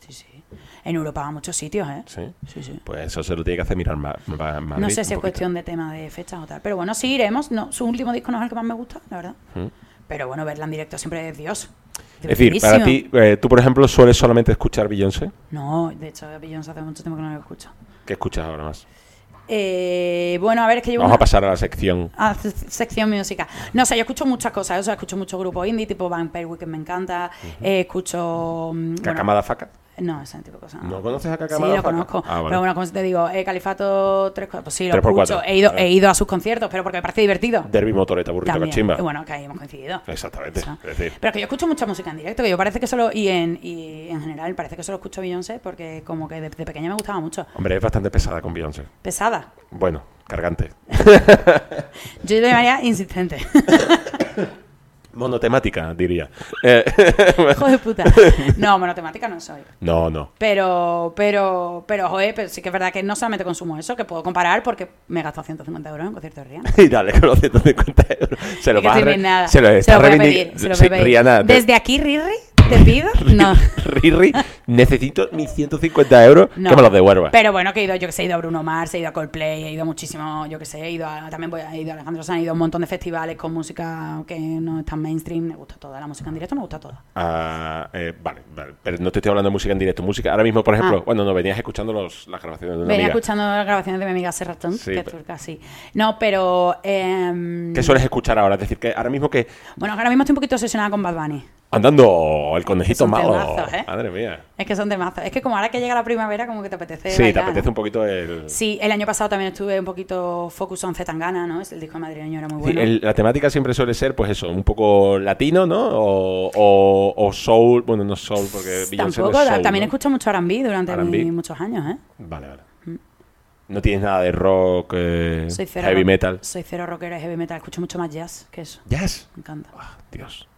S2: Sí, sí. En Europa va a muchos sitios, ¿eh?
S1: ¿sí?
S2: Sí, sí.
S1: Pues eso se lo tiene que hacer mirar más.
S2: no sé si es cuestión de tema de fechas o tal. Pero bueno, sí iremos. No, su último disco no es el que más me gusta, la verdad. Pero bueno, verla en directo siempre es Dios.
S1: ¿Mm? Es decir, para ti,
S2: Divertidísimo.
S1: eh, tú por ejemplo sueles solamente escuchar Beyoncé.
S2: No, de hecho, Beyoncé hace mucho tiempo que no lo escucho.
S1: ¿Qué escuchas ahora más?
S2: Eh, bueno, a ver, es que yo...
S1: Vamos a pasar a la sección.
S2: Ah, se- sección música. No, o sea, yo escucho muchas cosas. O sea, escucho mucho grupo indie, tipo Vampire Weekend me encanta. eh, escucho. mm, bueno,
S1: Cacamada Faca.
S2: no, ese tipo de cosas.
S1: ¿No conoces a
S2: Sí,
S1: Cacamada
S2: lo
S1: Faca?
S2: conozco.
S1: Ah, vale.
S2: Pero bueno, como te digo, eh, Califato 3 Pues sí, lo
S1: Tres por
S2: escucho.
S1: cuatro.
S2: He ido,
S1: Vale.
S2: he ido a sus conciertos, pero porque me parece divertido.
S1: Derby Motoreta, burrito
S2: También.
S1: cachimba.
S2: Eh, Bueno, que ahí hemos coincidido.
S1: Exactamente.
S2: Eso.
S1: Es decir,
S2: Pero es que yo escucho mucha música en directo, que yo parece que solo. Y en, y en general, parece que solo escucho Beyoncé, porque como que de, de pequeña me gustaba mucho.
S1: hombre, es bastante pesada con Beyoncé.
S2: Pesada.
S1: Bueno, cargante.
S2: Yo le llamaría insistente.
S1: Monotemática, diría. Eh,
S2: Hijo de puta. No, monotemática no soy.
S1: no, no.
S2: Pero, pero, pero, joder, pero sí que es verdad que no solamente consumo eso, que puedo comparar porque me he gastado 150 euros en conciertos de Rihanna.
S1: Y dale con los 150 euros. Se lo
S2: Y que
S1: va a
S2: estoy
S1: re-
S2: bien nada.
S1: Se lo está
S2: voy a
S1: revindic-
S2: pedir, se lo
S1: Sí,
S2: voy a pedir.
S1: Rihanna, te-
S2: Desde aquí, Riri, te pido. No.
S1: Riri, necesito mis 150 euros
S2: No.
S1: que me los devuelvas.
S2: Pero bueno, que he ido, yo que sé, he ido a Bruno Mars, he ido a Coldplay, he ido a muchísimo, yo que sé, he ido a, también voy, a- he ido a Alejandro Sanz, he ido a un montón de festivales con música que no es tan mainstream, me gusta toda la música en directo, me gusta toda.
S1: Ah, eh, vale, vale, pero no te estoy hablando de música en directo. Música, ahora mismo, por ejemplo,
S2: Ah.
S1: bueno, no venías escuchando los, las grabaciones de una
S2: Venía
S1: amiga.
S2: escuchando las grabaciones de mi amiga Serratón,
S1: Sí,
S2: que es
S1: pero-
S2: turca, sí. No, pero... em,
S1: ¿Qué sueles escuchar ahora? Es decir, que ahora mismo que
S2: Bueno, ahora mismo estoy un poquito obsesionada con Bad Bunny.
S1: andando el conejito
S2: Son
S1: malo.
S2: temazos, ¿eh?
S1: Madre mía.
S2: Es que son de mazo. Es que como ahora que llega la primavera, como que te apetece.
S1: Sí, te
S2: bailar,
S1: apetece
S2: ¿no?
S1: un poquito el. Sí,
S2: Sí, el año pasado también estuve un poquito focus on Zetangana, ¿no? Es El disco madrileño era muy bueno.
S1: el- la temática siempre suele ser, pues eso, un poco latino, ¿no? O, o- o soul, bueno, no soul, porque Beyoncé no
S2: Tampoco,
S1: es soul,
S2: también
S1: ¿no?
S2: escucho mucho R&B durante
S1: R&B.
S2: mi- muchos años, ¿eh?
S1: Vale, vale. No tienes nada de rock, eh,
S2: Soy cero
S1: heavy
S2: rock-
S1: metal.
S2: Soy cero rockera y heavy metal. Escucho mucho más jazz que eso.
S1: Jazz.
S2: Me encanta.
S1: Ah, Dios.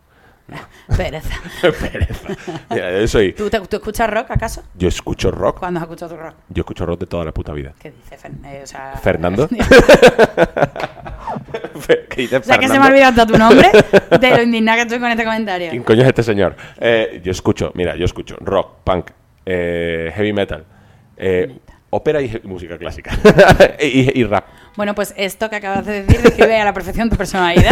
S2: Pereza.
S1: Pereza. Mira, yo soy.
S2: ¿Tú, te- tú escuchas rock, acaso?
S1: Yo escucho rock.
S2: ¿Cuándo has escuchado tu rock?
S1: Yo escucho rock de toda la puta vida.
S2: ¿Qué dice Fer- eh, o sea,
S1: ¿Fernando? ¿Qué dice
S2: O sea, que se
S1: Fernando?
S2: me ha olvidado hasta tu nombre de lo indignada que estoy con este comentario.
S1: ¿Quién coño es este señor? Eh, yo escucho, mira, yo escucho rock, punk, eh, heavy metal, eh, ópera y he- música clásica. y, y rap.
S2: Bueno, pues esto que acabas de decir describe a la perfección tu personalidad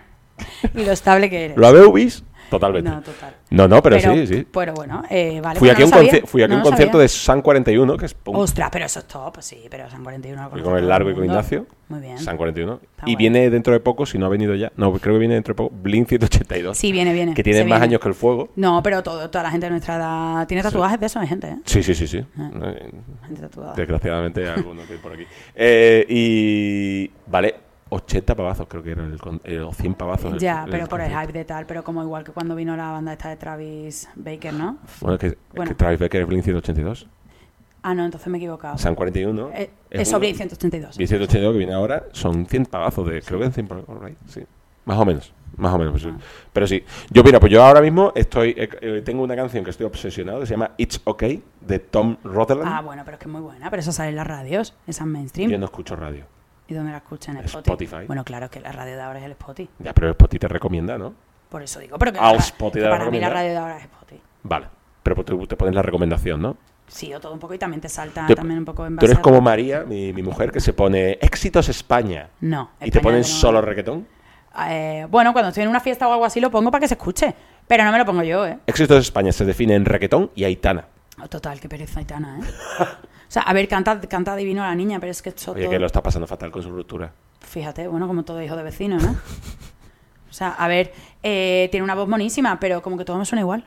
S2: y lo estable que eres.
S1: ¿Lo habéis visto? Totalmente.
S2: No, total.
S1: No, no, pero, sí, sí.
S2: Pero bueno, eh, vale.
S1: Fui
S2: pues
S1: aquí,
S2: no
S1: a un
S2: lo sabía,
S1: conci- fui aquí a
S2: no
S1: un
S2: lo
S1: concierto
S2: sabía.
S1: de San 41, que es un-
S2: Ostras, pero eso es top, pues sí, pero San 41 lo
S1: Fui
S2: conoce
S1: con el
S2: todo
S1: largo y con
S2: mundo.
S1: Ignacio.
S2: Muy bien.
S1: San 41. y
S2: guay.
S1: viene dentro de poco, si no ha venido ya. No, creo que viene dentro de poco. Blink 182.
S2: Sí, viene, viene,
S1: Que tiene
S2: se
S1: más
S2: viene.
S1: años que el fuego.
S2: No, pero todo, toda la gente de nuestra edad tiene tatuajes de eso, hay gente, ¿eh?
S1: Sí, sí, sí, sí.
S2: Ah.
S1: Eh,
S2: Gente tatuada.
S1: Desgraciadamente alguno que hay por aquí. Eh, y vale, 80 pavazos creo que eran el, con- eh, o 100 pavazos. el-
S2: Ya,
S1: el
S2: pero por el
S1: concierto.
S2: hype de tal, pero como igual que cuando vino la banda esta de Travis Baker, ¿no?
S1: Bueno, es que, es
S2: Bueno.
S1: que Travis Becker es Blink 182.
S2: Ah, no, entonces me he equivocado.
S1: San 41.
S2: Eh,
S1: es
S2: es
S1: uno.
S2: sobre 182.
S1: Blink 182 que viene ahora son 100 pavazos de... Creo que es 100 pavazos, por ahí, sí. Más o menos, más o menos.
S2: Ah.
S1: pues sí. Pero sí, yo mira, pues yo ahora mismo estoy eh, eh, tengo una canción que estoy obsesionado que se llama It's Okay de Tom Rotherland.
S2: Ah, bueno, pero es que es muy buena, pero eso sale en las radios, esa es mainstream.
S1: Yo no escucho radio.
S2: ¿Y dónde la escuchan? En
S1: Spotify.
S2: Spotify. Bueno, claro, es que la radio de ahora es el Spotify.
S1: Ya, pero Spotify te recomienda, ¿no?
S2: Por eso digo, pero que,
S1: Ah,
S2: la-
S1: Spotify
S2: que
S1: de la
S2: para mí la
S1: recomienda.
S2: radio de ahora es Spotify.
S1: pues Vale. Pero tú te pones la recomendación, ¿no?
S2: Sí, o todo un poco y también te salta
S1: Tú-
S2: también un poco en
S1: Tú
S2: base
S1: eres
S2: a-
S1: como María, mi, mi mujer, que se pone éxitos España.
S2: No.
S1: y te
S2: España
S1: ponen
S2: no.
S1: solo reggaetón.
S2: Eh, bueno, cuando estoy en una fiesta o algo así lo pongo para que se escuche, pero no me lo pongo yo, ¿eh?
S1: Éxitos España se define en reggaetón y aitana.
S2: Oh, Total, qué pereza Aitana, ¿eh? O sea, a ver, canta, canta divino la niña, pero es que esto
S1: Oye,
S2: todo-
S1: que lo está pasando fatal con su ruptura.
S2: Fíjate, bueno, como todo hijo de vecino, ¿no? O sea, a ver, eh, tiene una voz monísima, pero como que todo me suena igual,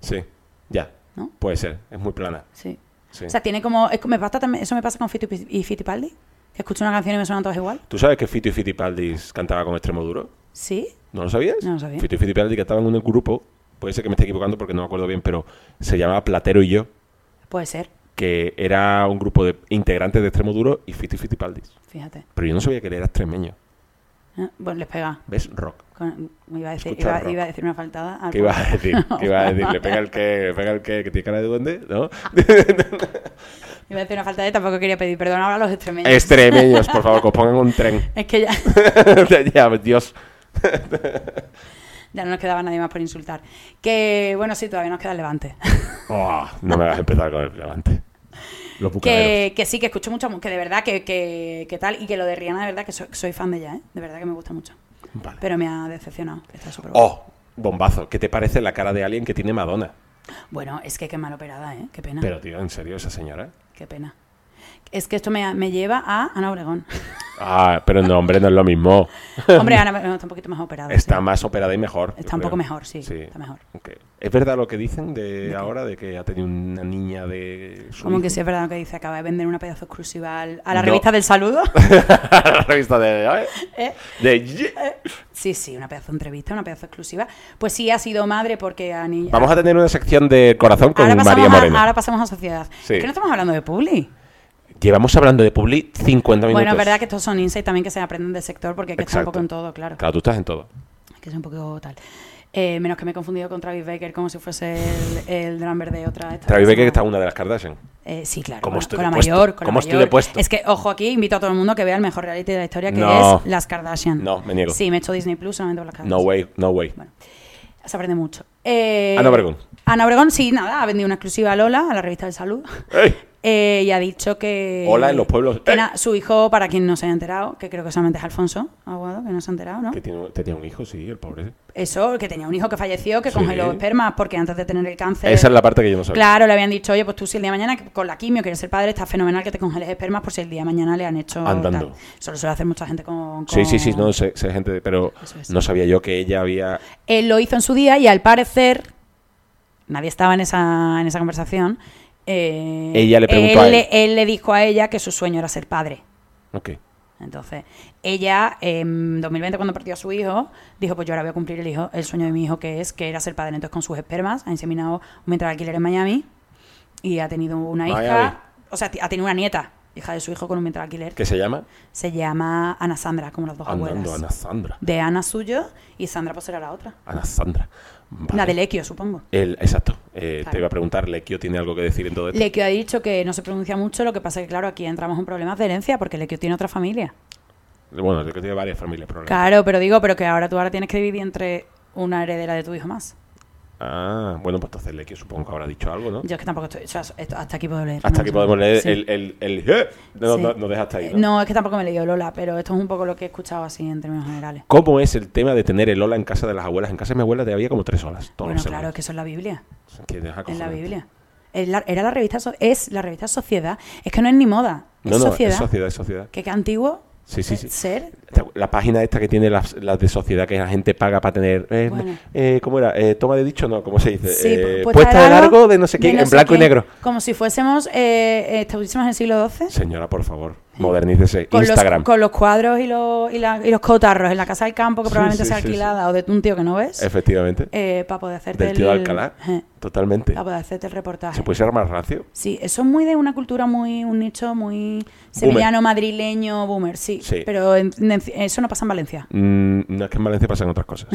S1: Sí, ya.
S2: ¿no?
S1: Puede ser, es muy plana.
S2: Sí.
S1: Sí.
S2: O sea, tiene como... es que me pasa también- eso me pasa con Fito y Pi- y Fittipaldi, que escucho una canción y me suenan todas igual.
S1: ¿Tú sabes que Fito y Fittipaldis cantaba con extremo duro?
S2: ¿Sí?
S1: ¿No lo sabías?
S2: No lo sabía.
S1: Fito y Fittipaldi cantaban en un grupo, puede ser que me esté equivocando porque no me acuerdo bien, pero se llamaba Platero y yo,
S2: Puede ser,
S1: que era un grupo de integrantes de extremo duro y Fito y Fittipaldis.
S2: fíjate.
S1: Pero yo no sabía que él era extremeño.
S2: Eh, Bueno, les pega.
S1: ¿Ves? Rock.
S2: Con- iba, a decir,
S1: Escucha
S2: iba-
S1: rock.
S2: iba a decir una faltada. al
S1: ¿Qué iba a
S2: podcast.
S1: decir? ¿Qué iba a decir? Le pega el que, le pega el que, que tiene cara de duende, ¿no?
S2: Iba a decir una faltada y tampoco quería pedir perdón ahora a los extremeños.
S1: Extremeños, por favor, que os pongan un tren.
S2: Es que ya,
S1: ya, Dios.
S2: ya no nos quedaba nadie más por insultar. Que bueno, sí, todavía nos queda el levante.
S1: Oh, no me hagas empezar con el levante. Los bucaneros.
S2: que, que sí, que escucho mucho, mu- que de verdad, que, que, que tal. Y que lo de Rihanna, de verdad, que soy, soy fan de ella, ¿eh? De verdad que me gusta mucho.
S1: Vale.
S2: Pero me ha decepcionado. que Está súper
S1: Oh, bombazo. ¿Qué te parece la cara de alguien que tiene Madonna?
S2: Bueno, es que qué mal operada, ¿eh? Qué pena.
S1: Pero, tío, ¿en serio esa señora?
S2: Qué pena. Es que esto me, me lleva a Ana Obregón.
S1: Ah, pero no, hombre, no es lo mismo.
S2: Hombre, Ana Obregón está un poquito más operada.
S1: Está
S2: sí.
S1: más operada y mejor. yo
S2: Está un
S1: creo.
S2: poco mejor, sí, está mejor.
S1: Ok. ¿Es verdad lo que dicen de, ahora de que ha tenido una niña de... su
S2: Como que
S1: hijo?
S2: sí es verdad lo que dice, acaba de vender una pedazo exclusiva al- a la
S1: No.
S2: revista del saludo.
S1: la revista de...
S2: ¿eh?
S1: de- de-
S2: Sí, sí, una pedazo de entrevista, una pedazo de exclusiva. Pues sí, ha sido madre porque a niña.
S1: Vamos a tener una sección de corazón con
S2: ahora pasamos,
S1: María
S2: a-
S1: Moreno.
S2: ahora pasamos a sociedad.
S1: Sí.
S2: Es que no estamos hablando de Publi.
S1: Llevamos hablando de Publi 50 minutos.
S2: Bueno, es verdad que estos son insights también que se aprenden del sector porque hay que estar un
S1: Exacto.
S2: poco en todo, claro.
S1: Claro, tú estás en todo.
S2: Hay Que es un poco tal. Eh, menos que me he confundido con Travis Baker como si fuese el, el drummer de otra. esta
S1: Travis Baker
S2: persona.
S1: que está una de las Kardashian.
S2: Eh, sí, claro.
S1: ¿Cómo
S2: con,
S1: estoy
S2: con
S1: de
S2: la
S1: puesto?
S2: mayor. Con
S1: ¿Cómo
S2: la
S1: estoy
S2: mayor.
S1: de puesto?
S2: Es que, ojo, aquí invito a todo el mundo que vea el mejor reality de la historia que
S1: No.
S2: es Las Kardashian.
S1: No, me niego.
S2: Sí, me he hecho Disney Plus solamente por las Kardashian.
S1: No way, no way.
S2: Bueno, se aprende mucho. Eh,
S1: Ana Obregón.
S2: Ana Obregón, sí, nada, ha vendido una exclusiva a Lola, a la revista del Salud.
S1: ¡Ey!
S2: Eh, y ha dicho que.
S1: Hola en los pueblos.
S2: que
S1: ¡Eh!
S2: na- su hijo, para quien no se haya enterado, que creo que solamente es Alfonso Aguado, que no se ha enterado, ¿no?
S1: Que tiene, te tiene un hijo, sí, el pobre.
S2: Eso, que tenía un hijo que falleció, que
S1: Sí.
S2: congeló espermas, porque antes de tener el cáncer.
S1: Esa es la parte que yo no sabía.
S2: Claro, le habían dicho, oye, pues tú si el día de mañana que- con la quimio quieres ser padre, está fenomenal que te congeles espermas por si el día de mañana le han hecho...
S1: Andando.
S2: tal. Eso lo suele hacer mucha gente con...
S1: Sí, sí, sí,
S2: con-
S1: no sé, sé gente, de- pero
S2: Eso es.
S1: no sabía yo que ella había.
S2: Él lo hizo en su día y al parecer nadie estaba en esa, en esa conversación. eh,
S1: Ella le preguntó
S2: él,
S1: a él.
S2: le- él le dijo a ella que su sueño era ser padre.
S1: Ok.
S2: Entonces, ella en 2020 cuando partió a su hijo, dijo, pues yo ahora voy a cumplir el, hijo, el sueño de mi hijo que es que era ser padre. Entonces, con sus espermas ha inseminado un vientre de alquiler en Miami y ha tenido una
S1: Miami.
S2: hija, o sea, ti- ha tenido una nieta, hija de su hijo con un vientre de alquiler.
S1: ¿Qué se llama?
S2: Se llama Ana Sandra, como las dos
S1: Andando,
S2: abuelas.
S1: Ana Sandra.
S2: De Ana suyo y Sandra pues era la otra.
S1: Ana Sandra. Vale.
S2: La de Lequio, supongo.
S1: El- exacto. Eh,
S2: Claro.
S1: Te iba a preguntar, ¿Lequio tiene algo que decir en todo esto?
S2: Lequio ha dicho que no se pronuncia mucho, lo que pasa es que, claro, aquí entramos en problemas de herencia porque Lequio tiene otra familia.
S1: Bueno, Lequio tiene varias familias, probablemente.
S2: Claro, pero digo, pero que ahora tú ahora tienes que dividir entre una heredera de tu hijo más.
S1: Ah, bueno, pues entonces Lequio supongo que habrá dicho algo, ¿no?
S2: Yo es que tampoco estoy. o sea, esto- hasta aquí puedo leer.
S1: Hasta
S2: ¿no?
S1: aquí podemos leer
S2: Sí,
S1: el. el, el- ¡Eh! No,
S2: sí.
S1: no, no deja hasta ahí.
S2: Eh,
S1: ¿no?
S2: es que tampoco me he leído Lola, pero esto es un poco lo que he escuchado así en términos generales.
S1: ¿Cómo es el tema de tener el Ola en casa de las abuelas? En casa de mi abuela te había como tres olas. Todos
S2: bueno,
S1: los
S2: claro, es
S1: semanas.
S2: que eso es la Biblia.
S1: Que deja
S2: Es la
S1: cojonante.
S2: Biblia. Es la- era la revista. So- Es la revista Sociedad. Es que no es ni moda. Es
S1: No, no,
S2: sociedad.
S1: es sociedad, es sociedad.
S2: Que, que antiguo.
S1: Sí, sí,
S2: eh,
S1: sí.
S2: Ser.
S1: ¿Te acu- La página esta que tiene las, las de sociedad que la gente paga para tener. eh,
S2: Bueno.
S1: eh, ¿Cómo era? Eh, toma de dicho, no, ¿cómo se dice?
S2: Sí,
S1: Eh,
S2: pu-
S1: puesta de largo de no sé quién,
S2: de no
S1: en
S2: sé
S1: blanco y
S2: quién.
S1: negro.
S2: Como si fuésemos. Eh, eh, estuviésemos en el siglo XII.
S1: Señora, por favor, modernícese.
S2: Con
S1: Instagram.
S2: Los, con los cuadros y los, y, la- y los cotarros en la casa del campo que
S1: Sí,
S2: probablemente
S1: sí,
S2: sea
S1: sí,
S2: alquilada o de un tío que no ves.
S1: Efectivamente.
S2: eh, para poder hacerte
S1: Del tío de
S2: el-
S1: Alcalá. pues.
S2: eh,
S1: Totalmente.
S2: para poder hacerte el reportaje.
S1: ¿Se puede ser más racio?
S2: Sí, eso es muy de una cultura muy, un nicho muy sevillano, madrileño, boomer, sí.
S1: Sí.
S2: Pero en- en- eso no pasa en Valencia.
S1: Mm, no es que en Valencia pasan otras cosas.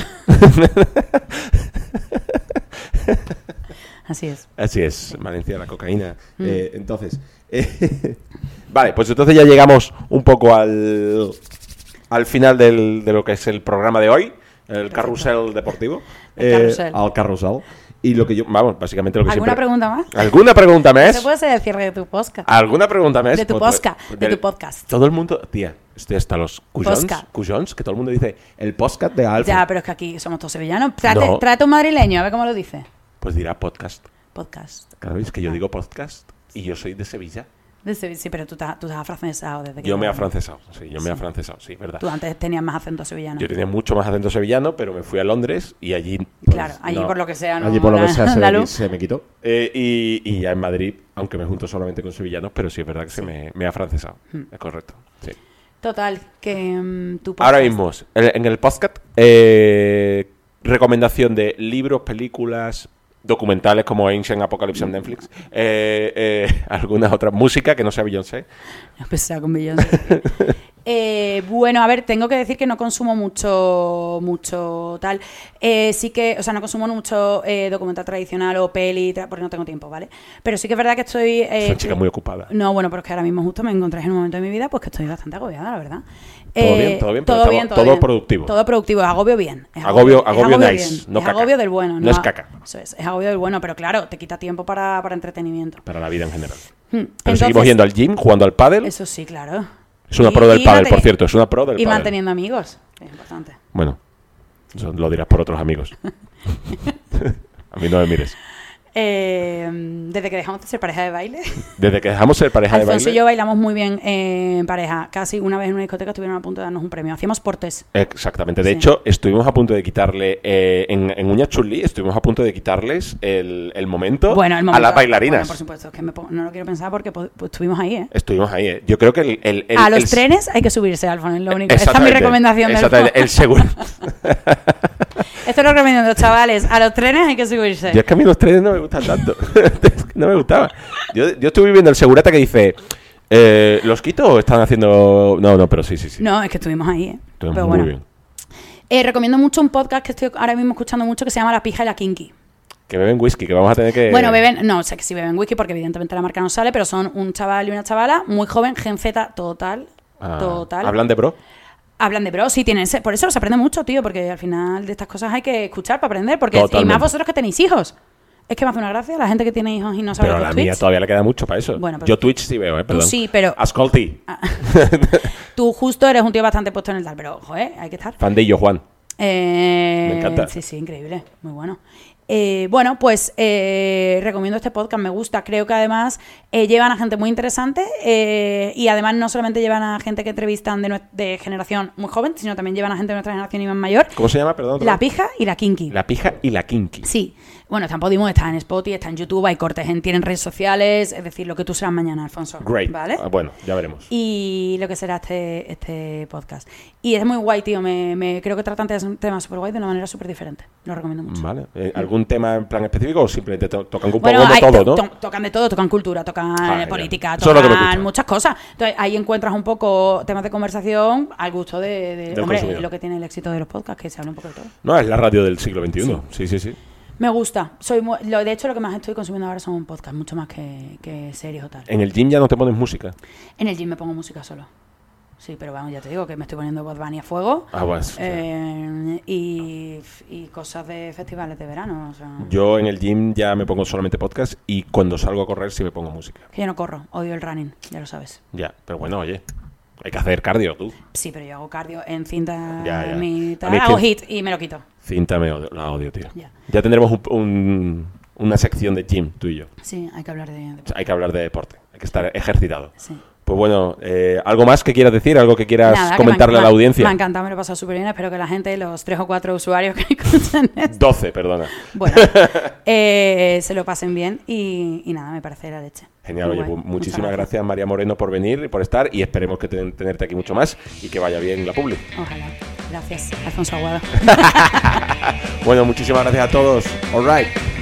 S2: Así es.
S1: Así es, Valencia, la cocaína.
S2: Mm.
S1: Eh, entonces, eh, vale, pues entonces ya llegamos un poco al, al final del- de lo que es el programa de hoy, el carrusel deportivo. Eh,
S2: El carrusel.
S1: Al carrusel. Y lo que yo, vamos, básicamente lo que
S2: ¿Alguna
S1: siempre... Ah,
S2: pregunta más?
S1: ¿Alguna pregunta más?
S2: ¿Se puede ser el cierre de tu podcast?
S1: ¿Alguna pregunta más?
S2: De tu
S1: Pues,
S2: posca,
S1: pues,
S2: de
S1: del-
S2: tu podcast.
S1: Todo el mundo, tía, estoy hasta los cujons,
S2: Posca.
S1: cujons, que todo el mundo dice, el podcast de Alfa.
S2: Ya, pero es que aquí somos todos sevillanos. Trate,
S1: No.
S2: trate un madrileño, a ver cómo lo dice.
S1: Pues dirá podcast.
S2: Podcast.
S1: Cada vez que yo digo podcast y yo soy de Sevilla,
S2: De Sevilla. Sí, pero tú estás, tú estás afrancesado desde que...
S1: yo me he afrancesado. Sí, yo me he afrancesado, sí, verdad.
S2: Tú antes tenías más acento sevillano.
S1: Yo tenía mucho más acento sevillano, pero me fui a Londres y allí. pues,
S2: Claro, allí por lo que sea, no,
S1: Allí por lo que
S2: la-
S1: sea se,
S2: la
S1: me, qui-
S2: luz.
S1: se me quitó. Eh, y, y ya en Madrid, aunque me junto solamente con sevillanos, pero sí es verdad que se me, me ha francesado.
S2: Hmm.
S1: Es correcto. sí.
S2: Pues Total, que mm, tu podcast...
S1: Ahora mismo, en en el podcast, eh, recomendación de libros, películas, documentales como Ancient Apocalypse en Netflix, eh, eh, algunas otras, música que no sea Beyoncé.
S2: Empezaba con Beyoncé. Eh, bueno, a ver, tengo que decir que no consumo mucho, mucho tal. Eh, sí que, o sea, no consumo mucho eh, documental tradicional o peli, tra- porque no tengo tiempo, ¿vale? Pero sí que es verdad que estoy. eh,
S1: Es una chica muy ocupada.
S2: No, bueno, pero es que ahora mismo justo me encontré en un momento de mi vida, pues que estoy bastante agobiada, la verdad. Eh,
S1: bien, todo bien, pero estamos- todo productivo.
S2: Todo productivo, es agobio bien. es
S1: Agobio-
S2: es
S1: agobio nice,
S2: bien,
S1: no
S2: es
S1: caca.
S2: agobio del bueno,
S1: No es caca.
S2: Eso es, es agobio del bueno, pero claro, te quita tiempo para, para entretenimiento.
S1: Para la vida en general.
S2: Hmm,
S1: Pero seguimos
S2: entonces-
S1: yendo al gym, jugando al pádel.
S2: eso sí, claro.
S1: Es una
S2: Y-
S1: pro del
S2: y
S1: pádel,
S2: manteni-
S1: por cierto, es una pro del
S2: Y
S1: pádel.
S2: manteniendo amigos, que es importante.
S1: Bueno, eso lo dirás por otros amigos. A mí no me mires.
S2: Eh, desde que dejamos de ser pareja de baile,
S1: Desde que dejamos ser pareja de
S2: Alfonso y
S1: baile...
S2: yo bailamos muy bien eh, en pareja. Casi una vez en una discoteca estuvieron a punto de darnos un premio. Hacíamos portes.
S1: Exactamente. De
S2: Sí.
S1: hecho, estuvimos a punto de quitarle eh, en, en Uña Chulí, estuvimos a punto de quitarles el, el momento,
S2: Bueno, el
S1: a
S2: momento-
S1: las bailarinas.
S2: Bueno, por supuesto, es que me pongo- no lo quiero pensar porque pues, pues, estuvimos ahí, ¿eh?
S1: Estuvimos ahí. eh. Yo creo que el... el- el-
S2: a los
S1: el-
S2: trenes hay que subirse, Alfonso, es lo único. Esta es mi
S1: Exactamente,
S2: recomendación del
S1: Exactamente. El seguro.
S2: Esto lo recomiendo, chavales. A los trenes hay que subirse.
S1: Yo es que a mí los trenes no me gustan tanto. Es que no me gustaba. Yo, yo estuve viendo el segurata que dice... eh, ¿Los quito o están haciendo...? No, no, pero sí, sí, sí.
S2: No, es que estuvimos ahí, ¿eh?
S1: Entonces,
S2: Pero
S1: muy
S2: bueno.
S1: bien.
S2: Eh, recomiendo mucho un podcast que estoy ahora mismo escuchando mucho que se llama La Pija y la Kinky.
S1: Que beben whisky, que vamos a tener que...
S2: Bueno, beben, no, sé que sí beben whisky porque evidentemente la marca no sale, pero son un chaval y una chavala muy joven, gen Z total.
S1: Ah,
S2: total.
S1: ¿Hablan de bro?
S2: Hablan de bro, sí, tienen ese. Por eso se aprende mucho, tío, porque al final de estas cosas hay que escuchar para aprender. Porque, y
S1: Totalmente.
S2: más vosotros que tenéis hijos. Es que me hace una gracia la gente que tiene hijos y no sabe
S1: Pero a
S2: los
S1: la
S2: tweets.
S1: mía todavía le queda mucho para eso.
S2: Bueno, pero-
S1: Yo Twitch sí veo, ¿eh? Perdón.
S2: sí, pero-
S1: Ascolti.
S2: Ah, Tú justo eres un tío bastante puesto en el tal, pero ojo, ¿eh? Hay que estar.
S1: Fandillo, Juan.
S2: Eh,
S1: Me encanta.
S2: Sí, sí, increíble. Muy bueno. Eh, bueno, pues eh, recomiendo este podcast, me gusta. Creo que además eh, llevan a gente muy interesante eh, y además no solamente llevan a gente que entrevistan de, nue- de generación muy joven, sino también llevan a gente de nuestra generación y más mayor.
S1: ¿Cómo se llama? Perdón. otra
S2: La
S1: vez.
S2: pija y la kinky.
S1: La pija y la kinky.
S2: Sí. Bueno, está en Podimo, está en Spotify, está en YouTube, hay cortes, en, tienen redes sociales, es decir, lo que tú seas mañana, Alfonso.
S1: Great.
S2: ¿Vale?
S1: Ah, bueno, ya veremos.
S2: y lo que será este, este podcast. Y es muy guay, tío. Me, me- creo que tratan un tema súper guay de una manera súper diferente. Lo recomiendo mucho.
S1: Vale. Eh, ¿algún tema en plan específico o simplemente to- tocan un poco
S2: Mm. Bueno,
S1: de
S2: hay-
S1: todo, ¿no?
S2: to- to- tocan de todo, tocan cultura, tocan
S1: Ah,
S2: eh,
S1: ya.
S2: política,
S1: Eso es lo que me
S2: tocan
S1: gusta.
S2: muchas cosas. Entonces ahí encuentras un poco temas de conversación al gusto de, de-
S1: Del
S2: hombre,
S1: consumidor.
S2: lo que tiene el éxito de los podcasts, que se habla un poco de todo.
S1: No, es la radio del siglo XXI. Sí, sí, sí.
S2: Me gusta. Soy mu- lo, de hecho, lo que más estoy consumiendo ahora son podcasts, mucho más que, que series o tal.
S1: En el gym ya no te pones música.
S2: En el gym me pongo música solo. Sí, pero vamos, ya te digo que me estoy poniendo Bad Bunny a fuego.
S1: Ah, pues.
S2: Eh, y, y cosas de festivales de verano. o sea,
S1: Yo en el gym ya me pongo solamente podcast y cuando salgo a correr sí me pongo música.
S2: que yo no corro, odio el running, ya lo sabes.
S1: Ya, pero bueno, oye. Hay que hacer cardio, tú.
S2: Sí, pero yo hago cardio en cinta,
S1: Ya, ya.
S2: mi
S1: A mí
S2: tal,
S1: es
S2: hago
S1: que-
S2: hit y me lo quito.
S1: Cinta me odio, la odio, tío.
S2: Ya.
S1: Ya tendremos un- un- una sección de gym, tú y yo.
S2: Sí, hay que hablar de... de-
S1: O sea, hay que hablar de deporte, hay que estar ejercitado.
S2: sí.
S1: Pues bueno, eh, ¿algo más que quieras decir? ¿Algo que quieras
S2: Nada, que
S1: comentarle
S2: me-
S1: a la
S2: me-
S1: audiencia?
S2: Me ha encantado, me lo he pasado súper bien. Espero que la gente, los tres o cuatro usuarios que escuchan esto,
S1: 12, perdona.
S2: bueno, eh, se lo pasen bien y, y nada, me parece la leche.
S1: Genial,
S2: Muy
S1: oye,
S2: guay.
S1: pues
S2: Muchas
S1: muchísimas gracias. María Moreno por venir y por estar y esperemos que ten- tenerte aquí mucho más y que vaya bien la publi.
S2: Ojalá. Gracias, Alfonso Aguado.
S1: Bueno, muchísimas gracias a todos. All right.